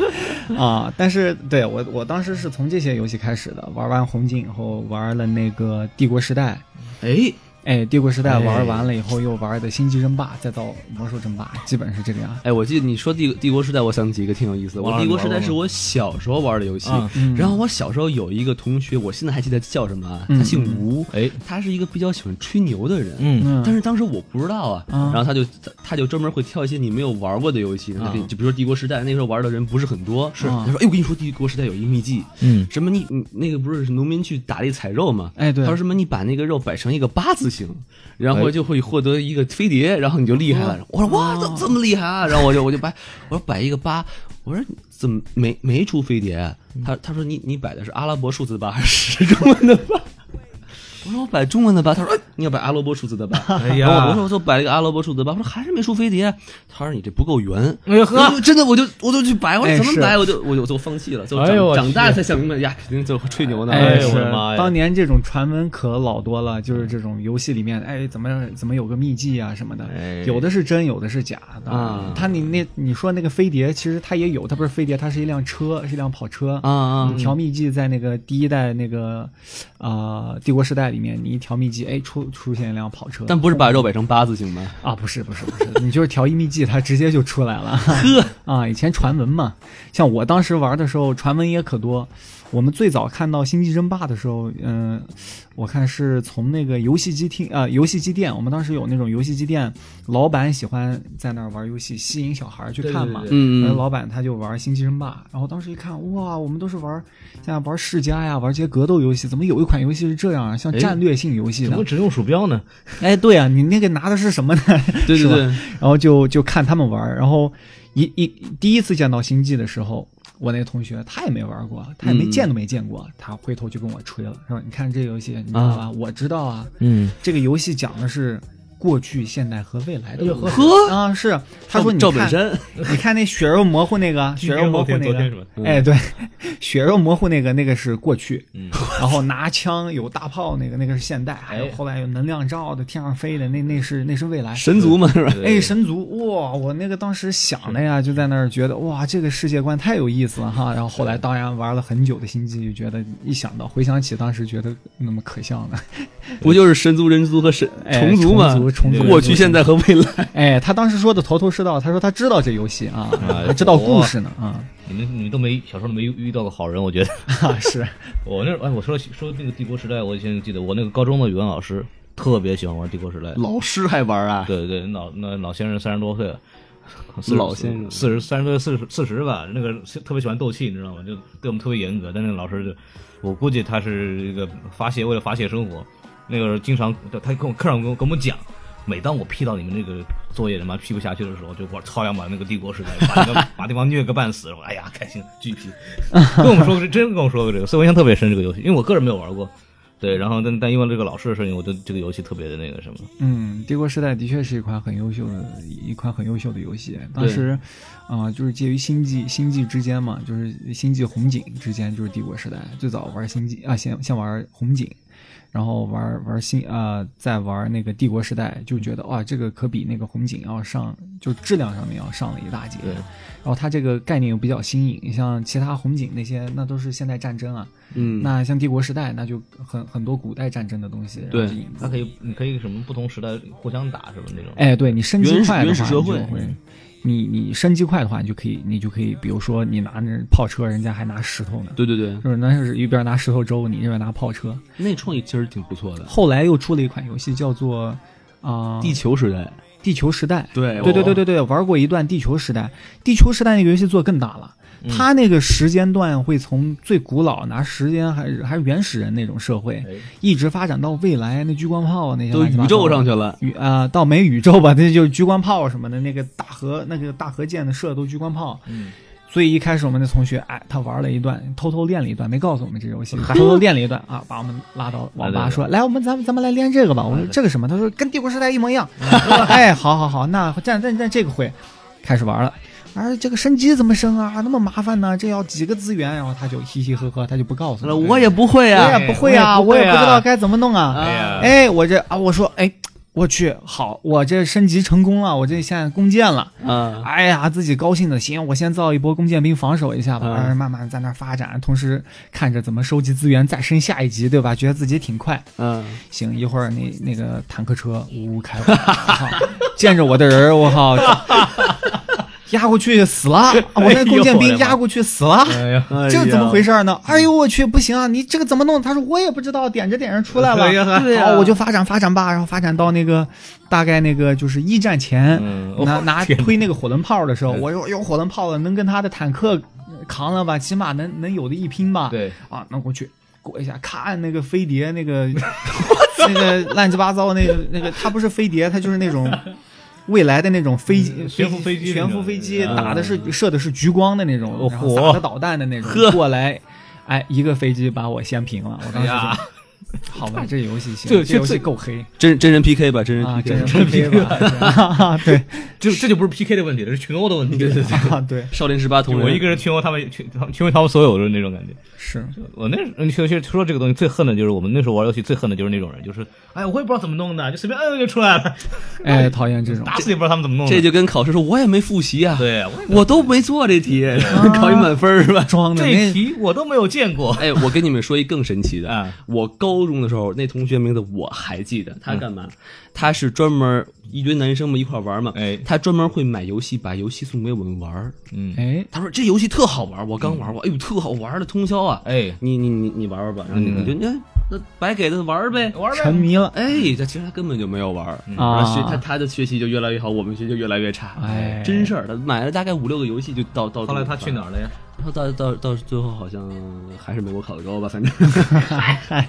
Speaker 3: 啊！但是对我我当时是从这些游戏开始的，玩完红警以后玩了那个帝国时代，
Speaker 2: 哎，
Speaker 3: 哎，帝国时代
Speaker 2: 哎
Speaker 3: 玩完了以后又玩的星际争霸，再到魔兽争霸，基本是这个样。
Speaker 2: 哎，我记得你说帝帝国时代，我想起一个挺有意思的。
Speaker 1: 王
Speaker 2: 我
Speaker 1: 老师
Speaker 2: 帝国时代
Speaker 1: 玩过吗
Speaker 2: 是我小时候玩的游戏
Speaker 1: 啊，
Speaker 2: 然后我小时候有一个同学，我现在还记得叫什么啊，
Speaker 3: 嗯
Speaker 2: 他姓吴，
Speaker 1: 哎，
Speaker 2: 他是一个比较喜欢吹牛的人。
Speaker 1: 嗯，
Speaker 3: 嗯，
Speaker 2: 但是当时我不知道啊，
Speaker 3: 啊
Speaker 2: 然后他就他他就专门会挑一些你没有玩过的游戏，他
Speaker 1: 啊
Speaker 2: 给就比如说《帝国时代》，那时候玩的人不是很多，是
Speaker 3: 啊
Speaker 2: 他说：“哎，我跟你说，《帝国时代》有一秘技，
Speaker 1: 嗯
Speaker 2: 什么你你那个不是农民去打猎采肉吗？
Speaker 3: 哎对
Speaker 2: 他说什么你把那个肉摆成一个八字形，然
Speaker 1: 哎
Speaker 2: 后就会获得一个飞碟，然后你就厉害
Speaker 1: 哦
Speaker 2: 了。我说哇，怎么这么厉害啊？然后我就我就摆，我说摆一个八，我说怎么没没出飞碟啊？
Speaker 1: 嗯
Speaker 2: 他他说你你摆的是阿拉伯数字八还是中文的八？ 我说我摆中文的吧，他说、哎、你要摆阿拉伯数字的吧，
Speaker 1: 哎呀
Speaker 2: 然后我说我就摆了一个阿拉伯数字吧，我说还是没出飞碟，他说你这不够圆，
Speaker 1: 哎呦呵
Speaker 2: 我就真的我就我就去摆，我
Speaker 3: 哎
Speaker 2: 说怎么
Speaker 3: 是
Speaker 2: 摆我就我就我就放弃了，就长、
Speaker 1: 哎呦我
Speaker 2: 长大
Speaker 1: 去
Speaker 2: 才想明白呀，肯定就是吹牛呢，
Speaker 1: 哎呦
Speaker 3: 哎，是
Speaker 1: 我的妈呀嗯
Speaker 3: 当年这种传闻可老多了，就是这种游戏里面，哎，怎么怎么有个秘技啊什么的，
Speaker 2: 哎
Speaker 3: 有的是真，有的是假的。
Speaker 2: 啊
Speaker 3: 他你那你说那个飞碟，其实它也有，它不是飞碟，它是一辆车，是一辆跑车
Speaker 2: 啊啊
Speaker 1: 嗯
Speaker 3: 你调秘技在那个第一代那个啊、呃帝国时代里面，你一调秘技，哎，出出现一辆跑车，
Speaker 2: 但不是把肉摆成八字形吗？
Speaker 3: 啊，不是不是不是，你就是调一秘技，它直接就出来了。 啊，以前传闻嘛，像我当时玩的时候，传闻也可多。我们最早看到《星际争霸》的时候，嗯、我看是从那个游戏机厅啊、游戏机店，我们当时有那种游戏机店，老板喜欢在那儿玩游戏，吸引小孩儿去
Speaker 1: 对对
Speaker 3: 看嘛。
Speaker 1: 对对
Speaker 2: 嗯
Speaker 3: 然后
Speaker 2: 嗯，
Speaker 3: 老板他就玩《星际争霸》，然后当时一看，哇，我们都是玩，像玩世家呀，玩这些格斗游戏，怎么有一款游戏是这样啊？像
Speaker 2: 哎
Speaker 3: 战略性游戏
Speaker 1: 怎
Speaker 3: 的
Speaker 1: 么？只用鼠标呢？
Speaker 3: 哎，对啊，你那个拿的是什么呢？
Speaker 2: 对对
Speaker 3: 是吧
Speaker 2: 对，
Speaker 3: 然后就就看他们玩儿，然后一一第一次见到星际的时候，我那个同学他也没玩过，他也没
Speaker 2: 嗯
Speaker 3: 见都没见过，他回头就跟我吹了，说你看这游戏，你知道吧？我知道啊，
Speaker 1: 嗯，
Speaker 3: 这个游戏讲的是过去、现代和未来的
Speaker 1: 哎呦
Speaker 3: 故事
Speaker 2: 呵，
Speaker 3: 啊，是他说你
Speaker 2: 赵
Speaker 3: 看
Speaker 2: 本山，
Speaker 3: 你看那血肉模糊那个，血肉模糊那
Speaker 1: 昨 天是。
Speaker 3: 个
Speaker 1: 吧？
Speaker 2: 嗯
Speaker 3: 哎，对， 血肉模糊那个，那个是过去，
Speaker 1: 嗯
Speaker 3: 然后拿枪有大炮那个，那个是现代，还
Speaker 2: 哎
Speaker 3: 有后来有能量罩的，天上飞的，那那是那是未来。
Speaker 2: 神族嘛是吧？
Speaker 3: 哎，神族哇！我那个当时想的呀，就在那儿觉得哇，这个世界观太有意思了哈。然后后来当然玩了很久的星际，就觉得一想到回想起当时觉得那么可笑呢。
Speaker 2: 不就是神族、人族和神
Speaker 3: 哎
Speaker 2: 虫族嘛？
Speaker 3: 虫族虫族
Speaker 2: 过去、现在和未来。
Speaker 3: 哎，他当时说的头头是道，他说他知道这游戏啊，
Speaker 1: 哎
Speaker 3: 还知道故事呢啊
Speaker 1: 你们你们都没小时候都没遇到过好人，我 觉得。
Speaker 3: 哈啊是
Speaker 1: 我那哎，我说说那个帝国时代，我以前记得我那个高中的语文老师特别喜欢玩帝国时代。
Speaker 2: 老师还玩啊？
Speaker 1: 对对，老那老先生三十多岁 了，40
Speaker 2: 老先生
Speaker 1: 四十三十多四十四十吧，那个特别喜欢斗气，你知道吗？就对我们特别严格，但那个老师就，我估计他是一个发泄，为了发泄生活，那个时候经常他跟我课上跟我跟我们讲。每当我批到你们这个作业他妈批不下去的时候，就我操两把那个帝国时代，把 那个把对方虐个半死，我哎呀开心巨批，跟我们说过是真跟我说过这个，所以我印象特别深这个游戏，因为我个人没有玩过，对，然后但但因为这个老师的事情，我对这个游戏特别的那个什么，
Speaker 3: 嗯，《帝国时代》的确是一款很优秀的一款很优秀的游戏。当时，啊、就是介于星际星际之间嘛，就是星际红警之间，就是《帝国时代》最早玩星际啊，先先玩红警，然后玩玩新啊、在玩那个帝国时代，就觉得哇，这个可比那个红警要上，就质量上面要上了一大截。
Speaker 1: 对
Speaker 3: 然后它这个概念又比较新颖，你像其他红警那些，那都是现代战争啊，
Speaker 2: 嗯，
Speaker 3: 那像帝国时代，那就很很多古代战争的东西。然
Speaker 2: 对
Speaker 3: 后就引入
Speaker 1: 它可以，你可以什么不同时代互相打什么那种。
Speaker 3: 哎，对你升级
Speaker 2: 原始
Speaker 3: 快的话，
Speaker 2: 原始社
Speaker 3: 你就
Speaker 2: 会
Speaker 3: 会你你升级快的话，你就可以，你就可以，比如说你拿那炮车，人家还拿石头呢，
Speaker 2: 对对对，
Speaker 3: 就是那是一边拿石头周，你这边拿炮车。
Speaker 2: 那创意其实挺不错的。
Speaker 3: 后来又出了一款游戏叫做啊、
Speaker 2: 地哎球时代，
Speaker 3: 地球时代，
Speaker 2: 对
Speaker 3: 对对对对对，玩过一段地球时代，地球时代那个游戏做得更大了。
Speaker 2: 嗯
Speaker 3: 它那个时间段会从最古老拿时间还是还是原始人那种社会，
Speaker 1: 哎
Speaker 3: 一直发展到未来那聚光炮那些
Speaker 2: 都
Speaker 3: 乱七八
Speaker 2: 宇
Speaker 3: 糟
Speaker 2: 宙
Speaker 3: 的
Speaker 2: 上去了，
Speaker 3: 宇啊、倒没宇宙吧，那就是聚光炮什么的，那个大核那个大核舰的射都聚光炮。
Speaker 1: 嗯，
Speaker 3: 所以一开始我们的同学，哎，他玩了一段，偷偷练了一段，没告诉我们这游戏，偷偷练了一段啊，把我们拉到网吧说，来，我们咱们咱们来练这个吧。我说这个什么？他说跟帝国时代一模一样。
Speaker 1: 嗯
Speaker 3: 我说哎，好好好，那站站站这个会，开始玩了。而这个升级怎么升啊？那么麻烦呢？这要几个资源？然后他就嘻嘻呵呵，他就不告诉
Speaker 2: 那
Speaker 3: 我们。
Speaker 2: 我也不会啊，
Speaker 3: 嗯我也不会啊，
Speaker 1: 我
Speaker 3: 我
Speaker 1: 也
Speaker 3: 也
Speaker 1: 不会啊
Speaker 3: 不知道该怎么弄啊。
Speaker 1: 哎呀，
Speaker 3: 哎，我这啊，我说，哎，我去，好，我这升级成功了，我这现在弓箭了，
Speaker 2: 啊，
Speaker 3: 哎呀，自己高兴的，行，我先造一波弓箭兵防守一下吧，
Speaker 2: 嗯
Speaker 3: 然后慢慢在那儿发展，同时看着怎么收集资源，再升下一级，对吧？觉得自己挺快，
Speaker 2: 嗯，
Speaker 3: 行，一会儿那那个坦克车呜呜开过来，我靠，见着我的人儿，我靠，压过去死了，我那弓箭兵压过去死了。
Speaker 1: 哎呀，
Speaker 2: 哎呀
Speaker 3: 这个怎么回？事儿呢？哎呦我去，不行啊！你这个怎么弄？他说我也不知道，点着点着出来
Speaker 1: 哎
Speaker 3: 了。
Speaker 2: 对呀
Speaker 3: 好，我就发展发展吧，然后发展到那个大概那个就是一战前、
Speaker 1: 嗯
Speaker 3: 拿
Speaker 1: 哦
Speaker 3: 拿
Speaker 1: 天哪
Speaker 3: 推那个火轮炮的时候，
Speaker 1: 嗯
Speaker 3: 我有有火轮炮了，能跟他的坦克扛了吧，起码能能有的一拼吧。
Speaker 1: 对，
Speaker 3: 啊，那我去裹一下，咔按那个飞碟那个那个乱七八糟那个那个，它不是飞碟，它就是那种。未来的那种飞机，
Speaker 1: 嗯悬浮飞机
Speaker 3: 悬浮飞机
Speaker 1: 那种
Speaker 3: 打的是射的是橘光的那种，
Speaker 1: 哦
Speaker 3: 然后
Speaker 1: 嚯
Speaker 3: 撒的导弹的那种，过来，哎，一个飞机把我掀平了，我当时就
Speaker 1: 哎呀
Speaker 3: 好吧，这游戏行，
Speaker 1: 这
Speaker 3: 这游戏
Speaker 1: 这
Speaker 3: 够黑
Speaker 2: 真真人 PK 吧，真人
Speaker 3: 啊，
Speaker 2: PK，
Speaker 3: 真人 PK 吧？对
Speaker 1: 这这就不是 PK 的问题了，是群殴的问题。 对对对，
Speaker 3: 啊，对，
Speaker 2: 少年十八同人，
Speaker 1: 我一个人群殴他们，群群殴他们所有人那种感觉。
Speaker 3: 是
Speaker 1: 我那时候嗯其实说这个东西最恨的就是我们那时候玩游戏最恨的就是那种人，就是哎，我也不知道怎么弄的，就随便摁摁就出来 了，
Speaker 3: 哎，讨厌这种
Speaker 1: 打死也不知道他们怎么弄的。
Speaker 2: 这就跟考试说，我也没复习啊，
Speaker 1: 对，我
Speaker 2: 我都没做这题，考一满分儿是吧？
Speaker 3: 装的
Speaker 1: 这
Speaker 3: 那
Speaker 1: 题我都没有见过。
Speaker 2: 哎，我跟你们说一更神奇的，
Speaker 1: 啊
Speaker 2: 我高中的时候那同学名字我还记得，他干嘛？他是专门一堆男生们一块玩嘛，
Speaker 1: 哎
Speaker 2: 他专门会买游戏，把游戏送给我们玩儿。
Speaker 1: 嗯，
Speaker 3: 哎，
Speaker 2: 他说这游戏特好玩，我刚玩过，哎呦特好玩的通宵啊！
Speaker 1: 哎，
Speaker 2: 你你你你玩玩吧，然后你
Speaker 1: 嗯
Speaker 2: 你就你看那白给他玩儿嗯呗。
Speaker 1: 玩
Speaker 3: 沉
Speaker 1: 呗。
Speaker 3: 迷了
Speaker 2: 哎，他其实他根本就没有玩儿，然后学他
Speaker 3: 啊，
Speaker 2: 他的学习就越来越好，我们学习就越来越差。
Speaker 3: 哎
Speaker 2: 真事儿，他买了大概五六个游戏就到到。
Speaker 1: 后来他去哪？儿了呀？
Speaker 2: 然后到到到最后好像还是没我考的高吧，反正。
Speaker 1: 哎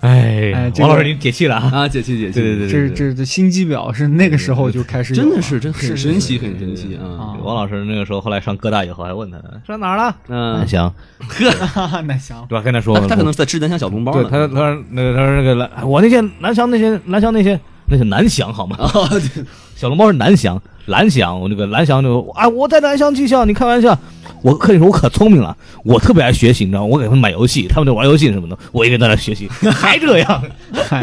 Speaker 3: 哎这个
Speaker 1: 王老师，你解气了啊！
Speaker 2: 啊，解气解气，
Speaker 1: 对对对
Speaker 3: 这这这心机婊是那个时候就开始有了，
Speaker 2: 真的是真很
Speaker 3: 是
Speaker 2: 神奇，很神奇啊！
Speaker 3: 啊，
Speaker 1: 王老师那个时候后来上哥大以后还问他呢，哦上哪儿了？
Speaker 2: 嗯
Speaker 1: 南，翔，
Speaker 3: 那行，
Speaker 1: 对吧？跟他说
Speaker 2: 他，他可能在吃南翔小笼包
Speaker 1: 对
Speaker 2: 呢。
Speaker 1: 他他说那个他说那个南，我那些南翔那些南翔那些那是南翔好吗？
Speaker 2: 啊，对
Speaker 1: 小笼包是南翔，蓝翔，我那个蓝翔就啊，我在南翔技校，你开玩笑，我跟你说我可聪明了，我特别爱学习，你知道吗？我给他们买游戏，他们就玩游戏什么的，我一个人在那 学习，还这样，
Speaker 3: 嗨，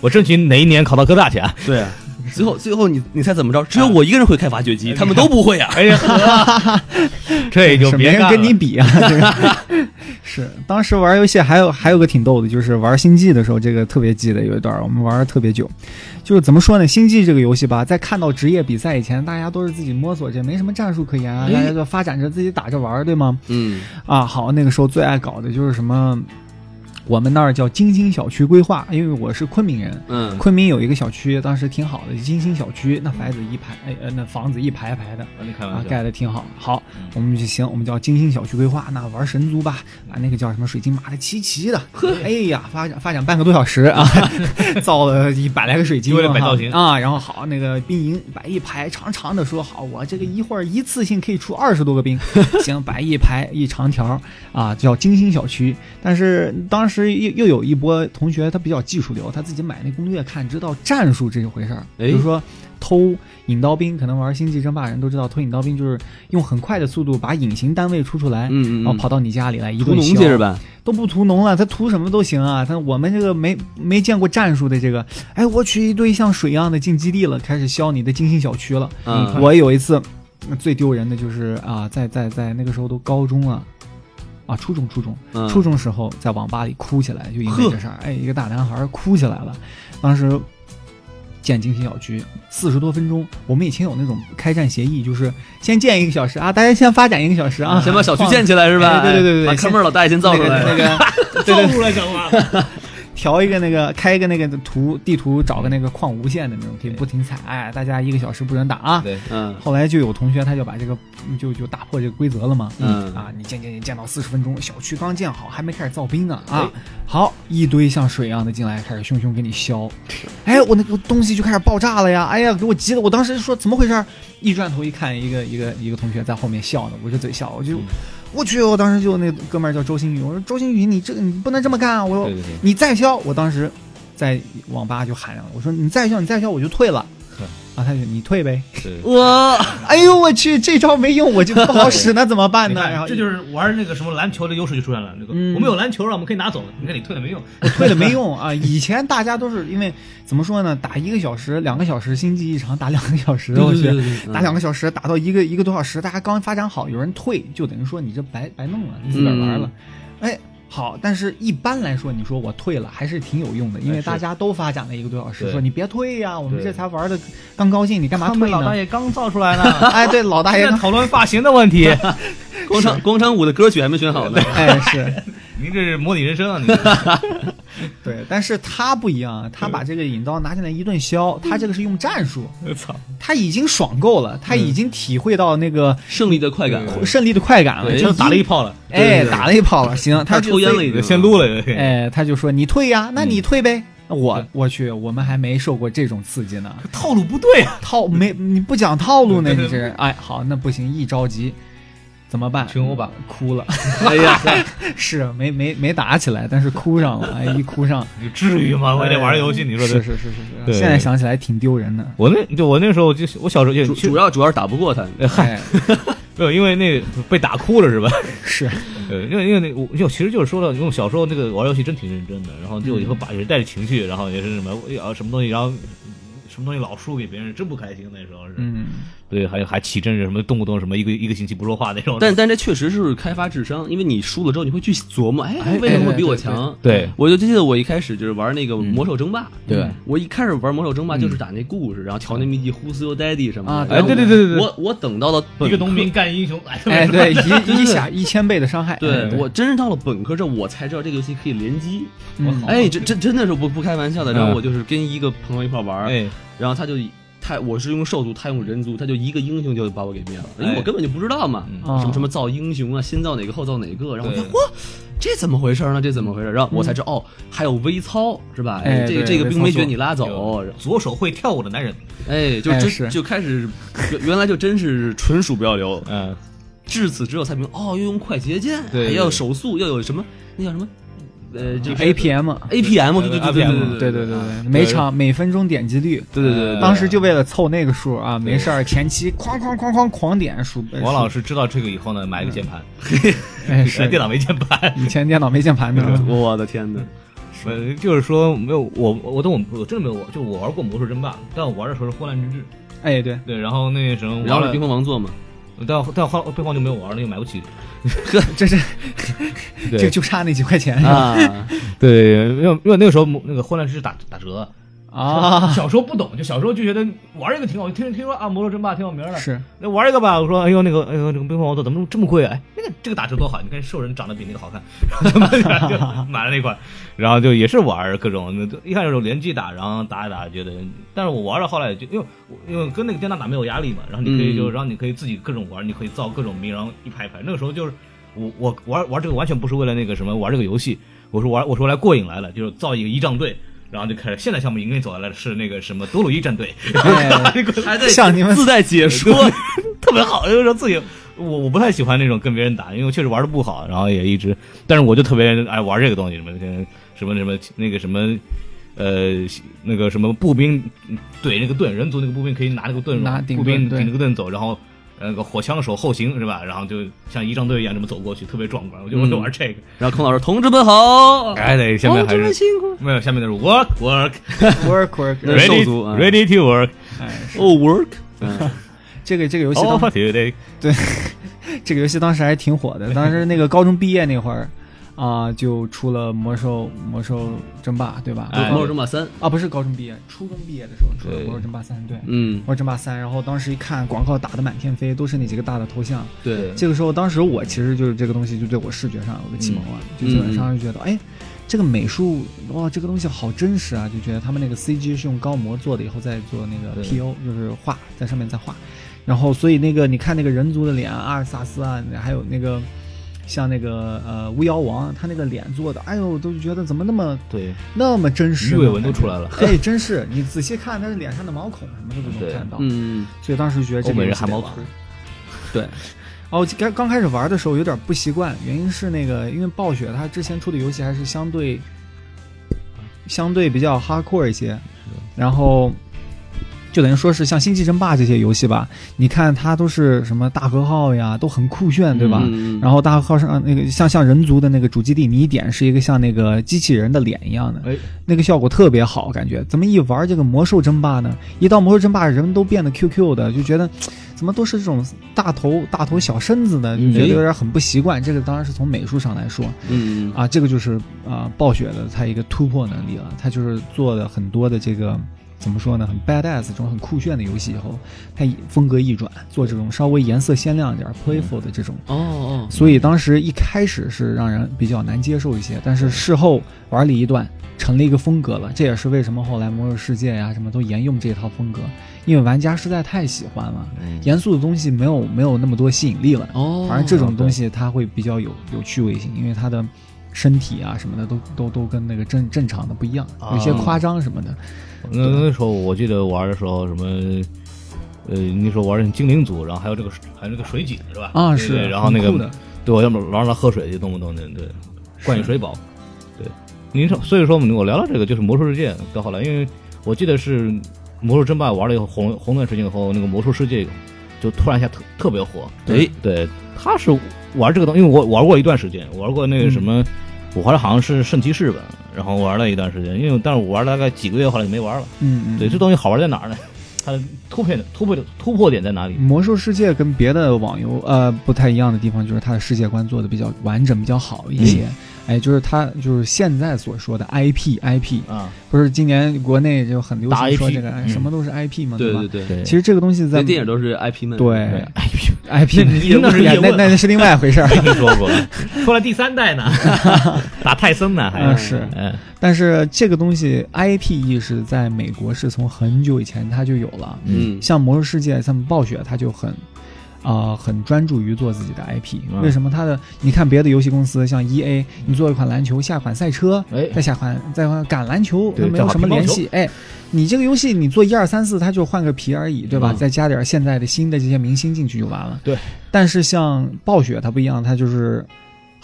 Speaker 1: 我争取哪一年考到哥大去啊！
Speaker 2: 对啊，最后最后你你猜怎么着？只有我一个人会开挖掘机，他们都不会啊。
Speaker 1: 哎呀呵， 这就
Speaker 3: 什么
Speaker 1: 别
Speaker 3: 人
Speaker 1: 干
Speaker 3: 跟你
Speaker 1: 了
Speaker 3: 比啊？这个 是，当时玩游戏还有还有个挺逗的，就是玩星际的时候，这个特别记得有一段，我们玩的特别久。就是怎么说呢，星际这个游戏吧，在看到职业比赛以前，大家都是自己摸索着，没什么战术可言啊，
Speaker 2: 哎
Speaker 3: 大家就发展着自己打着玩儿，对吗？
Speaker 2: 嗯，
Speaker 3: 啊，好，那个时候最爱搞的就是什么，我们那儿叫金星小区规划，因为我是昆明人，
Speaker 2: 嗯
Speaker 3: 昆明有一个小区，当时挺好的，金星小区，那牌子一排，哎呃，那房子一排排的。
Speaker 1: 你开
Speaker 3: 啊
Speaker 1: 玩，笑，
Speaker 3: 盖的挺好。好
Speaker 1: 嗯，
Speaker 3: 我们就行，我们叫金星小区规划，那玩神族吧，把那个叫什么水晶麻的齐齐的。哎呀，发展发展半个多小时 啊，造了一百来个水晶
Speaker 1: 为了摆
Speaker 3: 哈
Speaker 1: 造型
Speaker 3: 啊。然后好，那个兵营摆一排，长长的说好，我这个一会儿一次性可以出二十 多个兵。行，摆一排一长条啊，叫金星小区。但是当时又又有一波同学，他比较技术流，他自己买那攻略看，知道战术这一回事儿。
Speaker 2: 哎
Speaker 3: 比如说偷引刀兵，可能玩星际争霸人都知道，偷引刀兵就是用很快的速度把隐形单位出出来，
Speaker 2: 嗯嗯嗯
Speaker 3: 然后跑到你家里来一
Speaker 2: 屠
Speaker 3: 顿
Speaker 2: 农
Speaker 3: 削
Speaker 2: 接着办，
Speaker 3: 都不屠农了，他屠什么都行啊。他我们这个没没见过战术的这个，哎，我去一堆像水一样的进基地了，开始削你的精心小区了。
Speaker 2: 嗯，
Speaker 3: 我有一次嗯最丢人的就是啊，在在在那个时候都高中了，啊初中初中
Speaker 2: 嗯
Speaker 3: 初中时候在网吧里哭起来，就因为
Speaker 2: 呵
Speaker 3: 这事儿，哎，一个大男孩哭起来了，当时。建精心小区四十多分钟，我们以前有那种开战协议，就是先建一个小时啊，大家先发展一个小时啊，
Speaker 2: 嗯先把小区建起来是吧？
Speaker 3: 哎对对对对
Speaker 2: 把
Speaker 3: 先
Speaker 2: 看门老大爷先造
Speaker 3: 那
Speaker 2: 出
Speaker 3: 个
Speaker 2: 来。
Speaker 3: 那个
Speaker 1: 造出来讲话，
Speaker 3: 调一个那个开一个那个图地图，找个那个矿无限的那种地，不停踩，哎，大家一个小时不准打啊。
Speaker 1: 对，
Speaker 2: 嗯
Speaker 3: 后来就有同学他就把这个就就打破这个规则了嘛，
Speaker 2: 嗯
Speaker 3: 啊，你建建建建到四十分钟，小区刚建好，还没开始造兵呢啊，好一堆像水一样的进来，开始汹汹给你削，哎，我那个东西就开始爆炸了呀，哎呀，给我急的，我当时说怎么回事儿，一转头一看，一个一个一个同学在后面笑呢，捂着嘴笑，我就。我去！我当时就那哥们儿叫周新宇，我说周新宇，你这你不能这么干啊！我 说
Speaker 1: 对对对
Speaker 3: 你再削，我当时在网吧就喊上了，我说你再削，你再削，我就退了。
Speaker 1: 对
Speaker 3: 啊，他就你退呗，
Speaker 1: 对。
Speaker 2: 我
Speaker 3: 哎呦我去，这招没用，我就不 好使，那怎么办
Speaker 1: 你
Speaker 3: 呢？
Speaker 1: 看
Speaker 3: 然后
Speaker 1: 这就是玩那个什么篮球的优势就出现了。那个、
Speaker 3: 嗯
Speaker 1: 我们有篮球啊，我们可以拿走。你看你退了没用，
Speaker 3: 退了没用啊！以前大家都是因为怎么说呢，打一个小时、两个小时，星期一场打两个小时，我去。
Speaker 1: 嗯
Speaker 3: 打两
Speaker 2: 个
Speaker 3: 个小时，打到一个一个多小时，大家刚发展好，有人退，就等于说你这白白弄了，自个儿玩了。
Speaker 1: 嗯
Speaker 3: 哎，好，但是一般来说，你说我退了还是挺有用的，因
Speaker 1: 哎
Speaker 3: 为
Speaker 1: 是
Speaker 3: 大家都发展了一个多小时，
Speaker 1: 对
Speaker 3: 说你别退呀、我们
Speaker 1: 对
Speaker 3: 这才玩的刚高兴，你干嘛退呢？
Speaker 1: 爷刚造出来呢，
Speaker 3: 哎，对，老大
Speaker 1: 大
Speaker 3: 爷
Speaker 1: 家，讨论发型的问题。
Speaker 2: 广场广场舞的歌曲还没选 好呢。
Speaker 3: 哎，是。
Speaker 1: 您这是模拟人生啊！ 你这
Speaker 3: 对，但是他不一样，他把这个引刀拿进来一顿削，他这个是用战术，
Speaker 1: 我操，
Speaker 3: 他已经爽够了，他已经体会到那个
Speaker 2: 胜利的快感，
Speaker 1: 对
Speaker 3: 胜利的快感了，
Speaker 2: 对
Speaker 3: 就
Speaker 1: 就是打了一炮了，
Speaker 2: 对对
Speaker 3: 哎
Speaker 2: 对
Speaker 3: 打了一炮了，行，
Speaker 2: 他
Speaker 3: 就
Speaker 2: 抽烟了
Speaker 3: 非
Speaker 2: 已经。
Speaker 1: 先撸了有点。
Speaker 3: 哎，他就说你退呀，那你退呗。那我
Speaker 1: 对
Speaker 3: 我去，我们还没受过这种刺激呢，
Speaker 1: 套路不对啊！
Speaker 3: 套没你不讲套路呢，
Speaker 1: 对对
Speaker 3: 你这人哎好，那不行，一着急怎么办？
Speaker 1: 群殴吧，
Speaker 3: 哭了，
Speaker 2: 哎 呀，
Speaker 3: 是啊没没没打起来，但是哭上了，哎，一哭上，
Speaker 1: 你至于吗？我也得玩游戏，你说
Speaker 3: 哎是
Speaker 1: 这。
Speaker 3: 是是是是，
Speaker 1: 对
Speaker 3: 现在想起来挺丢人的。
Speaker 1: 我那就我那时候就我小时候就
Speaker 2: 主
Speaker 1: 其实
Speaker 2: 主要主要是打不过他。
Speaker 3: 嗨，
Speaker 1: 没有，因为那个被打哭了是吧？
Speaker 3: 是，
Speaker 1: 对，呃因为因为那我就其实就是说了，因为我小时候那个玩游戏真挺认真的，然后就以后把人带着情绪，然后也是什么啊什么东西，然后什么东西老输给别人，真不开心那时候是。
Speaker 3: 嗯，
Speaker 1: 对，还有还起阵什么，动不动什么一个一个星期不说话那种。
Speaker 2: 但但这确实是开发智商，因为你输了之后，你会去琢磨，哎，为什么会比我强？
Speaker 1: 对嗯
Speaker 2: 我就记得我一开始就是玩那个魔兽争霸，嗯
Speaker 1: 对
Speaker 2: 我一开始玩魔兽争霸就是打那故事，然后调那秘籍 Who's Your Daddy 什么的。
Speaker 3: 啊对
Speaker 2: 然后
Speaker 1: 哎对对对对对
Speaker 2: 我我等到了本
Speaker 1: 一
Speaker 2: 科
Speaker 1: 个农民干英雄，哎，
Speaker 3: 哎， 对，
Speaker 2: 对
Speaker 3: 一
Speaker 2: 对
Speaker 3: 一下一千倍的伤害，
Speaker 2: 对
Speaker 3: 哎
Speaker 2: 我真是到了本科这，我才知道这个游戏可以联机。
Speaker 3: 嗯
Speaker 2: 哎，这这真的是不不开玩笑的。然后
Speaker 1: 哦嗯
Speaker 2: 我就是跟一个朋友一块玩儿，
Speaker 1: 哎，
Speaker 2: 然后他就他我是用兽族，他用人族，他就一个英雄就把我给灭了，因为
Speaker 1: 哎
Speaker 2: 我根本就不知道嘛，
Speaker 3: 嗯
Speaker 2: 什么什么造英雄啊，先造哪个后造哪个，然后我
Speaker 1: 对
Speaker 2: 说哇，这怎么回事呢？这怎么回事？然后我才知道、哦，还有微操是吧？
Speaker 3: 哎
Speaker 2: 这个
Speaker 3: 对
Speaker 2: 这个并没觉得你拉走
Speaker 1: 有，左手会跳舞的男人，
Speaker 2: 哎，就
Speaker 3: 哎
Speaker 2: 真、
Speaker 3: 是
Speaker 2: 就开始原原来就真是纯属不要留，
Speaker 1: 嗯，
Speaker 2: 至此之后才明白哦，要用快捷键，
Speaker 1: 对
Speaker 2: 还
Speaker 1: 对
Speaker 2: 要手速，要有什么那叫什么呃，这个
Speaker 3: APM。
Speaker 2: APM 对对对对
Speaker 1: APM
Speaker 3: 对对对对，每场每分钟点击率，
Speaker 2: 对对对对，
Speaker 3: 当时就为了凑那个数啊，没事儿，前期哐哐哐哐狂点数。
Speaker 1: 王老
Speaker 3: 师，
Speaker 1: 师知道这个以后呢，买个键盘，
Speaker 3: 哎
Speaker 1: 哎
Speaker 3: 是
Speaker 1: 电脑没键盘，
Speaker 3: 以前电脑没键盘的，
Speaker 2: 我的天哪！
Speaker 1: 呃，就是说没有我，我都我我真的没有，就我玩过魔兽争霸，但我玩的时候是霍乱之治，
Speaker 3: 哎对，
Speaker 1: 对，然后那什么
Speaker 2: 然
Speaker 1: 玩
Speaker 2: 后是
Speaker 1: 了
Speaker 2: 冰，封王座嘛，
Speaker 1: 但但后来对方就没有玩了，因为买不起，
Speaker 3: 这是就
Speaker 1: 对
Speaker 3: 就差那几块钱是吧
Speaker 2: 啊，
Speaker 1: 对，因为因为那个时候那个霍乱之治打打折
Speaker 3: 啊，
Speaker 1: 小时候不懂，就小时候就觉得玩这个挺好，听听说啊魔兽争霸挺有名的，
Speaker 3: 是
Speaker 1: 那玩一个吧，我说，哎呦，那个，哎呦，这个冰封王座怎么这么贵啊？哎，那个这个打折多好，你看兽人长得比那个好看， 然后就买了那款，然后就也是玩各种，那就一开始有联机打，然后打一打，觉得，但是我玩到后来就因为我因为跟那个电脑打没有压力嘛，然后你可以就，
Speaker 2: 嗯
Speaker 1: 然后你可以自己各种玩，你可以造各种名，然后一排一排。那个时候就是我我玩玩这个完全不是为了那个什么玩这个游戏，我说玩我说来过瘾来了，就是造一个仪仗队。然后就开始，现在项目应该走下来的是那个什么多鲁伊战队，
Speaker 3: 哎
Speaker 2: 还在
Speaker 3: 向你们
Speaker 2: 自带解说，
Speaker 1: 特别好，就是说自己我我不太喜欢那种跟别人打，因为我确实玩的不好，然后也一直，但是我就特别爱玩这个东西，什么什么什么那个什么。呃，那个什么步兵怼那个盾，人族那个步兵可以拿那个盾
Speaker 3: 拿顶
Speaker 1: 步兵
Speaker 3: 盾对
Speaker 1: 顶那个盾走，然后那个火枪手后行是吧？然后就像仪仗队一样这么走过去，特别壮观。我就我就玩这个，
Speaker 2: 然后孔老师，同志们好，
Speaker 1: 哎，对，下面还
Speaker 2: 同志们
Speaker 1: 是
Speaker 2: 辛苦，
Speaker 1: 没有，下面的是 work work
Speaker 3: work work，
Speaker 2: 那是兽
Speaker 1: ready
Speaker 2: 族啊
Speaker 1: ready to work
Speaker 2: 哦 work，
Speaker 3: 这个这个游戏
Speaker 2: 哦
Speaker 3: 当
Speaker 1: all for today。
Speaker 3: 这个游戏当时还挺火的，当时那个高中毕业那会儿啊、就出了《魔兽魔兽争霸》，对吧？
Speaker 1: 哎
Speaker 2: 魔兽争霸三，
Speaker 3: 啊，不是 高中毕业，初中毕业的时候出了《
Speaker 1: 对
Speaker 3: 魔兽争霸三》，对，《
Speaker 2: 嗯，
Speaker 3: 魔兽争霸三》。然后当时一看广告打的满天飞，都是那几个大的头像。
Speaker 2: 对，
Speaker 3: 这个时候，当时我其实就是这个东西就对我视觉上有个启蒙
Speaker 1: 嗯
Speaker 3: 了，就基本上就觉得，哎，这个美术哇，这个东西好真实啊，就觉得他们那个 CG 是用高模做的，以后再做那个
Speaker 1: 对
Speaker 3: PO，就是画在上面再画，然后所以那个你看那个人族的脸啊，阿尔萨斯啊，还有那个。像那个呃巫妖王，他那个脸做的，哎呦，我都觉得怎么那么
Speaker 1: 对，
Speaker 3: 那么真实
Speaker 1: 鱼
Speaker 3: 呢，
Speaker 1: 尾纹都
Speaker 3: 感觉
Speaker 1: 出来了
Speaker 3: 哎，真是你仔细看他的脸上的毛孔什么的都
Speaker 1: 对
Speaker 3: 能看到，
Speaker 2: 嗯，
Speaker 3: 所以当时觉得这
Speaker 1: 欧美
Speaker 3: 个游
Speaker 1: 人
Speaker 3: 戏
Speaker 1: 汗
Speaker 3: 得
Speaker 1: 毛
Speaker 3: 玩
Speaker 1: 粗，
Speaker 2: 对，
Speaker 3: 哦，刚刚开始玩的时候有点不习惯，原因是那个，因为暴雪它之前出的游戏还是相对相对比较 hardcore 一些，然后就等于说是像《星际争霸》这些游戏吧，你看它都是什么大和号呀，都很酷炫，对吧？
Speaker 2: 嗯
Speaker 3: 然后大和号上那个像像人族的那个主基地，你一点是一个像那个机器人的脸一样的，
Speaker 1: 哎，
Speaker 3: 那个效果特别好，感觉怎么一玩这个魔兽争霸呢？一到魔兽争霸，人都变得 QQ 的，就觉得怎么都是这种大头大头小身子的，就
Speaker 2: 嗯
Speaker 3: 觉得有点很不习惯。这个当然是从美术上来说
Speaker 2: 嗯，
Speaker 3: 啊，这个就是啊、暴雪的它一个突破能力了，它就是做了很多的这个。怎么说呢？很 badass 这种很酷炫的游戏以后，它一风格一转，做这种稍微颜色鲜亮一点、playful 的这种
Speaker 2: 哦哦，
Speaker 3: 所以当时一开始是让人比较难接受一些，但是事后玩了一段，成了一个风格了。这也是为什么后来《魔兽世界》呀什么都沿用这套风格，因为玩家实在太喜欢了。
Speaker 1: 嗯
Speaker 3: 严肃的东西没有没有那么多吸引力了，
Speaker 2: 哦，
Speaker 3: 反正这种东西它会比较有有趣味性，因为它的身体啊什么的都都都跟那个正正常的不一样，有
Speaker 1: 啊
Speaker 3: 些夸张什么的。
Speaker 1: 那那时候我记得玩的时候什么。呃，那时候玩的精灵族，然后还有这个还有那个水井是吧？
Speaker 3: 啊
Speaker 1: 对
Speaker 3: 是
Speaker 1: 对然后那
Speaker 3: 很酷的
Speaker 1: 个，对我要么玩了喝水就动不动的，对，灌你水饱，对。您说，所以说我们我聊聊这个就是魔兽世界到后来，因为我记得是魔兽争霸玩了以后红红段时间以后，那个魔兽世界就突然一下特特别火。
Speaker 2: 哎
Speaker 1: 对，他是玩这个东因为我玩过一段时间，玩过
Speaker 3: 嗯
Speaker 1: 那个什么，我玩的好像是圣骑士吧，然后玩了一段时间，因为但是我玩了大概几个月，后来就没玩了。
Speaker 3: 嗯嗯，
Speaker 1: 对，这东西好玩在哪儿呢？它的突破点突破突破点在哪里？
Speaker 3: 魔兽世界跟别的网游呃不太一样的地方，就是它的世界观做的比较完整，比较好一些。
Speaker 2: 嗯
Speaker 3: 哎，就是它就是现在所说的 IP IP，
Speaker 1: 啊，
Speaker 3: 不是今年国内就很流
Speaker 1: 打
Speaker 3: 行
Speaker 1: IP
Speaker 3: 说这个、哎
Speaker 1: 嗯
Speaker 3: 什么都是 IP 嘛，
Speaker 2: 对
Speaker 3: 吧？
Speaker 2: 对对，
Speaker 1: 对，哎
Speaker 3: 其实这个东西在
Speaker 2: 那电影都是 IP 们，
Speaker 3: 对
Speaker 1: 这
Speaker 3: IP
Speaker 1: 你也不是
Speaker 3: 那
Speaker 1: 叶
Speaker 3: 那
Speaker 1: 问
Speaker 3: 那是另外一 回事儿。嗯
Speaker 1: 没听说过，出来第三代呢，打泰森呢
Speaker 2: 哎
Speaker 1: 还
Speaker 3: 嗯，是，
Speaker 1: 嗯，
Speaker 3: 但是这个东西 IP 意识在美国是从很久以前它就有了，
Speaker 2: 嗯，
Speaker 3: 像魔兽世界，像暴雪，它就很，啊、很专注于做自己的 IP。
Speaker 1: 嗯
Speaker 3: 为什么它的？你看别的游戏公司，像 E A，你做一款篮球，下款赛车，
Speaker 1: 哎
Speaker 3: 再下款再换橄榄球，它
Speaker 1: 对正
Speaker 3: 没有
Speaker 1: 好
Speaker 3: 什么
Speaker 1: 乒乓
Speaker 3: 联
Speaker 1: 球
Speaker 3: 系。哎，你这个游戏你做一二三四，它就换个皮而已，对吧？
Speaker 2: 嗯
Speaker 3: 再加点现在的新的这些明星进去就完了。
Speaker 1: 对。
Speaker 3: 但是像暴雪它不一样，它就是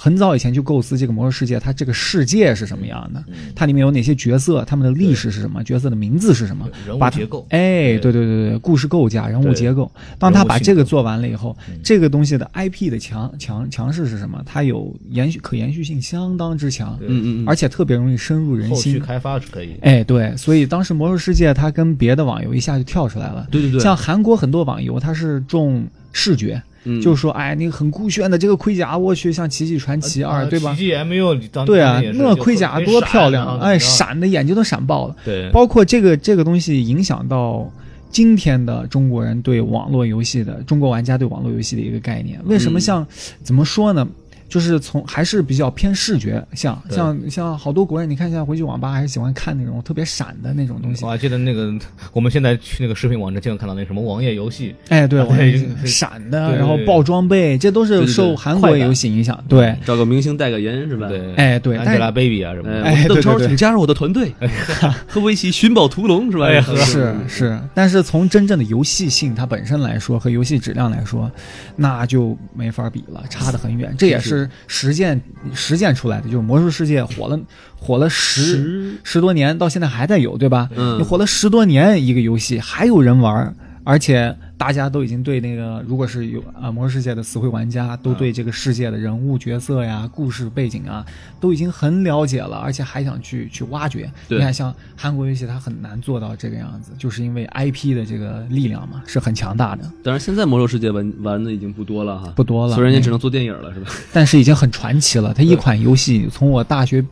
Speaker 3: 很早以前就构思这个魔兽世界，它这个世界是什么样的。它里面有哪些角色？他们的历史是什么？角色的名字是什么？
Speaker 1: 人物
Speaker 3: 把它
Speaker 1: 结构，
Speaker 3: 哎，对对对对，故事构架、人物
Speaker 1: 对
Speaker 3: 结构。当他
Speaker 1: 人物
Speaker 3: 把
Speaker 1: 性
Speaker 3: 这个
Speaker 1: 格
Speaker 3: 做完了以后，
Speaker 1: 嗯
Speaker 3: 这个东西的 IP 的强强强势是什么？它有延续可延续性相当之强，
Speaker 1: 对
Speaker 2: 嗯嗯嗯，
Speaker 3: 而且特别容易深入人
Speaker 1: 后续
Speaker 3: 心。
Speaker 1: 开发是可以，
Speaker 3: 哎，对，所以当时《魔兽世界》它跟别的网游一下就跳出来了。
Speaker 2: 对对对，
Speaker 3: 像韩国很多网游，它是重视觉，
Speaker 2: 嗯
Speaker 3: 就是说，哎，那个很酷炫的这个盔甲，我去，像《奇迹传奇二》，对吧
Speaker 1: 奇？迹 MU 你当
Speaker 3: 对啊
Speaker 1: 年也，是
Speaker 3: 那
Speaker 1: 就
Speaker 3: 盔甲
Speaker 1: 特别
Speaker 3: 多
Speaker 1: 闪
Speaker 3: 漂亮啊！哎，，
Speaker 1: 然后
Speaker 3: 闪的眼睛都闪爆了。
Speaker 1: 对，
Speaker 3: 包括这个这个东西影响到今天的中国人对网络游戏的中国玩家对网络游戏的一个概念。为什
Speaker 1: 嗯
Speaker 3: 么像、怎么说呢？就是从还是比较偏视觉，像
Speaker 1: 对
Speaker 3: 像像好多国人，你看现在回去网吧还是喜欢看那种特别闪的那种东西
Speaker 1: 我。还记得那个，我们现在去那个视频网站，经常看到那什么网页游戏，
Speaker 3: 哎，对，我
Speaker 1: 对对
Speaker 3: 闪的，
Speaker 1: 对
Speaker 3: 然后爆装备，这都
Speaker 2: 对
Speaker 3: 是
Speaker 2: 对对
Speaker 3: 受韩
Speaker 1: 快
Speaker 3: 国
Speaker 1: 感
Speaker 3: 游戏影响。对，
Speaker 2: 找个明星代个言是吧？
Speaker 1: 对，
Speaker 3: 哎对但是
Speaker 1: Angelababy 啊什么的，
Speaker 2: 哎，
Speaker 3: 哎
Speaker 2: 我邓超，
Speaker 3: 对对哎对
Speaker 2: 请加入我的团队， 和我一起寻宝屠龙是吧？
Speaker 1: 哎
Speaker 3: 是嗯是，但是从真正的游戏性它本身来说和游戏质量来说，那就没法比了，差得很远。这也是实践实践出来的，就是魔兽世界火了火了十
Speaker 2: 十，
Speaker 3: 十多年，到现在还在有，对吧？
Speaker 2: 嗯
Speaker 3: 你火了十多年一个游戏，还有人玩儿，而且大家都已经对那个，如果是有啊魔兽世界的死灰玩家，都对这个世界的人物角色呀、故事背景啊，都已经很了解了，而且还想去去挖掘。
Speaker 2: 对
Speaker 3: 你看，像韩国游戏，它很难做到这个样子，就是因为 IP 的这个力量嘛，是很强大的，
Speaker 2: 当然，现在魔兽世界玩玩的已经不多了哈，
Speaker 3: 不多了。
Speaker 2: 所以人家只
Speaker 3: 嗯
Speaker 2: 能做电影了，是吧？
Speaker 3: 但是已经很传奇了。它一款游戏从我大学，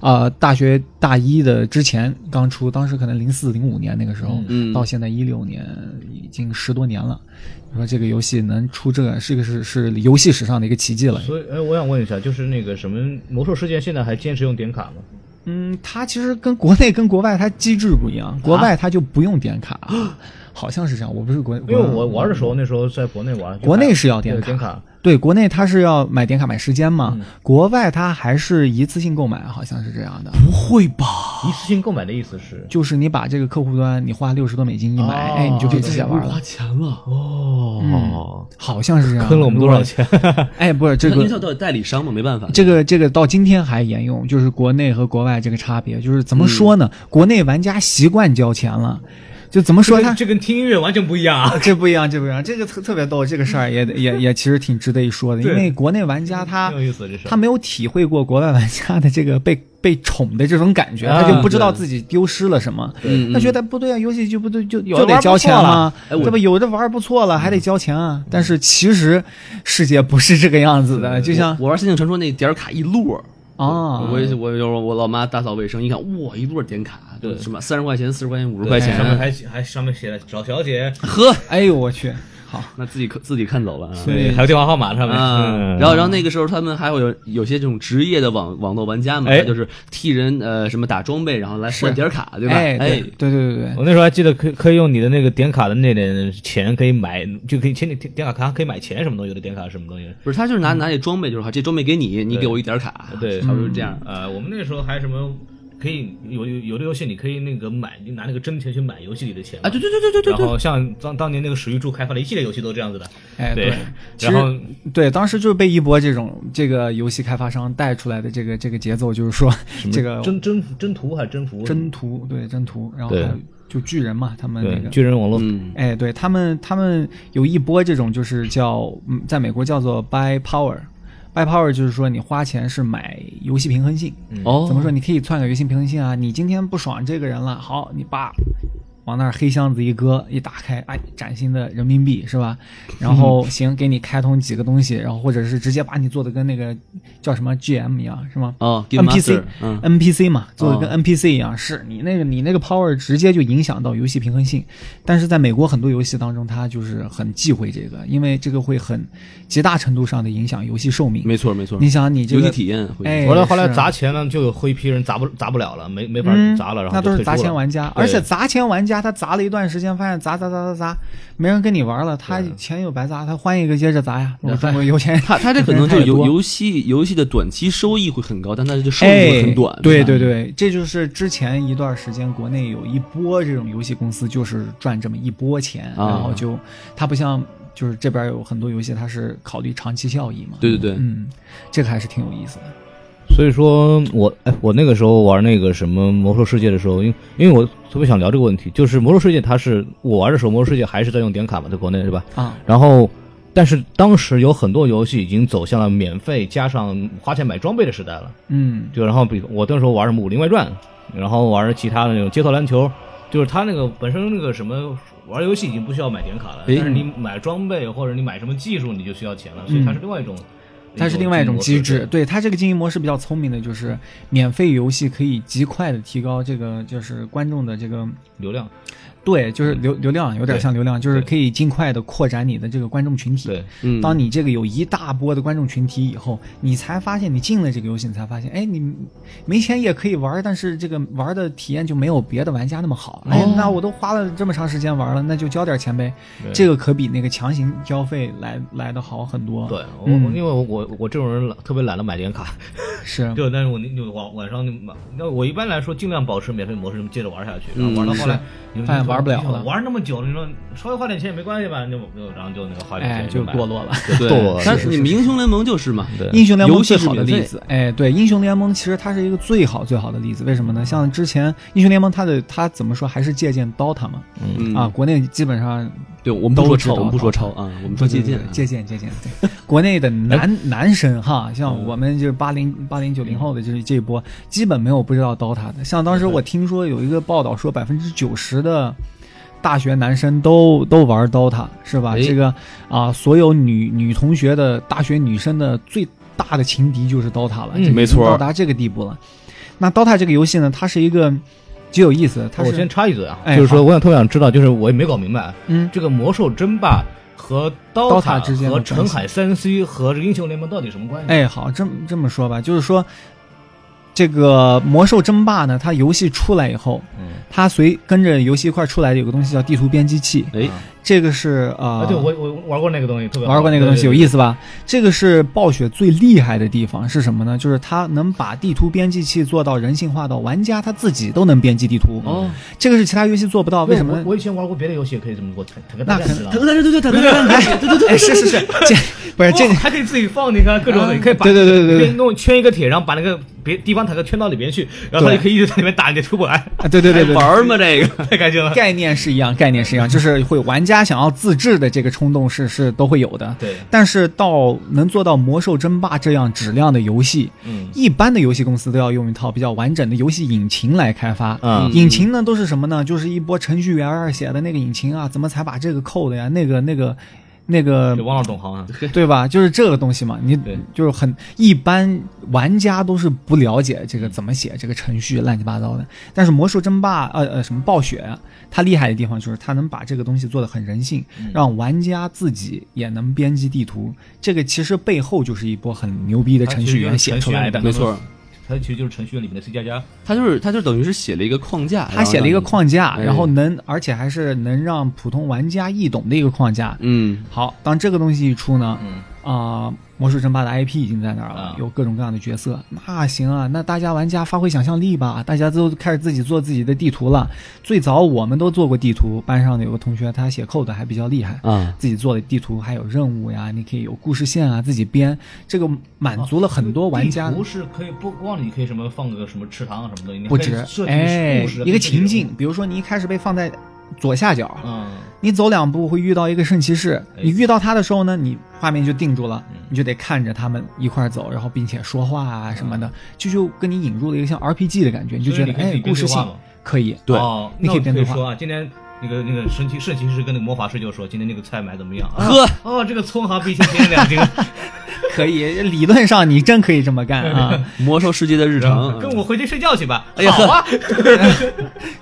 Speaker 3: 啊、大学大一的之前刚出，当时可能零四零五年那个时候，
Speaker 2: 嗯
Speaker 3: 到现在一六年已经十多年了。你说这个游戏能出这个，是个是是游戏史上的一个奇迹了。
Speaker 1: 所以，哎，我想问一下，就是那个什么魔兽世界现在还坚持用点卡吗？
Speaker 3: 嗯，它其实跟国内跟国外它机制不一
Speaker 1: 啊
Speaker 3: 样，国外它就不用点卡， 好像是这样。我不是国，
Speaker 1: 因为我玩的时候，那时候在国内玩，就
Speaker 3: 国内是要
Speaker 1: 对
Speaker 3: 点
Speaker 1: 点
Speaker 3: 卡，对，国内它是要买点卡买时间嘛，
Speaker 1: 嗯
Speaker 3: 国外它还是一次性购买，好像是这样的。
Speaker 2: 不会吧？
Speaker 1: 一次性购买的意思是，
Speaker 3: 就是你把这个客户端你花六十多美金一买，
Speaker 1: 哦
Speaker 3: 哎，你就可以自己玩了嗯
Speaker 2: 花，钱了哦。
Speaker 3: 好像是这样。
Speaker 1: 坑了我们多少？钱？
Speaker 3: 哎，不是这
Speaker 2: 那你想
Speaker 3: 个。
Speaker 2: 到底代理商嘛，没办法。
Speaker 3: 这个这个到今天还沿用，就是国内和国外这个差别，就是怎么说呢？国内玩家习惯交钱了，就怎么 说他
Speaker 1: 这跟听音乐完全不一样 啊！
Speaker 3: 这不一样，这不一样，这个特特别逗，这个事儿也也也其实挺值得一说的，因
Speaker 1: 对
Speaker 3: 为国内玩家他
Speaker 1: 挺有意思，这事儿
Speaker 3: 他没有体会过国外玩家的这个被被宠的这种感觉，
Speaker 1: 啊
Speaker 3: 他就不知道
Speaker 2: 对
Speaker 3: 自己丢失了什么。
Speaker 2: 嗯，
Speaker 3: 他觉
Speaker 2: 得
Speaker 3: 得不对啊，游戏就不对，就
Speaker 1: 有的
Speaker 3: 就
Speaker 1: 玩
Speaker 3: 得
Speaker 1: 不
Speaker 3: 交钱
Speaker 1: 错了
Speaker 3: 吗？
Speaker 2: 哎我
Speaker 3: 对吧？有的玩不错了，还得交钱啊。但是其实世界不是这个样子的，就像
Speaker 2: 我玩《仙境传说》那点儿卡一摞儿，
Speaker 3: 啊，
Speaker 2: 我也我有时候我老妈打扫卫生，一看哇，一摞点卡，
Speaker 1: 对
Speaker 2: 什么三十块钱、四十块钱、五
Speaker 1: 对
Speaker 2: 十块
Speaker 1: 上面
Speaker 2: 钱，
Speaker 1: 还还上面写了找小姐，
Speaker 2: 呵，
Speaker 3: 哎呦我去，好，
Speaker 2: 那自己可自己看走了啊。
Speaker 3: 对
Speaker 1: 还有电话号码上面。
Speaker 2: 啊，
Speaker 1: 嗯
Speaker 2: 然后，然后那个时候他们还会有有些这种职业的网网络玩家嘛，
Speaker 1: 哎
Speaker 2: 他就是替人呃什么打装备，然后来换
Speaker 3: 是
Speaker 2: 点儿卡，对吧？
Speaker 3: 哎对
Speaker 2: 哎，
Speaker 3: 对对对对，
Speaker 1: 我那时候还记得可以可以用你的那个点卡的那点钱可以买，就可以签你点点卡卡可以买钱什么东西，有的点卡是什么东西。
Speaker 2: 不是，他就是拿拿这装备，就是哈，这装备给你，你给我一点儿卡，
Speaker 1: 对
Speaker 2: 差不多是这样。
Speaker 1: 呃，我们那时候还什么可以有有有的游戏你可以那个买，你拿那个真钱去买游戏里的钱嘛
Speaker 2: 啊，对对对对对对
Speaker 1: 然后像当当年那个史玉柱开发的一系列游戏都这样子的，
Speaker 3: 哎
Speaker 1: 对
Speaker 3: 对。其
Speaker 1: 然
Speaker 3: 实
Speaker 1: 后
Speaker 3: 对，当时就是被一波这种这个游戏开发商带出来的这个这个节奏，就是说这个
Speaker 1: 征征征途还是征服？
Speaker 3: 征途，对征途，然后
Speaker 1: 对
Speaker 3: 还有就巨人嘛，他们那
Speaker 1: 对
Speaker 3: 个
Speaker 1: 巨人网络，
Speaker 2: 嗯，
Speaker 3: 哎，对他们，他们有一波这种，就是叫嗯，在美国叫做 buy power。buy power 就是说你花钱是买游戏平衡性，
Speaker 2: 哦，
Speaker 3: 怎么说？你可以篡改游戏平衡性啊。你今天不爽这个人了，好，你把往那儿黑箱子一搁，一打开，哎，崭新的人民币是吧？然后行，给你开通几个东西，然后或者是直接把你做的跟那个叫什么 GM 一样是吗？
Speaker 2: 哦 Game
Speaker 3: NPC
Speaker 2: Master，嗯
Speaker 3: NPC 嘛，做的
Speaker 2: 哦
Speaker 3: 跟 NPC 一样，是你那个你那个 power 直接就影响到游戏平衡性。但是在美国很多游戏当中，它就是很忌讳这个，因为这个会很极大程度上的影响游戏寿命。
Speaker 2: 没错没错，
Speaker 3: 你想，你这
Speaker 2: 游戏
Speaker 3: 个
Speaker 2: 体验会，
Speaker 3: 哎
Speaker 1: 后来后来
Speaker 3: 是
Speaker 1: 砸钱呢，就有一批人砸不砸不了了，没没法
Speaker 3: 嗯，
Speaker 1: 砸了，然后
Speaker 3: 那
Speaker 1: 就
Speaker 3: 都是
Speaker 1: 退出
Speaker 3: 砸钱
Speaker 1: 了
Speaker 3: 玩家，
Speaker 1: 对
Speaker 3: 而且砸钱玩家他砸了一段时间，发现砸砸砸砸砸，没人跟你玩了，他
Speaker 1: 对
Speaker 3: 钱又白砸，他换一个接着砸呀。我中国有钱人，
Speaker 2: 他他这可能就是
Speaker 3: 有
Speaker 2: 游游戏游戏的短期收益会很高，但它这收益
Speaker 3: 哎
Speaker 2: 会很短。
Speaker 3: 对
Speaker 2: 吧
Speaker 3: 对对，这就是之前一段时间国内有一波这种游戏公司，就是赚这么一波钱，
Speaker 2: 啊
Speaker 3: 然后就它不像就是这边有很多游戏，它是考虑长期效益嘛。
Speaker 2: 对对对，
Speaker 3: 嗯，这个还是挺有意思的。
Speaker 1: 所以说我哎，我那个时候玩那个什么《魔兽世界》的时候，因因为我特别想聊这个问题，就是《魔兽世界》它是我玩的时候，《魔兽世界》还是在用点卡嘛，在国内是吧？
Speaker 3: 啊，
Speaker 1: 然后，但是当时有很多游戏已经走向了免费加上花钱买装备的时代了。
Speaker 3: 嗯，
Speaker 1: 就然后比我那时候玩什么《武林外传》，然后玩其他的那种街头篮球，就是它那个本身那个什么玩游戏已经不需要买点卡了，
Speaker 2: 诶
Speaker 1: 但是你买装备或者你买什么技术你就需要钱了，所以它是另外一种，
Speaker 3: 嗯它是另外一种机
Speaker 1: 模
Speaker 3: 制
Speaker 1: 式。，
Speaker 3: 对它这个经营模式比较聪明的，就是免费游戏可以极快的提高这个就是观众的这个
Speaker 1: 流量，
Speaker 3: 对，就是流流量，有点
Speaker 1: 对
Speaker 3: 像流量，就是
Speaker 1: 对
Speaker 3: 可以尽快的扩展你的这个观众群体。
Speaker 1: 对，
Speaker 2: 嗯，
Speaker 3: 当你这个有一大波的观众群体以后，你才发现你进了这个游戏，你才发现，哎，你没钱也可以玩，但是这个玩的体验就没有别的玩家那么好。哎
Speaker 2: 哦，
Speaker 3: 那我都花了这么长时间玩了，那就交点钱呗。
Speaker 1: 对
Speaker 3: 这个可比那个强行交费来来的好很多。
Speaker 1: 对，我、
Speaker 3: 嗯
Speaker 1: 因为我我我这种人懒特别懒得买点卡，
Speaker 3: 是
Speaker 1: 对，但是我那就晚晚上就买，那我一般来说尽量保持免费模式，接着玩下去，然后玩到后来
Speaker 3: 嗯是，
Speaker 1: 你
Speaker 3: 发现玩不了了
Speaker 1: 玩那么久，你说稍微花点钱也没关系吧，就就然后就那个花点
Speaker 3: 哎，
Speaker 1: 钱
Speaker 3: 就
Speaker 1: 买
Speaker 3: 堕落了。
Speaker 1: 对，
Speaker 2: 但是你们英雄联盟就是嘛，
Speaker 1: 对
Speaker 3: 英雄联盟
Speaker 2: 游戏
Speaker 3: 最
Speaker 2: 是
Speaker 3: 好的
Speaker 2: 免
Speaker 3: 例
Speaker 2: 费
Speaker 3: 子，哎，对，英雄联盟其实它是一个最好最好的例子，为什么呢？像之前英雄联盟它的它怎么说，还是借鉴 DOTA 嘛，
Speaker 2: 嗯
Speaker 3: 啊，，国内基本上
Speaker 2: 对，我们不说
Speaker 3: 都知
Speaker 2: 抄，
Speaker 3: 道
Speaker 2: 我们不说抄啊，我们说借鉴啊，
Speaker 3: 嗯
Speaker 2: 哎
Speaker 3: 借鉴借鉴。对，国内的男男生哈，
Speaker 2: 嗯
Speaker 3: 像我们就是八零八零九零后的这这一波，基本没有不知道 DOTA 的。像当时我听说有一个报道说，百分之九十的大学男生都都玩 DOTA，是吧？
Speaker 2: 哎
Speaker 3: 这个啊，所有女女同学的大学女生的最大的情敌就是 DOTA 了，
Speaker 1: 嗯
Speaker 3: 这已经
Speaker 4: 没错
Speaker 3: 到达这个地步了。那 DOTA 这个游戏呢，它是一个极有意思，
Speaker 2: 哦
Speaker 3: 它
Speaker 1: 我先
Speaker 3: 是
Speaker 1: 插一嘴啊，
Speaker 3: 哎
Speaker 1: 就是说，我想特别想知道，就是我也没搞明白，
Speaker 3: 嗯，
Speaker 1: 这个魔兽争霸和
Speaker 3: DOTA 之间的
Speaker 1: 和
Speaker 3: 关系
Speaker 1: 澄海三 C 和这个英雄联盟到底什么关系？
Speaker 3: 哎，好，这么这么说吧，就是说，这个《魔兽争霸》呢，它游戏出来以后，
Speaker 1: 嗯，
Speaker 3: 它随跟着游戏一块儿出来的有个东西叫地图编辑器，
Speaker 2: 哎，
Speaker 3: 这个是呃，
Speaker 1: 啊，对，我我玩过那个东西，特别好
Speaker 3: 玩过那个东西有
Speaker 1: 思。
Speaker 3: 意思吧？这个是暴雪最厉害的地方是什么呢？就是它能把地图编辑器做到人性化到玩家他自己都能编辑地图，
Speaker 2: 哦，
Speaker 3: 这个是其他游戏做不到，为什么
Speaker 1: 对
Speaker 3: 呢？
Speaker 1: 我我以前玩过别的游戏也可以这么做，坦坦克
Speaker 3: 那
Speaker 1: 大战
Speaker 3: 可
Speaker 1: 知道
Speaker 2: 腾
Speaker 1: 吗？
Speaker 2: 对对对对对 对对对
Speaker 3: 哎，是是是，这不哎是这
Speaker 1: 哦还可以自己放那个各种的，
Speaker 3: 啊
Speaker 1: 你可以把
Speaker 3: 对对对对对
Speaker 1: 可以弄圈一个铁，然后把那个别地方坦克圈到里边去，然后它
Speaker 3: 对
Speaker 1: 就可以一直在里面打你的出不 来，
Speaker 3: 啊对对对对
Speaker 2: 对，
Speaker 3: 对，
Speaker 2: 玩儿嘛这个，
Speaker 1: 太开心 了。
Speaker 3: 概念是一样，概念是一样，就是会玩家想要自制的这个冲动是是都会有的。
Speaker 1: 对，
Speaker 3: 但是到能做到《魔兽争霸》这样质量的游戏，
Speaker 1: 嗯
Speaker 3: 一般的游戏公司都要用一套比较完整的游戏引擎来开发。
Speaker 1: 啊
Speaker 2: 嗯
Speaker 3: 引擎呢都是什么呢？就是一波程序员儿写的那个引擎啊，怎么才把这个扣的呀？那个那个那个
Speaker 1: 就王老总行啊，
Speaker 3: 对吧？就是这个东西嘛，你
Speaker 1: 对
Speaker 3: 就是很一般，玩家都是不了解这个怎么写这个程序乱七八糟的。但是魔兽争霸，呃呃，什么暴雪啊，它厉害的地方就是它能把这个东西做得很人性，让玩家自己也能编辑地图。这个其实背后就是一波很牛逼的程序员写出来的
Speaker 1: 它。
Speaker 2: 没错，
Speaker 1: 它其实就是程序员里面的 C 加加。
Speaker 2: 他就是他就等于是写了一个框架，
Speaker 3: 他写了一个，框架，
Speaker 2: 哎
Speaker 3: 然后能，而且还是能让普通玩家易懂的一个框架。
Speaker 2: 嗯，
Speaker 3: 好，当这个东西一出呢，
Speaker 1: 嗯，
Speaker 3: 啊、魔术争霸的 IP 已经在那儿了
Speaker 1: 啊，
Speaker 3: 有各种各样的角色。那行啊，那大家玩家发挥想象力吧，大家都开始自己做自己的地图了。最早我们都做过地图，班上的有个同学他写 code 还比较厉害。
Speaker 2: 啊，
Speaker 3: 自己做的地图还有任务呀，你可以有故事线啊，自己编，这个满足了很多玩家
Speaker 1: 地图是可以不光你可以什么放个什么池塘啊什么东西，你
Speaker 3: 不
Speaker 1: 可以
Speaker 3: 止
Speaker 1: 设计
Speaker 3: 哎
Speaker 1: 故事，
Speaker 3: 一个情。
Speaker 1: 可以设计人
Speaker 3: 境
Speaker 1: 物，
Speaker 3: 比如说你一开始被放在左下角，
Speaker 1: 嗯，
Speaker 3: 你走两步会遇到一个圣骑士，
Speaker 1: 哎
Speaker 3: 你遇到他的时候呢，你画面就定住了
Speaker 1: 嗯，
Speaker 3: 你就得看着他们一块儿走，然后并且说话啊什么的，这就跟你引入了一个像 RPG 的感觉，你就
Speaker 1: 嗯所以你
Speaker 3: 觉得
Speaker 1: 可以自
Speaker 3: 哎
Speaker 1: 己，
Speaker 3: 故事性
Speaker 1: 变化嘛
Speaker 3: 可以。
Speaker 2: 对
Speaker 1: 哦，
Speaker 3: 你
Speaker 1: 那
Speaker 3: 可以
Speaker 1: 我
Speaker 3: 编
Speaker 1: 可以
Speaker 3: 对话
Speaker 1: 说啊，今天那个那个神奇圣骑士跟那个魔法师就说，今天那个菜买怎么样？啊
Speaker 2: 呵，
Speaker 1: 哦，这个葱好像比以前便宜两斤，
Speaker 3: 可以，理论上你真可以这么干 啊！
Speaker 2: 魔兽世界的日常，
Speaker 3: 嗯
Speaker 1: 跟我回去睡觉去吧。
Speaker 2: 哎呀
Speaker 1: 好啊，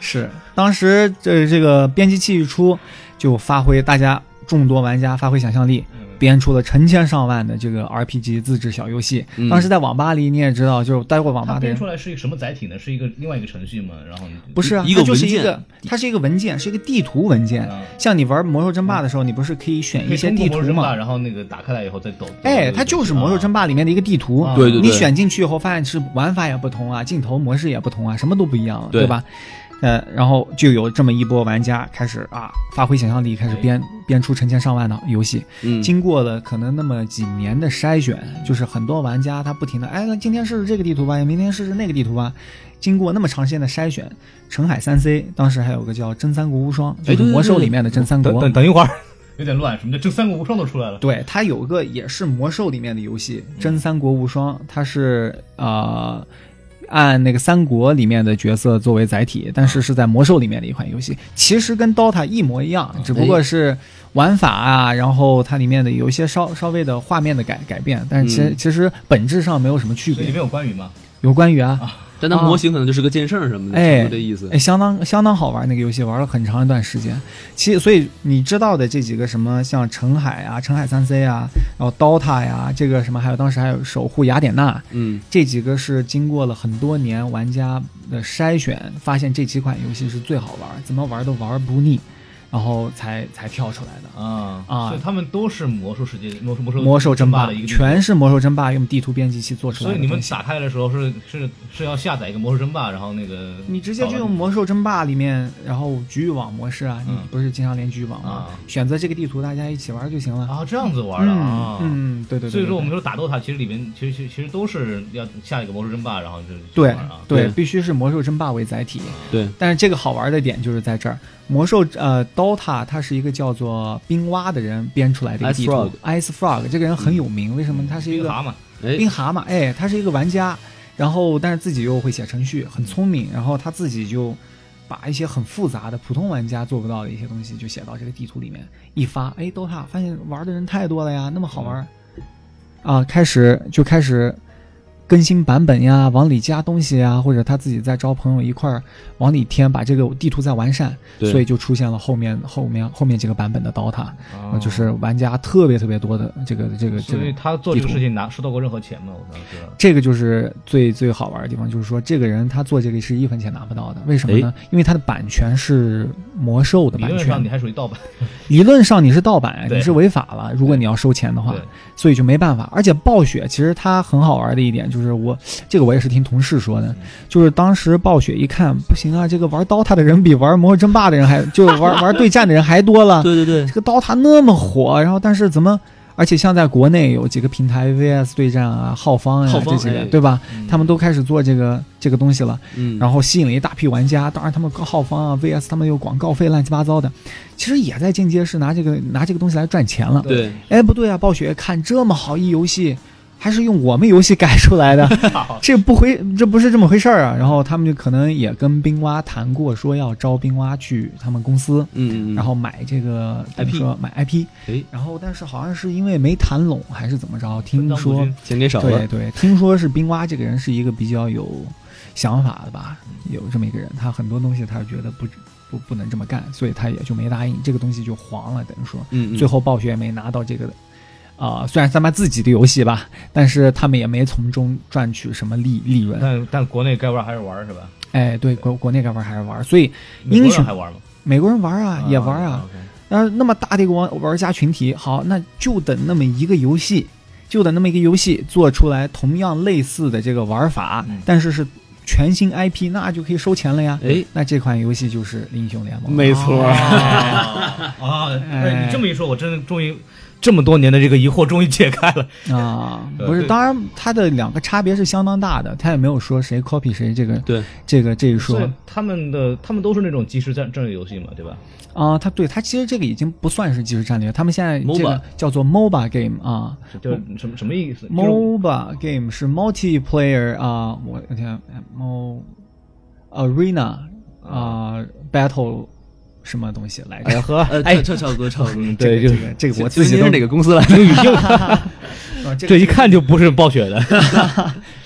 Speaker 3: 是，当时这这个编辑器一出，就发挥大家众多玩家发挥想象力，
Speaker 1: 嗯
Speaker 3: 编出了成千上万的这个 RPG 自制小游戏。
Speaker 2: 嗯
Speaker 3: 当时在网吧里，你也知道，就是待过网吧
Speaker 1: 它
Speaker 3: 的
Speaker 1: 编
Speaker 3: 人
Speaker 1: 出来是一个什么载体呢？是一个另外一个程序吗？然后你
Speaker 3: 不是啊，
Speaker 2: 一个
Speaker 3: 它就是
Speaker 2: 文件
Speaker 3: 一个，它是一个文件，是一个地图文件
Speaker 1: 啊。
Speaker 3: 像你玩魔兽争霸的时候，你不是可以选
Speaker 1: 可
Speaker 3: 一
Speaker 1: 以
Speaker 3: 些
Speaker 1: 通
Speaker 3: 地
Speaker 1: 过魔
Speaker 3: 图
Speaker 1: 兽争霸，
Speaker 3: 吗？
Speaker 1: 然后那个打开来以后再抖。抖啊
Speaker 3: 哎，它就是魔兽争
Speaker 1: 霸。
Speaker 3: 霸里面的一个地图
Speaker 1: 啊。
Speaker 2: 对对对
Speaker 3: 你选进去以后，发现是玩法也不同啊，镜头模式也不同啊，什么都不一样了，
Speaker 2: 对
Speaker 3: 对吧？呃，然后就有这么一波玩家开始啊，发挥想象力，开始编编出成千上万的游戏。
Speaker 2: 嗯，
Speaker 3: 经过了可能那么几年的筛选，就是很多玩家他不停的，哎，那今天试试这个地图吧，明天试试那个地图吧。经过那么长时间的筛选，澄海三 C 当时还有个叫真三国无双，
Speaker 2: 哎
Speaker 3: 就是
Speaker 2: 对对
Speaker 3: 魔兽
Speaker 2: 对
Speaker 3: 里面的真三
Speaker 1: 等
Speaker 3: 国
Speaker 1: 等。等一会儿， 有点乱，什么叫这三国无双都出来了？
Speaker 3: 对，它有个也是魔兽里面的游戏《真三国无双》，它是呃按那个三国里面的角色作为载体，但是是在魔兽里面的一款游戏，其实跟 DOTA 一模一
Speaker 1: 啊
Speaker 3: 样，只不
Speaker 1: 哎
Speaker 3: 过是玩法啊，然后它里面的有一些稍稍微的画面的改改变，但是其实、
Speaker 2: 嗯
Speaker 3: 其实本质上没有什么区
Speaker 1: 所以里
Speaker 3: 别
Speaker 1: 面。有关羽吗？
Speaker 3: 有关于啊，
Speaker 2: 但它模型可能就是个剑圣什么的，
Speaker 3: 哎
Speaker 2: 差不多这意思，
Speaker 3: 哎，相当相当好玩那个游戏，玩了很长一段时间。其所以你知道的这几个什么，像澄海啊、澄海三 C 啊，然后 DOTA 呀、这个什么，还有当时还有守护雅典娜，
Speaker 2: 嗯，
Speaker 3: 这几个是经过了很多年玩家的筛选，发现这几款游戏是最好玩，怎么玩都玩不腻。然后才才跳出来的。
Speaker 1: 啊
Speaker 3: 啊
Speaker 1: 所以他们都是魔兽世界、魔兽魔兽
Speaker 3: 魔兽争
Speaker 1: 霸
Speaker 3: 霸
Speaker 1: 的一个地方
Speaker 3: 全是魔兽争霸用地图编辑器做出
Speaker 1: 所
Speaker 3: 来的
Speaker 1: 以
Speaker 3: 东
Speaker 1: 你
Speaker 3: 西。
Speaker 1: 们打开的时候是是是要下载一个魔兽争霸，然后那个
Speaker 3: 你直接就用魔兽争霸里面，然后局域网模式啊，你
Speaker 1: 嗯
Speaker 3: 不是经常连局域网吗？
Speaker 1: 啊
Speaker 3: 选择这个地图，大家一起玩就行了。
Speaker 1: 啊这样子玩的啊。
Speaker 3: 嗯，嗯对对对。
Speaker 1: 所以说，
Speaker 3: 对
Speaker 1: 我们说打 DOTA 其实里面其实其实其实都是要下一个魔兽争霸，然后就
Speaker 3: 对
Speaker 1: 就玩啊。
Speaker 3: 对
Speaker 2: 对
Speaker 3: 必须是魔兽争霸为载体。
Speaker 2: 对，
Speaker 3: 但是这个好玩的点就是在这儿，魔兽呃，DOTA 它是一个叫做冰蛙的人编出来的一个
Speaker 2: Ice
Speaker 3: 地图
Speaker 2: Frog
Speaker 3: Ice Frog 这个人很有名，为什么？他是
Speaker 1: 嗯
Speaker 3: 一
Speaker 1: 冰
Speaker 3: 个
Speaker 1: 蛤蟆，
Speaker 2: 哎，
Speaker 3: 冰蛤蟆，哎，他是一个玩家，然后但是自己又会写程序，很聪明，然后他自己就把一些很复杂的普通玩家做不到的一些东西，就写到这个地图里面一发，哎，DOTA 发现玩的人太多了呀，那么好玩，啊，开始就开始。更新版本呀，往里加东西呀，或者他自己再招朋友一块儿往里添，把这个地图再完善，
Speaker 2: 对
Speaker 3: 所以就出现了后面后面后面几个版本的 DOTA，、
Speaker 1: 啊
Speaker 3: 呃就是玩家特别特别多的这个这个这
Speaker 1: 所
Speaker 3: 个
Speaker 1: 以他做这个
Speaker 3: 地
Speaker 1: 事
Speaker 3: 图
Speaker 1: 情拿收到过任何钱吗？我当时
Speaker 3: 这个就是最最好玩的地方，就是说这个人他做这个是一分钱拿不到的，为什么呢？因为他的版权是魔兽的
Speaker 1: 理
Speaker 3: 版
Speaker 1: 论上你
Speaker 3: 权，
Speaker 1: 还属于盗版，
Speaker 3: 理论上你是盗版，
Speaker 1: 对
Speaker 3: 你是违法了。如果你要收钱的话
Speaker 1: 对，，
Speaker 3: 所以就没办法。而且暴雪其实它很好玩的一点就是我，这个我也是听同事说的，就是当时暴雪一看不行啊，这个玩 DOTA 的人比玩魔兽争霸的人还，就玩 玩对战的人还多了，
Speaker 2: 对对对，
Speaker 3: 这个 DOTA 那么火，然后但是怎么？而且像在国内有几个平台 VS 对战啊、浩方呀、
Speaker 2: 浩方
Speaker 3: 这几个，
Speaker 2: 哎
Speaker 3: 对吧？
Speaker 1: 嗯
Speaker 3: 他们都开始做这个这个东西了，
Speaker 2: 嗯，
Speaker 3: 然后吸引了一大批玩家。当然，他们浩方啊、VS 他们有广告费乱七八糟的，其实也在间接是拿这个拿这个东西来赚钱了。
Speaker 2: 对，
Speaker 3: 哎，不对啊，暴雪看这么好一游戏，还是用我们游戏改出来 的，这不回这不是这么回事儿啊。然后他们就可能也跟冰蛙谈过，说要招冰蛙去他们公司，
Speaker 2: 嗯嗯，
Speaker 3: 然后买这个等于
Speaker 2: IP
Speaker 3: 说买 IP，
Speaker 2: 哎，
Speaker 3: 然后但是好像是因为没谈拢还是怎么着，
Speaker 1: 分
Speaker 3: 听
Speaker 1: 赃不
Speaker 3: 说
Speaker 1: 均
Speaker 2: 钱给少
Speaker 3: 对
Speaker 2: 了，
Speaker 3: 对，听说是冰蛙这个人是一个比较有想法的吧，有这么一个人，他很多东西他觉得不不不能这么干，所以他也就没答应，这个东西就黄了，等于说
Speaker 2: 嗯，嗯
Speaker 3: 最后暴雪也没拿到这个。啊、虽然是他们自己的游戏吧，但是他们也没从中赚取什么利利
Speaker 2: 嗯
Speaker 3: 润。
Speaker 1: 但但国内该玩还是玩是吧？
Speaker 3: 哎，对，国国内该玩还是玩，所以
Speaker 1: 美国
Speaker 3: 英
Speaker 1: 人
Speaker 3: 雄
Speaker 1: 还玩吗？
Speaker 3: 美国人玩啊，也玩啊，
Speaker 1: ，OK，
Speaker 3: 那那么大的一个玩玩家群体，好，那就等那么一个游戏，就等那么一个游戏做出来同样类似的这个玩法，
Speaker 1: 嗯
Speaker 3: 但是是全新 IP，那就可以收钱了呀。
Speaker 2: 哎，
Speaker 3: 那这款游戏就是《英雄联盟》。
Speaker 2: 没错儿，
Speaker 1: 啊啊！ 哎，你这么一说，我真的终于这么多年的这个疑惑终于解开了。
Speaker 3: 啊，
Speaker 1: 对
Speaker 3: 不是，
Speaker 1: 对
Speaker 3: 当然它的两个差别是相当大的，它也没有说谁 copy 谁这个
Speaker 2: 对，
Speaker 3: 这个这一 说
Speaker 1: 所以他们的他们都是那种即时战战略游戏嘛，对吧？
Speaker 3: 啊，它对它其实这个已经不算是即时战略，他们现在这
Speaker 2: MOBA
Speaker 3: 个叫做 MOBA game 啊，
Speaker 1: 就什么什么意思？就是
Speaker 3: MOBA game 是 multiplayer 啊、我我天，mo arena 啊、battle 什么东西来着？
Speaker 1: 呵，
Speaker 2: 呃，
Speaker 3: 哎
Speaker 2: 差差不多差不多，
Speaker 3: 这
Speaker 1: 对，
Speaker 3: 个
Speaker 1: 就
Speaker 3: 这个这个我
Speaker 2: 最
Speaker 3: 自己
Speaker 2: 近
Speaker 3: 都
Speaker 2: 是哪个公司来？
Speaker 1: 英语 硬，
Speaker 3: 啊
Speaker 1: 这
Speaker 3: 这个
Speaker 1: 一看就不是暴雪的。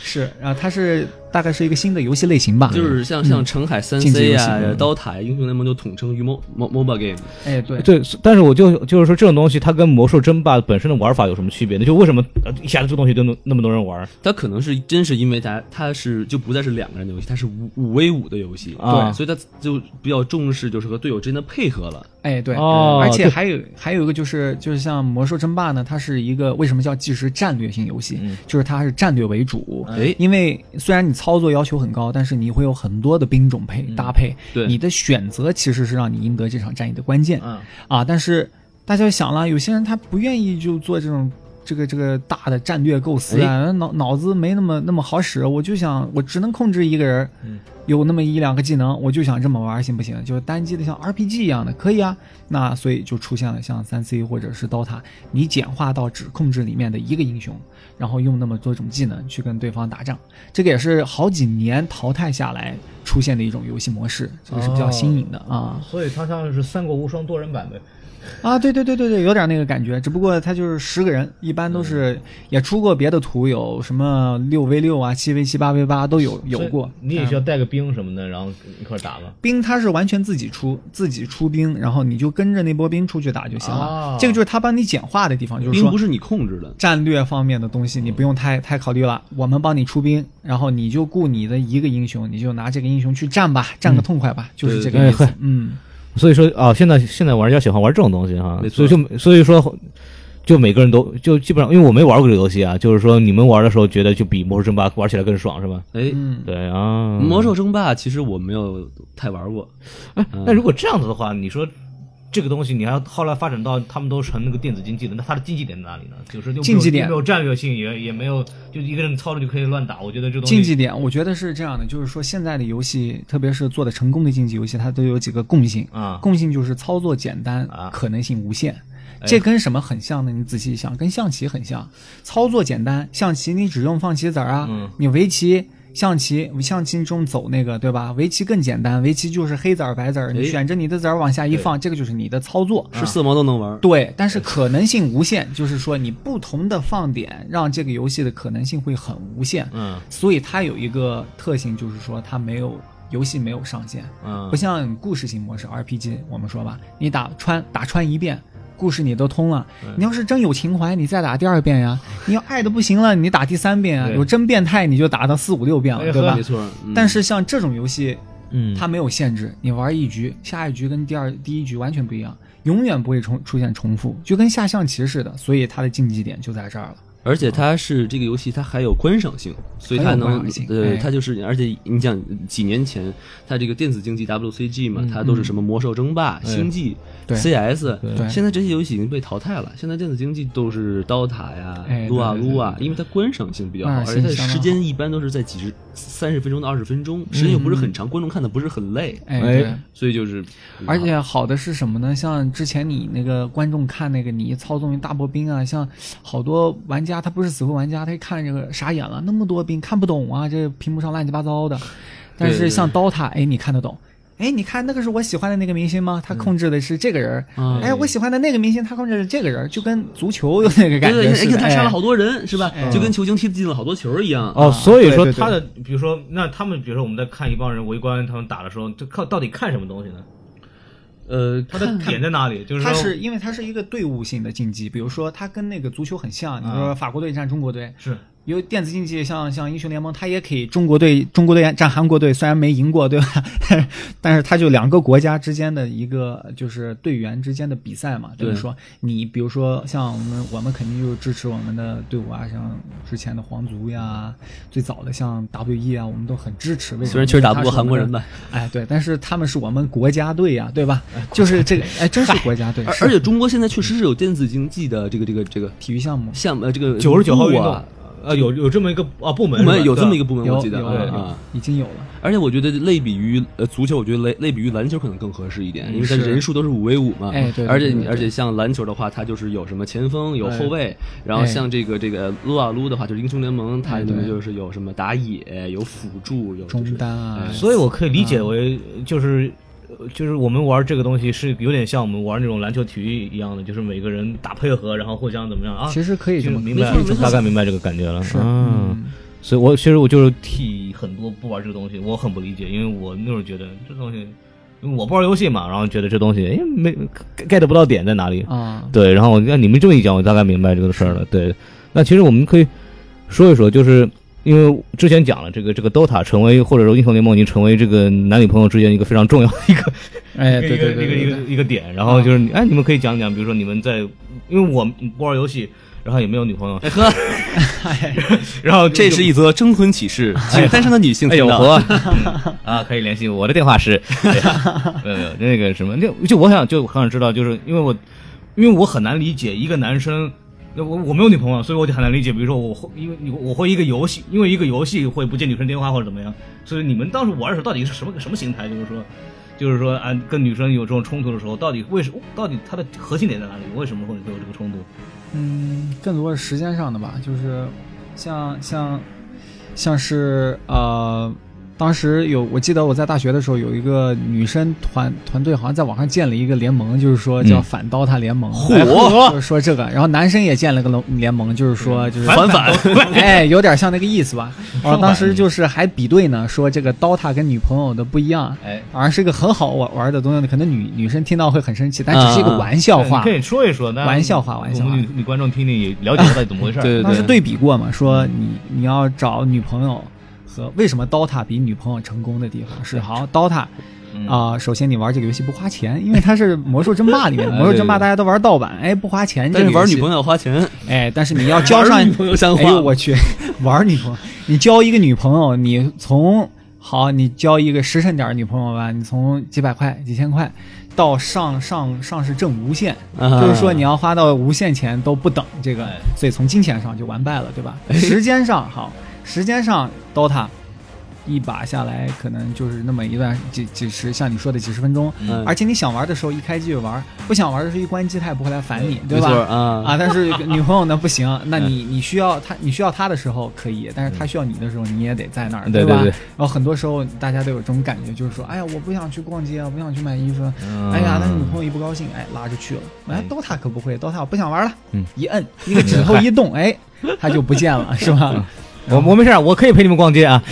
Speaker 3: 是啊，它是大概是一个新的游戏类型吧？
Speaker 2: 嗯就是像
Speaker 3: 嗯
Speaker 2: 像澄海三
Speaker 3: 竞技
Speaker 2: C
Speaker 3: 游戏
Speaker 2: 啊、
Speaker 3: 嗯
Speaker 2: DOTA、英雄联盟就统称于 mo mo MOBA game。
Speaker 3: 哎对
Speaker 1: 对，但是我就就是说，这种东西它跟魔兽争霸本身的玩法有什么区别呢？就为什么呃一下子这东西都能那么多人玩
Speaker 2: 它可能是真是因为它它是就不再是两个人的游戏，它是五五 v 五的游戏，
Speaker 1: 啊
Speaker 2: 对，所以它就比较重视就是和队友之间的配合了。
Speaker 3: 哎对。
Speaker 1: 哦
Speaker 3: 而且
Speaker 1: 对
Speaker 3: 还有还有一个就是就是像魔兽争霸呢，它是一个为什么叫即时战略性游戏？
Speaker 1: 嗯
Speaker 3: 就是它是战略为主，
Speaker 2: 哎，
Speaker 3: 因为虽然你操作要求很高，但是你会有很多的兵种配搭配，
Speaker 2: 对
Speaker 3: 你的选择其实是让你赢得这场战役的关键
Speaker 1: 啊？
Speaker 3: 啊。但是大家想了，有些人他不愿意就做这种这个这个大的战略构思啊，脑脑子没那么那么好使，我就想我只能控制一个人，
Speaker 1: 嗯
Speaker 3: 有那么一两个技能，我就想这么玩行不行？就是单机的像 RPG 一样的，可以啊。那所以就出现了像三 C 或者是 DOTA，你简化到只控制里面的一个英雄，然后用那么多种技能去跟对方打仗，这个也是好几年淘汰下来出现的一种游戏模式，这个是比较新颖的
Speaker 1: 哦
Speaker 3: 啊。
Speaker 1: 所以它像是三国无双多人版呗。
Speaker 3: 啊，对对对对对，有点那个感觉，只不过他就是十个人，一般都是也出过别的图，有什么六 v 六啊、七 v 七、八 v 八都有有过。嗯
Speaker 1: 你也需要带个兵什么的，然后一块打吧。
Speaker 3: 兵他是完全自己出，自己出兵，然后你就跟着那波兵出去打就行了。
Speaker 1: 啊
Speaker 3: 这个就是他帮你简化的地方，就是
Speaker 2: 并
Speaker 3: 说
Speaker 2: 不是你控制的，
Speaker 3: 战略方面的东西你不用太太考虑了，我们帮你出兵，然后你嗯就雇你的一个英雄，你就拿这个英雄去战吧，战个痛快吧，就是这个
Speaker 2: 对
Speaker 3: 意思
Speaker 1: 对。
Speaker 3: 嗯，
Speaker 1: 所以说啊，现在现在玩家喜欢玩这种东西哈
Speaker 2: 没，
Speaker 1: 所
Speaker 2: 错
Speaker 1: 以就所以说，就每个人都就基本上，因为我没玩过这个游戏啊，就是说你们玩的时候觉得就比《魔兽争霸》玩起来更爽是吧？
Speaker 2: 哎，
Speaker 3: 嗯，
Speaker 1: 对啊，
Speaker 2: 魔兽争霸其实我没有太玩过，
Speaker 3: 嗯
Speaker 1: 那如果这样子的话，你说这个东西，你还要后来发展到他们都成那个电子竞技了，那它的竞技点在哪里呢？就是又
Speaker 3: 竞技
Speaker 1: 没有
Speaker 3: 点
Speaker 1: 又没有战略性，也也没有，就一个人操着就可以乱打。我觉得这东西
Speaker 3: 竞技点我觉得是这样的，就是说现在的游戏，特别是做的成功的竞技游戏，它都有几个共性，
Speaker 1: 啊，
Speaker 3: 共性就是操作简单
Speaker 1: 啊，
Speaker 3: 可能性无限。这跟什么很像呢？你仔细想，跟象棋很像，操作简单。象棋你只用放棋子儿啊，
Speaker 1: 嗯
Speaker 3: 你围棋、象棋、象棋中走那个对吧？围棋更简单，围棋就是黑子儿白子儿，你
Speaker 2: 哎
Speaker 3: 选着你的子儿往下一放，这个就是你的操作。
Speaker 1: 啊
Speaker 2: 是色盲都能玩。
Speaker 3: 对，但是可能性无限，就是说你不同的放点，让这个游戏的可能性会很无限。
Speaker 1: 嗯
Speaker 3: 所以它有一个特性，就是说它没有游戏没有上限。
Speaker 1: 嗯
Speaker 3: 不像故事型模式 RPG，我们说吧，你打穿打穿一遍，故事你都通了。你要是真有情怀，你再打第二 遍呀。你要爱的不行了，你打第三遍呀。
Speaker 1: 对
Speaker 3: 有真变态，你就打到四五六遍了，
Speaker 1: 哎
Speaker 3: 啊对吧
Speaker 2: 没？错，嗯
Speaker 3: 但是像这种游戏，
Speaker 1: 嗯
Speaker 3: 它没有限制，你玩一局，下一局跟第二第一局完全不一样，永远不会重出现重复，就跟下象棋似的。所以它的竞技点就在这儿了。
Speaker 2: 而且它是这个游戏，它还有观赏性，所以它
Speaker 3: 嗯还有
Speaker 2: 能
Speaker 3: 观赏性
Speaker 2: 对
Speaker 3: 哎
Speaker 2: 它就是，而且你讲几年前它这个电子竞技 WCG 嘛，它都是什么魔兽争霸、星际、
Speaker 3: 嗯哎对
Speaker 2: CS，
Speaker 3: 对
Speaker 2: 现在这些游戏已经被淘汰了。现在电子竞技都是刀塔呀
Speaker 3: 哎、
Speaker 2: 撸啊
Speaker 3: 对对对
Speaker 2: 撸啊，因为它观赏性比较好，而
Speaker 3: 观赏
Speaker 2: 且
Speaker 3: 性
Speaker 2: 它的
Speaker 3: 相当嗯
Speaker 2: 时间一般都是在几十、三十分钟到二十分钟，时间又不是很长，观众看的不是很累，
Speaker 3: 哎，
Speaker 1: 哎
Speaker 3: 对。
Speaker 2: 所以就是，嗯
Speaker 3: 而且好的是什么呢？像之前你那个观众看那个你操纵一大波兵啊，像好多玩家他不是死灰玩家，他一看这个傻眼了，那么多兵看不懂啊，这屏幕上乱七八糟的。但是像刀塔，哎，你看得懂。哎，你看那个是我喜欢的那个明星吗？他控制的是这个人儿。
Speaker 2: 嗯
Speaker 3: 哎，我喜欢的那个明星，他控制的是这个人儿，就跟足球有那个感
Speaker 2: 对
Speaker 3: 觉
Speaker 2: 对，哎
Speaker 3: 似
Speaker 2: 看
Speaker 3: 的。
Speaker 2: 他杀了
Speaker 3: 哎嗯
Speaker 2: 好多人是吧？就跟球星踢进了好多球一样。
Speaker 1: 哦，所以说
Speaker 3: 对对对
Speaker 1: 他的，比如说，那他们，比如说我们在看一帮人围观他们打的时候，就看到底看什么东西呢？
Speaker 2: 呃，
Speaker 1: 他的点在哪里？就是
Speaker 3: 它
Speaker 1: 说，
Speaker 3: 是因为它是一个队伍性的竞技，比如说它跟那个足球很像，你
Speaker 2: 嗯
Speaker 3: 说法国队战中国队，
Speaker 1: 是
Speaker 3: 因为电子竞技像像英雄联盟，它也可以中国队中国队战韩国队，虽然没赢过，对吧？ 但是它就两个国家之间的一个就是队员之间的比赛嘛，就是
Speaker 2: 对
Speaker 3: 说你比如说像我们我们肯定就是支持我们的队伍啊，像之前的皇族呀，最早的像 WE 啊，我们都很支持。为什么？
Speaker 2: 虽然确实打不过韩国人
Speaker 3: 吧。
Speaker 2: 吧，
Speaker 3: 哎，对，但是他们是我们国家队呀、对吧？就是这个，哎，真是国家队，
Speaker 2: 而
Speaker 3: 是
Speaker 2: 而且中国现在确实是有电子竞技的这个这个这个
Speaker 3: 体育项目。
Speaker 2: 项目，呃，这个
Speaker 1: 九十九号运
Speaker 2: 部
Speaker 1: 动
Speaker 2: 啊，
Speaker 1: 呃，有有这么一个啊部门
Speaker 2: 部
Speaker 1: 是吧，
Speaker 2: 门有这么一个
Speaker 1: 对吧
Speaker 2: 部门，
Speaker 3: 有
Speaker 2: 我记得
Speaker 3: 有
Speaker 2: 啊
Speaker 3: 有
Speaker 2: 啊。
Speaker 3: 已经有了，
Speaker 2: 而且我觉得类比于呃足球，我觉得类类比于篮球可能更合适一点，因为它
Speaker 3: 是
Speaker 2: 人数都是五 v 五嘛。
Speaker 3: 哎对对
Speaker 2: 而且
Speaker 3: 对对
Speaker 2: 你
Speaker 3: 对
Speaker 2: 而且像篮球的话，它就是有什么前锋，有后卫，然后
Speaker 3: 哎
Speaker 2: 像这个这个撸啊撸的话，就是英雄联盟，它
Speaker 3: 哎
Speaker 2: 里
Speaker 3: 对
Speaker 2: 面就是有什么打野，有辅助，有就是
Speaker 3: 中单啊
Speaker 2: 哎
Speaker 1: 所以我可以理解为就是。呃就是我们玩这个东西是有点像我们玩那种篮球体育一样的，就是每个人打配合，然后互相怎么样啊？
Speaker 3: 其实可以这
Speaker 1: 就
Speaker 3: 么
Speaker 1: 明白
Speaker 2: 没错没，错
Speaker 1: 大概明白这个感觉了。
Speaker 3: 是
Speaker 1: 嗯，所以我其实我就是替很多不玩这个东西，我很不理解，因为我那时候觉得这东西，因为我不玩游戏嘛，然后觉得这东西哎没 get 不到点在哪里。
Speaker 3: 啊，
Speaker 1: 对，然后让你们这么一讲，我大概明白这个事儿了。对，那其实我们可以说一说，就是因为之前讲了，这个这个 DOTA 成为或者说英雄联盟已经成为这个男女朋友之间一个非常重要的一个
Speaker 3: 哎，
Speaker 1: 一个
Speaker 3: 对对对啊
Speaker 1: 一
Speaker 3: 对
Speaker 1: 个一
Speaker 3: 对，
Speaker 1: 个一个点。然后就是你哎，你们可以讲讲，比如说你们在，因为我不玩游戏，然后也没有女朋友，
Speaker 2: 哎呵，
Speaker 1: 然后就
Speaker 2: 这是一则征婚启事，请单身的女性
Speaker 1: 哎
Speaker 2: 听
Speaker 1: 呦
Speaker 2: 到
Speaker 1: 活、 嗯啊，可以联系我的电话是，对没有没有那个什么，那就我想就我想知道，就是因为我因为我很难理解一个男生。那我我没有女朋友，所以我就很难理解。比如说，我会因为我会一个游戏，因为一个游戏会不接女生电话或者怎么样，所以你们当时玩的时候到底是什么什么心态？就是说，就是说，啊，跟女生有这种冲突的时候，到底为什么？到底它的核心点在哪里？为什么会会有这个冲突？
Speaker 3: 嗯，更多是时间上的吧，就是像像像是呃，当时有我记得我在大学的时候有一个女生团团队，好像在网上建了一个联盟，就是说叫
Speaker 1: 嗯
Speaker 3: 反刀塔联盟，
Speaker 2: 嚯
Speaker 3: 哎就是说这个，然后男生也建了个联联盟，就是说就是
Speaker 2: 反反。
Speaker 3: 哎，有点像那个意思吧。然后当时就是还比对呢，说这个 DOTA 跟女朋友的不一样，
Speaker 1: 哎，
Speaker 3: 而是一个很好玩玩的东西，可能女女生听到会很生气，但只是一个玩笑话
Speaker 1: 可。以说一说，那
Speaker 3: 玩笑话玩笑话
Speaker 1: 我们女女观众听听也了解到底怎么回事儿。
Speaker 2: 对
Speaker 3: 当时对比过嘛，说你你要找女朋友和为什么 DOTA 比女朋友成功的地方是好 DOTA。
Speaker 2: 嗯
Speaker 3: 啊、首先你玩这个游戏不花钱，因为它是魔兽争霸里 面
Speaker 2: 啊
Speaker 3: 的，
Speaker 1: 哎
Speaker 3: 魔兽争霸
Speaker 1: 对对
Speaker 3: 大家都玩盗版，哎，不花钱。
Speaker 2: 但是玩女朋
Speaker 3: 友，
Speaker 2: 友要花钱，
Speaker 3: 哎，但是你要交上
Speaker 2: 玩女朋友像话
Speaker 3: 哎呦我去， 玩女朋友，你交一个女朋友，你从好，你交一个实诚点儿女朋友吧，你从几百块、几千块到上上上是挣无限，
Speaker 2: 啊
Speaker 3: 就是说你要花到无限钱都不等这个
Speaker 1: 哎，
Speaker 3: 所以从金钱上就完败了，对吧？
Speaker 2: 哎
Speaker 3: 时间上好，时间上 DOTA。一把下来，可能就是那么一段几几十，像你说的几十分钟，
Speaker 2: 嗯
Speaker 3: 而且你想玩的时候一开机就玩，不想玩的时候一关机他也不会来烦你，
Speaker 2: 没
Speaker 3: 对吧？
Speaker 2: 错啊
Speaker 3: 啊，但是女朋友呢不行，那
Speaker 1: 嗯
Speaker 3: 你你需要她，你需要她的时候可以，但是她需要你的时候你也得在那儿，
Speaker 1: 对
Speaker 3: 吧？
Speaker 1: 对对
Speaker 3: 然后很多时候大家都有这种感觉，就是说，哎呀，我不想去逛街，我不想去买衣服，
Speaker 1: 嗯
Speaker 3: 哎呀，但是女朋友一不高兴，哎，拉着去了。哎
Speaker 1: 哎
Speaker 3: ，DOTA 可不会，DOTA 我不想玩了，
Speaker 1: 嗯
Speaker 3: 一摁一个指头一 动，哎，她就不见了，是
Speaker 1: 嗯
Speaker 3: 吧？
Speaker 1: 我我没事儿，我可以陪你们逛街啊。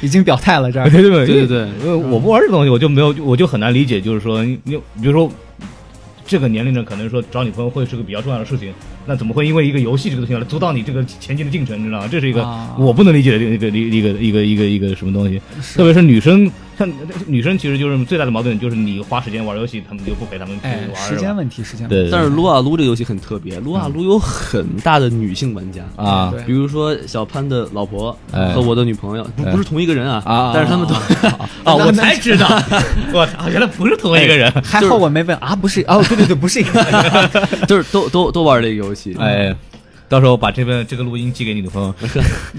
Speaker 3: 已经表态了这儿
Speaker 1: 对， 对对
Speaker 2: 对对
Speaker 1: 因为
Speaker 2: 对
Speaker 1: 因为我不玩这东西，我就没有，我就很难理解，就是说，你你比如说。这个年龄呢，可能说找女朋友会是个比较重要的事情，那怎么会因为一个游戏这个东西来阻挡你这个前进的进程？你知道吗？这是一个
Speaker 3: 啊
Speaker 1: 我不能理解的一个一个一个一个一个一个什么东西。
Speaker 3: 是
Speaker 1: 特别是女生，像女生其实就是最大的矛盾就是你花时间玩游戏，她们就不陪她们去
Speaker 3: 哎，
Speaker 1: 玩。
Speaker 3: 时间问题，时间问题。
Speaker 1: 对，
Speaker 2: 但是撸啊撸这个游戏很特别，撸啊撸有很大的女性玩家。
Speaker 1: 啊
Speaker 3: 对
Speaker 2: 比如说小潘的老婆
Speaker 1: 哎
Speaker 2: 和我的女朋友，不
Speaker 1: 哎
Speaker 2: 不是同一个人啊，
Speaker 1: 啊
Speaker 2: 但是 他们都
Speaker 1: 啊，我才知道，我操，原来不是同一个人。
Speaker 3: 还好我没问啊，不是哦，对对对，不是 一个人，
Speaker 2: 就是都都都玩这个游戏，
Speaker 1: 哎，到时候把这份这个录音寄给你女朋友。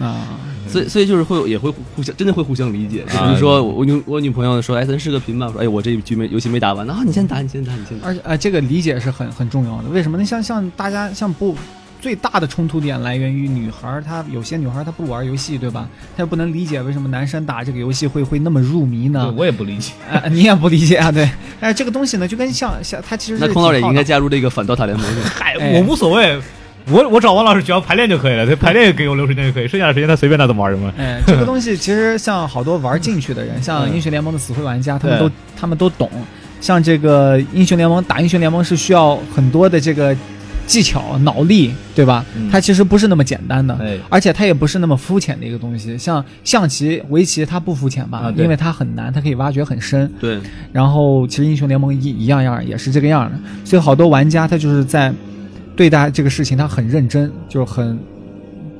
Speaker 3: 啊，
Speaker 2: 所以所以就是会有也会互相真的会互相理解。比
Speaker 1: 啊
Speaker 2: 如说我我女我女朋友说，哎，咱视个频吧，说哎我这一局没游戏没打完，啊你先打你先打你先打，
Speaker 3: 而且呃，这个理解是很很重要的。为什么呢？像像大家像不最大的冲突点来源于女孩儿，她有些女孩儿她不玩游戏，对吧？她也不能理解为什么男生打这个游戏会会那么入迷
Speaker 1: 对
Speaker 3: 呢？
Speaker 1: 我也不理解。
Speaker 3: 呃，你也不理解啊，对。但是这个东西呢，就跟像像它其实是
Speaker 2: 那空老
Speaker 3: 挺
Speaker 2: 也
Speaker 3: 好
Speaker 2: 应该
Speaker 3: 的
Speaker 2: 加入这个反刀塔联盟去。
Speaker 1: 嗨，
Speaker 3: 哎
Speaker 1: 我无所谓，我我找王老师只要排练就可以了，他排练也给我留时间就可以，剩下的时间他随便他怎么玩什么玩。
Speaker 3: 哎，这个东西其实像好多玩进去的人，像
Speaker 2: 嗯
Speaker 3: 英雄联盟的死灰玩家，他们都
Speaker 1: 对
Speaker 3: 他们都懂。像这个英雄联盟打英雄联盟是需要很多的这个技巧、脑力，对吧？
Speaker 1: 嗯
Speaker 3: 它其实不是那么简单的，
Speaker 1: 哎
Speaker 3: 而且它也不是那么肤浅的一个东西。像象棋、围棋，它不肤浅吧？
Speaker 1: 啊对
Speaker 3: 因为它很难，它可以挖掘很深。
Speaker 2: 对，
Speaker 3: 然后其实英雄联盟一一样样也是这个样的，所以好多玩家他就是在对待这个事情，他很认真，就是很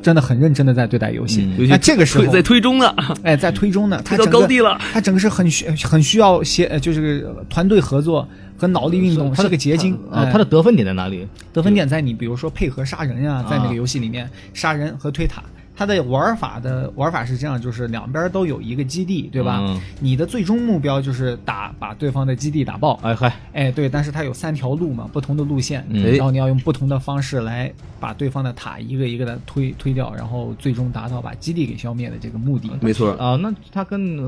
Speaker 3: 真的很认真的在对待游戏。
Speaker 1: 嗯
Speaker 2: 尤其
Speaker 3: 那这个时
Speaker 2: 推
Speaker 3: 候
Speaker 2: 在，推中呢，
Speaker 3: 哎，在推中呢，他
Speaker 2: 推到
Speaker 3: 整
Speaker 2: 高
Speaker 3: 个
Speaker 2: 地了。
Speaker 3: 他整个是很需很需要协，呃就是团队合作和脑力运动，
Speaker 1: 他
Speaker 3: 是
Speaker 1: 的
Speaker 3: 个结晶。
Speaker 1: 啊
Speaker 3: 哎，
Speaker 1: 他的得分点在哪里？
Speaker 3: 得分点在你，比如说配合杀人呀、
Speaker 1: 啊
Speaker 3: 在那个游戏里面杀人和推塔，它的玩法的玩法是这样，就是两边都有一个基地，对吧？
Speaker 1: 嗯
Speaker 3: 你的最终目标就是打把对方的基地打爆。
Speaker 1: 哎嗨，
Speaker 3: 哎，对，但是它有三条路嘛，不同的路线，
Speaker 1: 嗯
Speaker 3: 然后你要用不同的方式来把对方的塔一个一个的推推掉，然后最终达到把基地给消灭的这个目的。
Speaker 2: 没错，
Speaker 1: 啊，那他跟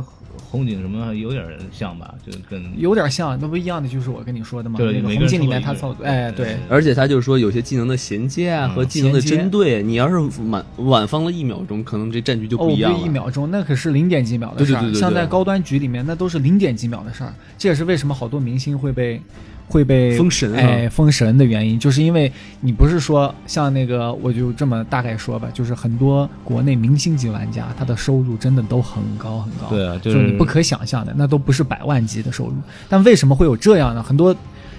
Speaker 1: 红警什么有点像吧？就跟
Speaker 3: 有点像，那不一样的就是我跟你说的嘛，
Speaker 1: 对
Speaker 3: 那个
Speaker 1: 每个
Speaker 3: 红
Speaker 1: 人
Speaker 3: 警里
Speaker 1: 都有
Speaker 3: 面
Speaker 1: 一
Speaker 3: 它
Speaker 1: 个
Speaker 3: 操作，哎，对，
Speaker 2: 而且他就是说有些技能的衔接啊和技能的针对，你要是晚晚放了一秒钟，可能这战局就
Speaker 3: 哦，
Speaker 2: 不一样
Speaker 3: 不是一
Speaker 2: 了。
Speaker 3: 秒钟，那可是零点几秒的事儿。
Speaker 2: 对对对对对
Speaker 3: 像在高端局里面，那都是零点几秒的事儿。这也是为什么好多明星会被会被
Speaker 2: 封神啊
Speaker 3: 哎，封神的原因，就是因为你不是说像那个，我就这么大概说吧，就是很多国内明星级玩家，他的收入真的都很高很高，
Speaker 1: 对啊
Speaker 3: 就
Speaker 1: 就是
Speaker 3: 你不可想象的，那都不是百万级的收入。但为什么会有这样呢？很多。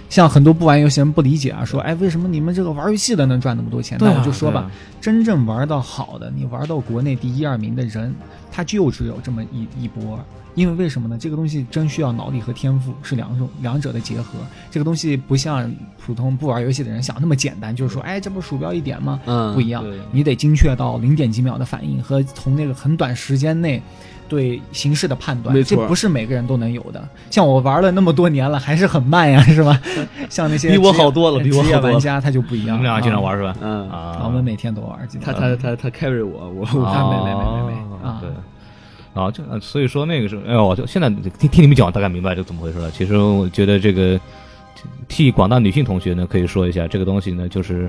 Speaker 3: 像很多不玩游戏人不理解啊，说哎，为什么你们这个玩游戏的能赚那么多钱？
Speaker 1: 对啊
Speaker 3: 那我就说吧，
Speaker 1: 对啊
Speaker 3: 真正玩到好的，你玩到国内第一二名的人，他就只有这么一一波。因为为什么呢？这个东西真需要脑力和天赋，是两种两者的结合。这个东西不像普通不玩游戏的人想那么简单，就是说，哎，这不是鼠标一点吗？
Speaker 2: 嗯
Speaker 3: 不一样
Speaker 1: 对，
Speaker 3: 你得精确到零点几秒的反应和从那个很短时间内对形势的判断，
Speaker 2: 没
Speaker 3: 这
Speaker 2: 错
Speaker 3: 不是每个人都能有的。像我玩了那么多年了，还是很慢呀，是吧？像那些
Speaker 2: 比我
Speaker 3: 职业
Speaker 2: 好多了比我
Speaker 3: 职业
Speaker 2: 好多
Speaker 3: 玩
Speaker 2: 了
Speaker 3: 家他就不一
Speaker 1: 你
Speaker 3: 样。
Speaker 1: 们俩经常
Speaker 3: 啊
Speaker 1: 玩是吧？
Speaker 2: 嗯
Speaker 1: 啊
Speaker 3: 啊，我们每天都玩，基本
Speaker 2: 他
Speaker 3: 上
Speaker 2: 他他他 carry 我，我
Speaker 3: 啊
Speaker 2: 我
Speaker 3: 没没没没没啊
Speaker 1: 对。啊，这呃所以说那个是，哎呦，我就现在听听你们讲，大概明白这怎么回事了。其实我觉得这个替广大女性同学呢，可以说一下这个东西呢，就是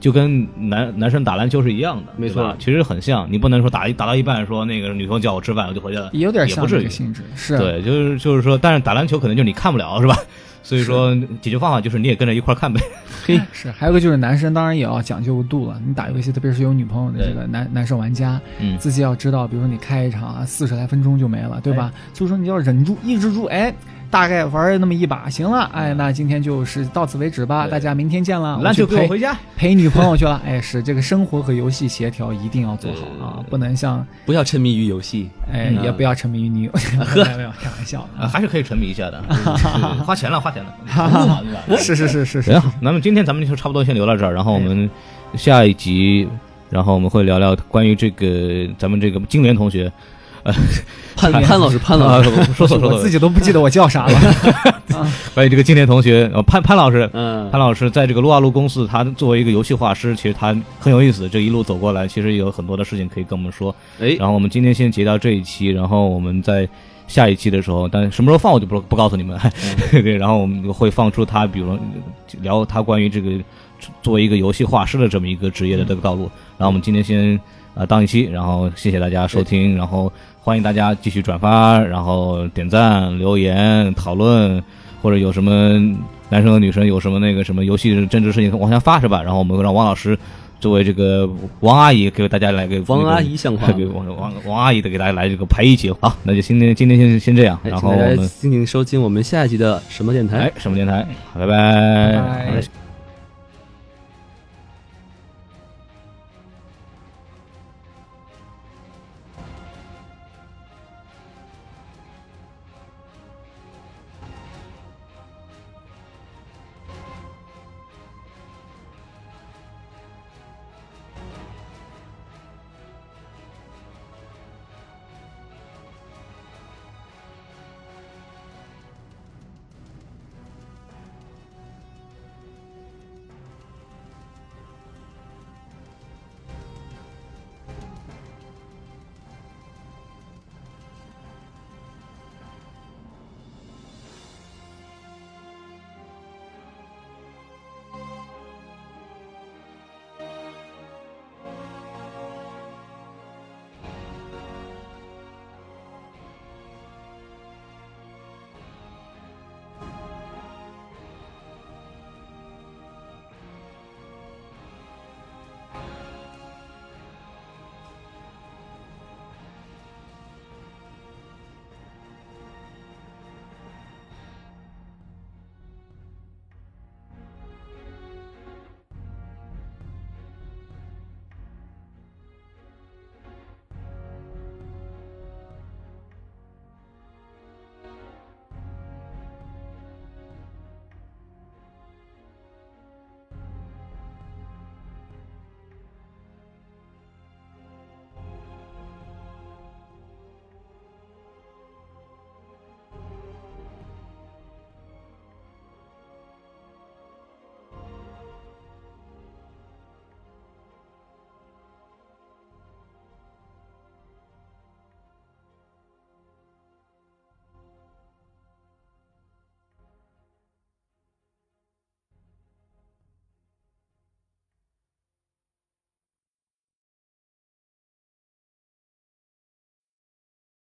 Speaker 1: 就跟男男生打篮球是一样的，
Speaker 2: 没
Speaker 1: 对吧
Speaker 2: 错
Speaker 1: 其实很像。你不能说打一打到一半说那个女朋友叫我吃饭，我就回去了，
Speaker 3: 也有点像
Speaker 1: 不
Speaker 3: 这
Speaker 1: 至于
Speaker 3: 个。性质，是啊
Speaker 1: 对，
Speaker 3: 嗯
Speaker 1: 就是就是说，但是打篮球可能就你看不了是吧？所以说解决方法就是你也跟着一块儿看呗。
Speaker 2: 嘿，
Speaker 3: 是，还有个就是男生当然也要讲究度了。你打游戏，特别是有女朋友的这个男男生玩家，
Speaker 1: 嗯
Speaker 3: 自己要知道，比如说你开一场啊，四十来分钟就没了，对
Speaker 1: 哎
Speaker 3: 吧？所以说你要忍住、抑制住，哎，大概玩那么一把，行了，哎，那今天就是到此为止吧，
Speaker 1: 嗯对
Speaker 3: 大家明天见了。
Speaker 1: 篮球
Speaker 3: 去
Speaker 1: 给我
Speaker 3: 陪
Speaker 1: 回家，
Speaker 3: 陪女朋友去了， 哎，是这个生活和游戏协调一定要做好啊，不能像
Speaker 2: 不要沉迷于游戏，
Speaker 3: 哎，
Speaker 2: 嗯
Speaker 3: 也不要沉迷于 女友。没有没有，开玩笑
Speaker 1: 啊
Speaker 3: 啊。
Speaker 1: 还是可以沉迷一下 的，嗯花钱了，花钱了，不好意思啊
Speaker 3: 是是是是是
Speaker 1: 行，，那么今天咱们就差不多先聊到这儿，然后我们下一集，然后我们会聊聊关于这个咱们这个金莲同学，
Speaker 2: 潘潘老师，潘
Speaker 1: 啊
Speaker 2: 老师，
Speaker 1: 说错说
Speaker 3: 我
Speaker 1: 错
Speaker 3: 自，己都不记得我叫啥了。
Speaker 1: 关于这个金莲同学，呃，潘潘老师，
Speaker 2: 嗯
Speaker 1: 潘，老师在这个撸啊撸公司，他作为一个游戏画师，其实他很有意思，这一路走过来，其实有很多的事情可以跟我们说。
Speaker 2: 哎，
Speaker 1: 然后我们今天先截到这一期，然后我们在下一期的时候，但什么时候放我就不不告诉你们。
Speaker 2: 嗯
Speaker 1: 对，然后我们会放出他，比如说聊他关于这个作为一个游戏画师的这么一个职业的这个道路。然后我们今天先呃当一期，然后谢谢大家收听，然后欢迎大家继续转发，然后点赞、留言、讨论，或者有什么男生和女生有什么那个什么游戏政治事情往下发是吧？然后我们会让王老师。作为这个王阿姨，给大家来个
Speaker 2: 王
Speaker 1: 那个
Speaker 2: 阿姨像话
Speaker 1: 给王王王阿姨的给大家来这个排一节好，那就今天今天先先这样，
Speaker 2: 哎
Speaker 1: 然
Speaker 2: 请
Speaker 1: 后
Speaker 2: 大
Speaker 1: 我
Speaker 2: 家
Speaker 1: 们
Speaker 2: 敬请收听我们下一集的什么电台
Speaker 1: 哎。什么电台，拜拜
Speaker 3: 拜拜